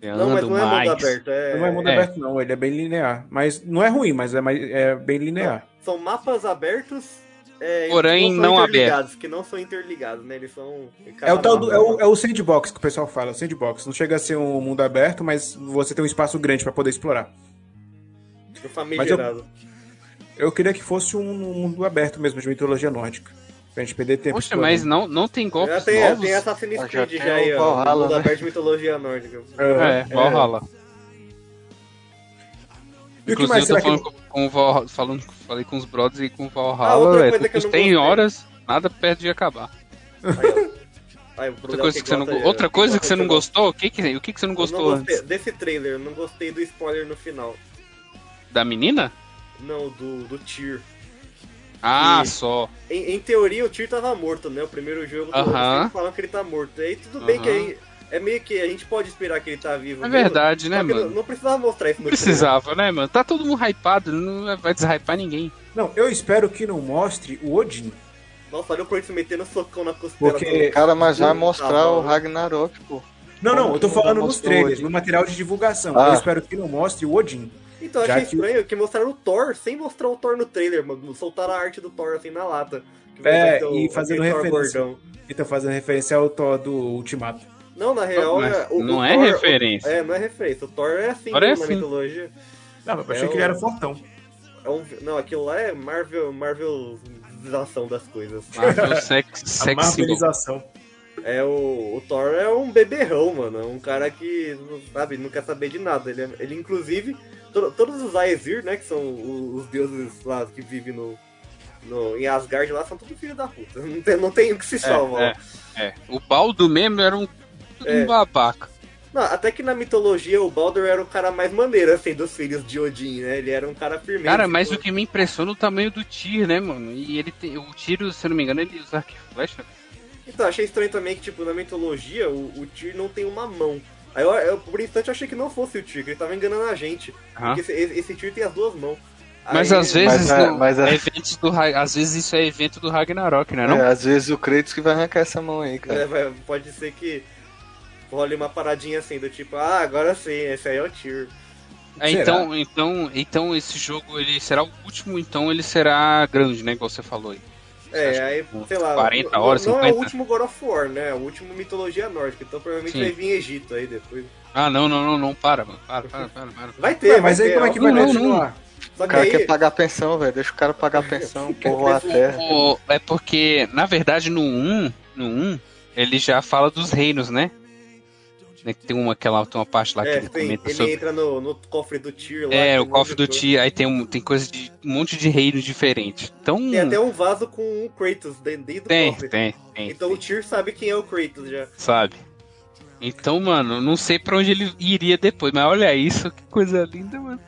[SPEAKER 4] Não, mas
[SPEAKER 3] ganhando
[SPEAKER 4] não é mundo
[SPEAKER 3] mais.
[SPEAKER 4] aberto, é.
[SPEAKER 2] Não é mundo
[SPEAKER 3] É.
[SPEAKER 2] aberto, não. Ele é bem linear. Mas não é ruim, mas é, mais, é bem linear.
[SPEAKER 4] São mapas abertos. é,
[SPEAKER 3] Porém,
[SPEAKER 4] que
[SPEAKER 3] não
[SPEAKER 4] são
[SPEAKER 3] aberto.
[SPEAKER 4] interligados, Que não são interligados, né? Eles são.
[SPEAKER 2] É o, tal do, é, o, é o sandbox que o pessoal fala, o sandbox. Não chega a ser um mundo aberto, mas você tem um espaço grande pra poder explorar.
[SPEAKER 4] do Famigerado.
[SPEAKER 2] Eu queria que fosse um mundo aberto mesmo, de mitologia nórdica. Pra gente perder tempo.
[SPEAKER 3] Poxa,
[SPEAKER 2] explorando.
[SPEAKER 3] mas não, não tem
[SPEAKER 4] né, Já
[SPEAKER 3] golpes
[SPEAKER 4] tem,
[SPEAKER 3] novos?
[SPEAKER 4] tem Assassin's
[SPEAKER 6] Ah, já
[SPEAKER 4] Creed
[SPEAKER 6] tem
[SPEAKER 4] já,
[SPEAKER 6] o
[SPEAKER 4] aí, ó.
[SPEAKER 6] Valhalla,
[SPEAKER 4] mundo
[SPEAKER 6] né?
[SPEAKER 4] aberto de mitologia nórdica.
[SPEAKER 3] É, Valhalla.
[SPEAKER 2] E o que
[SPEAKER 3] Inclusive,
[SPEAKER 2] mais
[SPEAKER 3] eu
[SPEAKER 2] será
[SPEAKER 3] tô
[SPEAKER 2] que...
[SPEAKER 3] falando com, com o Valhalla, falando, falei com os brothers e com o
[SPEAKER 4] Ah,
[SPEAKER 3] Valhalla,
[SPEAKER 4] outra
[SPEAKER 3] velho,
[SPEAKER 4] coisa que eu
[SPEAKER 3] porque
[SPEAKER 4] não
[SPEAKER 3] tem
[SPEAKER 4] gostei.
[SPEAKER 3] horas, nada perto de acabar.
[SPEAKER 4] Aí, o
[SPEAKER 3] Outra
[SPEAKER 4] Brunel
[SPEAKER 3] coisa que você não,
[SPEAKER 4] gosta,
[SPEAKER 3] go- outra
[SPEAKER 4] é,
[SPEAKER 3] coisa que você não
[SPEAKER 4] gosta.
[SPEAKER 3] gostou, o que que, o que que você não
[SPEAKER 4] Eu não
[SPEAKER 3] gostou
[SPEAKER 4] gostei-
[SPEAKER 3] antes?
[SPEAKER 4] Desse trailer, eu não gostei do spoiler no final.
[SPEAKER 3] Da menina?
[SPEAKER 4] Não, do, do Tyr.
[SPEAKER 3] Ah,
[SPEAKER 4] E-
[SPEAKER 3] só.
[SPEAKER 4] Em, em teoria, o Tyr tava morto, né? O primeiro jogo,
[SPEAKER 3] Aham.
[SPEAKER 4] eles falam que ele tá morto. Aí tudo bem
[SPEAKER 3] Aham.
[SPEAKER 4] que aí, é meio que a gente pode esperar que ele tá vivo.
[SPEAKER 3] É
[SPEAKER 4] mesmo,
[SPEAKER 3] verdade,
[SPEAKER 4] só
[SPEAKER 3] né,
[SPEAKER 4] que não-
[SPEAKER 3] mano?
[SPEAKER 4] Não precisava mostrar isso no
[SPEAKER 3] Não precisava, né, mano? Tá todo mundo hypado, não vai deshypar ninguém.
[SPEAKER 2] Não, eu espero que não mostre o Odin.
[SPEAKER 4] trailer. Nossa, olha o Kratos metendo soco na costela.
[SPEAKER 2] Porque.
[SPEAKER 6] Cara, mas vai
[SPEAKER 4] Hum,
[SPEAKER 6] mostrar
[SPEAKER 4] tá bom.
[SPEAKER 6] o Ragnarok, pô.
[SPEAKER 2] Não, não, eu tô falando
[SPEAKER 6] Não
[SPEAKER 2] nos
[SPEAKER 6] mostrou
[SPEAKER 2] trailers,
[SPEAKER 6] Odin.
[SPEAKER 2] no material de divulgação.
[SPEAKER 6] Ah.
[SPEAKER 2] Eu espero que não mostre o Odin.
[SPEAKER 4] Então, eu
[SPEAKER 2] Já
[SPEAKER 4] achei
[SPEAKER 2] que-
[SPEAKER 4] estranho que mostraram o Thor sem mostrar o Thor no trailer, mano. Soltaram a arte do Thor assim na lata. Que
[SPEAKER 2] É,
[SPEAKER 4] vai ser o-
[SPEAKER 2] e fazendo
[SPEAKER 4] aquele Thor
[SPEAKER 2] referência.
[SPEAKER 4] gordão.
[SPEAKER 2] E tá fazendo referência ao Thor do Ultimato.
[SPEAKER 4] Não, na real,
[SPEAKER 3] Mas
[SPEAKER 4] é- o,
[SPEAKER 3] não
[SPEAKER 4] o
[SPEAKER 3] é
[SPEAKER 4] Thor-
[SPEAKER 3] referência.
[SPEAKER 4] É, não é referência. O Thor é assim
[SPEAKER 3] Thor é
[SPEAKER 4] na
[SPEAKER 3] assim.
[SPEAKER 4] mitologia.
[SPEAKER 2] Não, mas eu
[SPEAKER 4] É
[SPEAKER 2] achei que
[SPEAKER 4] o-
[SPEAKER 2] ele era fortão.
[SPEAKER 4] É um- não, aquilo lá é Marvel, Marvelização das coisas.
[SPEAKER 3] Marvel sex,
[SPEAKER 2] A
[SPEAKER 3] sex symbol.
[SPEAKER 2] marvelização.
[SPEAKER 4] É o, o Thor é um beberrão, mano. É um cara que, sabe, não quer saber de nada. Ele, é- ele inclusive, to- todos os Aesir, né, que são o- os, deuses lá que vivem no, no- em Asgard lá, são todos filhos da puta. Não tem, não tem o que se salvar.
[SPEAKER 3] É, é, é. O Baldo mesmo era um, tudo
[SPEAKER 4] É.
[SPEAKER 3] um babaca.
[SPEAKER 4] Não, até que na mitologia o Baldur era o cara mais maneiro, assim, dos filhos de Odin, né? Ele era um cara firme.
[SPEAKER 3] Cara, mas o que me impressiona é o tamanho do Tyr, né, mano? E ele tem. O tiro, se eu não me engano, ele usa né? arco e flecha.
[SPEAKER 4] Então, achei estranho também que, tipo, na mitologia, o, o Tyr não tem uma mão. Aí, eu, eu, por instante, eu achei que não fosse o Tyr, que ele tava enganando a gente.
[SPEAKER 3] Aham.
[SPEAKER 4] Porque esse, esse Tyr tem as duas mãos.
[SPEAKER 3] Mas
[SPEAKER 4] Aí-
[SPEAKER 3] às vezes,
[SPEAKER 6] Mas a-
[SPEAKER 3] não-
[SPEAKER 6] mas a-
[SPEAKER 3] é evento do Ra- às vezes isso é evento do Ragnarok, né? Não?
[SPEAKER 6] É, às vezes o Kratos que vai arrancar essa mão aí, cara.
[SPEAKER 4] né, vai- pode ser que role uma paradinha assim, do tipo, ah, agora sim, esse aí é o Tyr.
[SPEAKER 3] É, então, então, então esse jogo ele será o último, então ele será grande, né? Igual você falou aí.
[SPEAKER 4] É,
[SPEAKER 3] Acho
[SPEAKER 4] aí,
[SPEAKER 3] que
[SPEAKER 4] sei lá.
[SPEAKER 3] 40
[SPEAKER 4] não-
[SPEAKER 3] horas,
[SPEAKER 4] não, é o
[SPEAKER 3] 50.
[SPEAKER 4] último God of War, né? É o último mitologia nórdica. Então, provavelmente
[SPEAKER 3] Sim.
[SPEAKER 4] vai vir Egito aí depois.
[SPEAKER 3] Ah, não, não, não, não, para, mano. Para, para, para, para.
[SPEAKER 4] Vai ter,
[SPEAKER 2] Não, mas
[SPEAKER 4] vai
[SPEAKER 2] aí
[SPEAKER 4] ter,
[SPEAKER 2] como é que
[SPEAKER 4] ó.
[SPEAKER 2] vai
[SPEAKER 3] Não, não.
[SPEAKER 2] continuar?
[SPEAKER 4] Só
[SPEAKER 6] O
[SPEAKER 4] que
[SPEAKER 6] cara
[SPEAKER 4] aí,
[SPEAKER 6] quer pagar pensão, velho. Deixa o cara pagar pensão, povoar a terra.
[SPEAKER 3] O- é porque, na verdade, no 1, no 1, ele já fala dos reinos, né? Né, que Tem uma, aquela, tem uma parte lá que
[SPEAKER 4] é,
[SPEAKER 3] ele
[SPEAKER 4] tem-
[SPEAKER 3] comenta
[SPEAKER 4] ele
[SPEAKER 3] sobre.
[SPEAKER 4] entra no, no cofre do Tyr lá.
[SPEAKER 3] É,
[SPEAKER 4] tem
[SPEAKER 3] o
[SPEAKER 4] um
[SPEAKER 3] cofre do
[SPEAKER 4] monte de coisa.
[SPEAKER 3] Ti, aí tem, um, tem coisa de um monte de reino diferente. Então.
[SPEAKER 4] Tem até um vaso com o Kratos dentro dentro do
[SPEAKER 3] Tem,
[SPEAKER 4] cofre.
[SPEAKER 3] tem, tem.
[SPEAKER 4] Então o Tyr sabe quem é o Kratos já.
[SPEAKER 3] sabe? Então, mano, não sei pra onde ele iria depois, mas olha isso, que coisa linda, mano.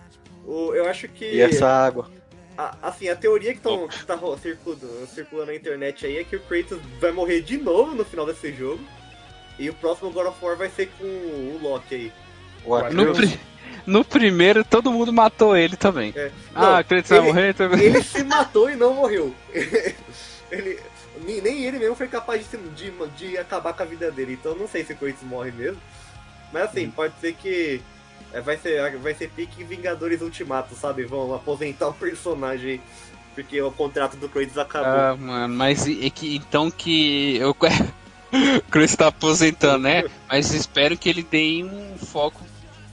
[SPEAKER 4] O- eu acho que.
[SPEAKER 6] E essa água.
[SPEAKER 4] a- assim, a teoria que, tão, que tá ro- circulando, circulando na internet aí é que o Kratos vai morrer de novo no final desse jogo. E o próximo God of War vai ser com o Loki aí.
[SPEAKER 6] O
[SPEAKER 3] No,
[SPEAKER 6] Atreus.
[SPEAKER 3] pri- no primeiro, todo mundo matou ele também.
[SPEAKER 4] É. Não,
[SPEAKER 3] ah, Kratos vai
[SPEAKER 4] ele-
[SPEAKER 3] morrer também.
[SPEAKER 4] Ele se matou e não morreu. ele, nem, nem ele mesmo foi capaz de, se- de, de acabar com a vida dele. Então não sei se o Kratos morre mesmo. Mas assim,
[SPEAKER 3] Uhum.
[SPEAKER 4] pode ser que é, vai ser, vai ser pique Vingadores Ultimato, sabe? Vão aposentar o personagem porque o contrato do Kratos acabou.
[SPEAKER 3] Ah, mano, mas e- é que, então que eu... Kratos tá aposentando, né? Mas espero que ele dê um foco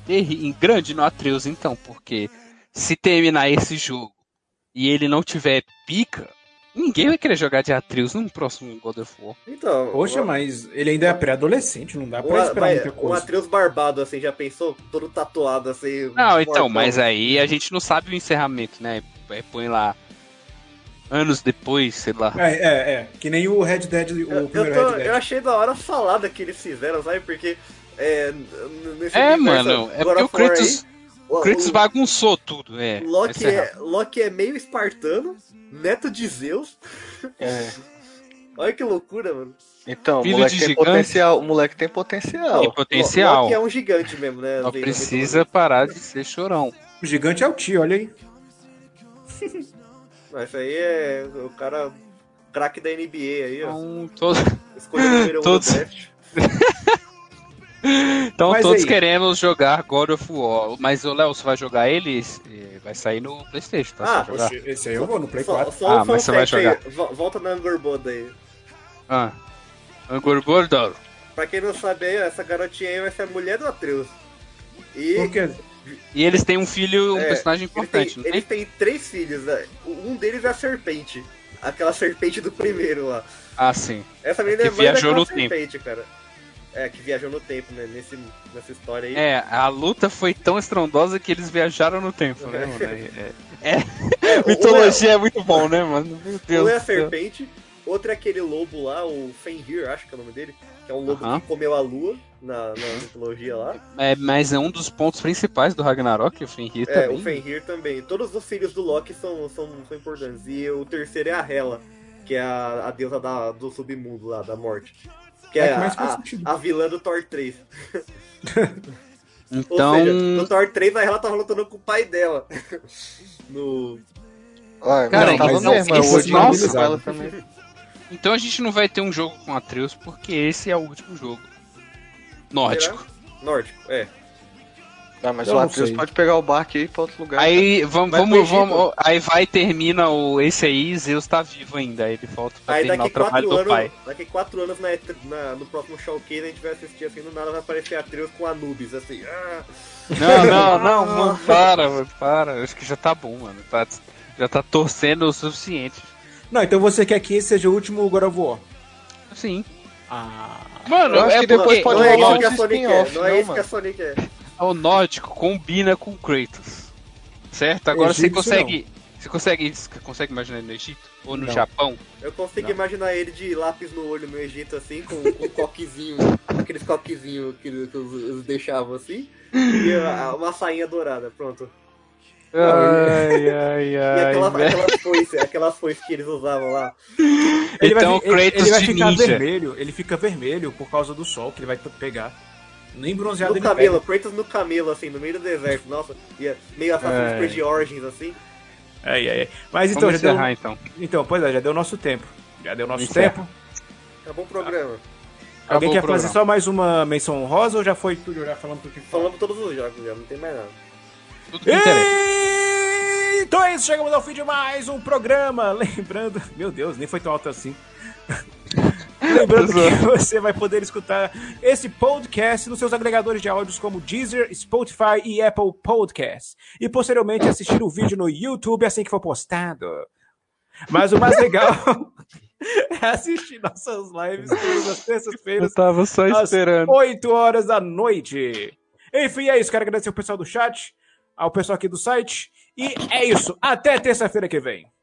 [SPEAKER 3] terri- em grande no Atreus, então, porque se terminar esse jogo e ele não tiver pica, ninguém vai querer jogar de Atreus no próximo God of War.
[SPEAKER 4] Então,
[SPEAKER 2] Poxa,
[SPEAKER 4] o-
[SPEAKER 2] mas ele ainda é pré-adolescente, não dá
[SPEAKER 4] o-
[SPEAKER 2] pra esperar
[SPEAKER 4] vai-
[SPEAKER 2] muita
[SPEAKER 4] um
[SPEAKER 2] coisa.
[SPEAKER 4] Atreus barbado, assim, já pensou? Todo tatuado, assim.
[SPEAKER 3] Não, então,
[SPEAKER 4] fortão.
[SPEAKER 3] mas aí a gente não sabe o encerramento, né? É, põe lá anos depois, sei lá.
[SPEAKER 2] É, é, é. Que nem o Red Dead, o
[SPEAKER 4] Eu, eu
[SPEAKER 2] primeiro
[SPEAKER 4] tô-
[SPEAKER 2] Red
[SPEAKER 4] eu
[SPEAKER 2] Dead.
[SPEAKER 4] achei da hora a falada que eles fizeram, sabe? Porque. É, n- n- nesse
[SPEAKER 3] É,
[SPEAKER 4] universo
[SPEAKER 3] mano, é
[SPEAKER 4] God
[SPEAKER 3] porque o
[SPEAKER 4] of War
[SPEAKER 3] Kratos,
[SPEAKER 4] aí, o-
[SPEAKER 3] o Kratos
[SPEAKER 4] o
[SPEAKER 3] bagunçou tudo, é.
[SPEAKER 4] Loki
[SPEAKER 3] essa é a
[SPEAKER 4] é, Loki é meio espartano, neto de Zeus.
[SPEAKER 6] É.
[SPEAKER 4] Olha que loucura, mano.
[SPEAKER 6] Então, o
[SPEAKER 3] Filho
[SPEAKER 6] moleque
[SPEAKER 3] de
[SPEAKER 6] tem
[SPEAKER 3] gigante.
[SPEAKER 6] potencial. O moleque tem potencial.
[SPEAKER 3] Tem potencial.
[SPEAKER 4] Loki é um gigante mesmo, né?
[SPEAKER 3] Só
[SPEAKER 4] Zeus?
[SPEAKER 3] precisa parar de ser chorão.
[SPEAKER 2] O gigante é o tio, olha aí.
[SPEAKER 4] Mas isso aí é o cara. craque da NBA aí, ó.
[SPEAKER 3] Então, todo...
[SPEAKER 4] Escolha número 1 um
[SPEAKER 3] Todos.
[SPEAKER 4] do draft.
[SPEAKER 3] Então
[SPEAKER 2] Mas
[SPEAKER 3] todos
[SPEAKER 2] aí?
[SPEAKER 3] queremos jogar God of War. Mas o Léo, você vai jogar ele? Eh, Vai sair no Playstation, tá? Você
[SPEAKER 4] Ah,
[SPEAKER 3] vai jogar?
[SPEAKER 2] Oxe, esse aí eu vou no Play
[SPEAKER 4] Só,
[SPEAKER 2] 4.
[SPEAKER 4] só
[SPEAKER 3] Ah,
[SPEAKER 4] um fun
[SPEAKER 3] mas você vai
[SPEAKER 4] fact aí. Vo- Volta na Angorbanda aí.
[SPEAKER 3] Ah. Angor Gordor.
[SPEAKER 4] Pra quem não sabe aí, ó, essa garotinha aí vai ser a mulher do Atreus. E
[SPEAKER 2] Por quê?
[SPEAKER 3] E eles têm um filho, um
[SPEAKER 4] É,
[SPEAKER 3] personagem
[SPEAKER 4] ele tem,
[SPEAKER 3] importante, não
[SPEAKER 4] ele
[SPEAKER 3] tem?
[SPEAKER 4] tem três filhos, né? Um deles é a serpente. Aquela serpente do primeiro lá.
[SPEAKER 3] Ah, sim.
[SPEAKER 4] Essa menina
[SPEAKER 3] Que
[SPEAKER 4] é mãe
[SPEAKER 3] viajou
[SPEAKER 4] daquela
[SPEAKER 3] no
[SPEAKER 4] serpente, cara. É, que viajou no tempo, né? Nesse, nessa história aí.
[SPEAKER 3] É, a luta foi tão estrondosa que eles viajaram no tempo, né, mano? É,
[SPEAKER 4] É, um
[SPEAKER 3] mitologia é muito bom, né, mano? Meu
[SPEAKER 4] é- Um é,
[SPEAKER 3] Deus.
[SPEAKER 4] a
[SPEAKER 3] do céu.
[SPEAKER 4] serpente, outro é aquele lobo lá, o Fenrir, acho que é o nome dele. Que é um lobo
[SPEAKER 3] Aham.
[SPEAKER 4] que comeu a lua na, na mitologia lá.
[SPEAKER 3] É, mas é um dos pontos principais do Ragnarok, o Fenrir
[SPEAKER 4] É, o
[SPEAKER 3] também.
[SPEAKER 4] Fenrir também. Todos os filhos do Loki são, são, são importantes. E o terceiro é a Hela, que é a, a deusa da- do submundo lá, da morte. Que é,
[SPEAKER 2] É que mais faz
[SPEAKER 4] a,
[SPEAKER 2] sentido.
[SPEAKER 4] a vilã do Thor 3. Ou
[SPEAKER 3] Então,
[SPEAKER 4] seja, no Thor 3 a Hela tava lutando com o pai dela. No.
[SPEAKER 6] Olha,
[SPEAKER 3] Cara,
[SPEAKER 6] não, tava
[SPEAKER 2] mas
[SPEAKER 6] não,
[SPEAKER 3] não,
[SPEAKER 6] mesmo, eu
[SPEAKER 3] esses
[SPEAKER 6] vou de
[SPEAKER 3] maus-
[SPEAKER 6] com ela também.
[SPEAKER 3] então a gente não vai ter um jogo com Atreus, porque esse é o último jogo nórdico.
[SPEAKER 4] Nórdico, é.
[SPEAKER 6] Ah, mas
[SPEAKER 2] Eu
[SPEAKER 6] o
[SPEAKER 2] não
[SPEAKER 6] Atreus
[SPEAKER 2] sei.
[SPEAKER 6] pode pegar o barco e ir pra outro lugar.
[SPEAKER 3] Aí vamos,
[SPEAKER 4] Vai
[SPEAKER 3] vamos,
[SPEAKER 4] pro Egito.
[SPEAKER 3] vamos- aí vai termina o esse aí, Zeus tá vivo ainda, aí ele volta pra
[SPEAKER 4] Aí
[SPEAKER 3] terminar
[SPEAKER 4] daqui
[SPEAKER 3] o trabalho
[SPEAKER 4] quatro,
[SPEAKER 3] do pai.
[SPEAKER 4] anos, daqui quatro anos na, na- no próximo showcase a gente vai assistir assim, do nada vai aparecer Atreus com Anubis, assim. Ah,
[SPEAKER 3] Não, não, não, mano, para, mano, para. Acho que já tá bom, mano. Tá, já tá torcendo o suficiente.
[SPEAKER 2] Não, então você quer que esse seja o último God of War?
[SPEAKER 3] Sim.
[SPEAKER 2] Ah,
[SPEAKER 3] Mano,
[SPEAKER 6] Eu acho que depois pode
[SPEAKER 4] não é
[SPEAKER 6] rolar
[SPEAKER 4] isso
[SPEAKER 6] um
[SPEAKER 4] que a Sony quer,
[SPEAKER 6] spin-off,
[SPEAKER 4] não é
[SPEAKER 6] não,
[SPEAKER 4] isso que a
[SPEAKER 6] mano.
[SPEAKER 4] Sony quer.
[SPEAKER 3] o nórdico combina com o Kratos. Certo? Agora você
[SPEAKER 2] Egípcio,
[SPEAKER 3] consegue. Você consegue, você consegue imaginar ele no Egito? Ou no
[SPEAKER 2] Não.
[SPEAKER 3] Japão?
[SPEAKER 4] Eu consigo imaginar ele de lápis no olho no Egito, assim, com, com um coquezinho, aqueles coquezinhos que eles que eles deixavam assim, e ah, uma sainha dourada, pronto.
[SPEAKER 3] Ai, ai, né?
[SPEAKER 4] E aquela,
[SPEAKER 3] velho.
[SPEAKER 4] aquelas foices, aquelas foices que eles usavam lá.
[SPEAKER 2] ele vai,
[SPEAKER 3] Então,
[SPEAKER 2] fi- ele,
[SPEAKER 3] Kratos
[SPEAKER 2] ele vai
[SPEAKER 3] de
[SPEAKER 2] ficar
[SPEAKER 3] ninja.
[SPEAKER 2] vermelho, ele fica vermelho por causa do sol que ele vai t- pegar. Nem bronzeado
[SPEAKER 4] No
[SPEAKER 2] ele
[SPEAKER 4] camelo, Kratos no camelo, assim, no meio do deserto, nossa, e é meio Assassin's
[SPEAKER 2] É.
[SPEAKER 4] Creed Origins, assim.
[SPEAKER 2] pega. Ai, ai, ai. Mas então,
[SPEAKER 3] Vamos
[SPEAKER 2] já deu,
[SPEAKER 3] encerrar então.
[SPEAKER 2] então, pois é, já deu nosso tempo. Já deu nosso
[SPEAKER 3] Vamos
[SPEAKER 2] tempo.
[SPEAKER 4] Acabou o programa.
[SPEAKER 3] é. Acabou
[SPEAKER 2] Alguém
[SPEAKER 3] o
[SPEAKER 2] quer
[SPEAKER 3] programa.
[SPEAKER 2] fazer só mais uma menção honrosa ou já foi tudo? Já falando tudo que
[SPEAKER 4] Falando todos os jogos já, não tem mais nada.
[SPEAKER 3] Tudo que interessa.
[SPEAKER 2] E- Então é isso, chegamos ao fim de mais um programa. Lembrando, meu Deus, nem foi tão alto assim. Lembrando que você vai poder escutar esse podcast nos seus agregadores de áudios como Deezer, Spotify e Apple Podcasts. E posteriormente assistir o vídeo no YouTube assim que for postado. Mas o mais legal é assistir nossas lives todas as terças-feiras
[SPEAKER 3] tava só
[SPEAKER 2] às 8 horas da noite. Enfim, é isso. Quero agradecer o pessoal do chat, ao pessoal aqui do site. E é isso. Até terça-feira que vem.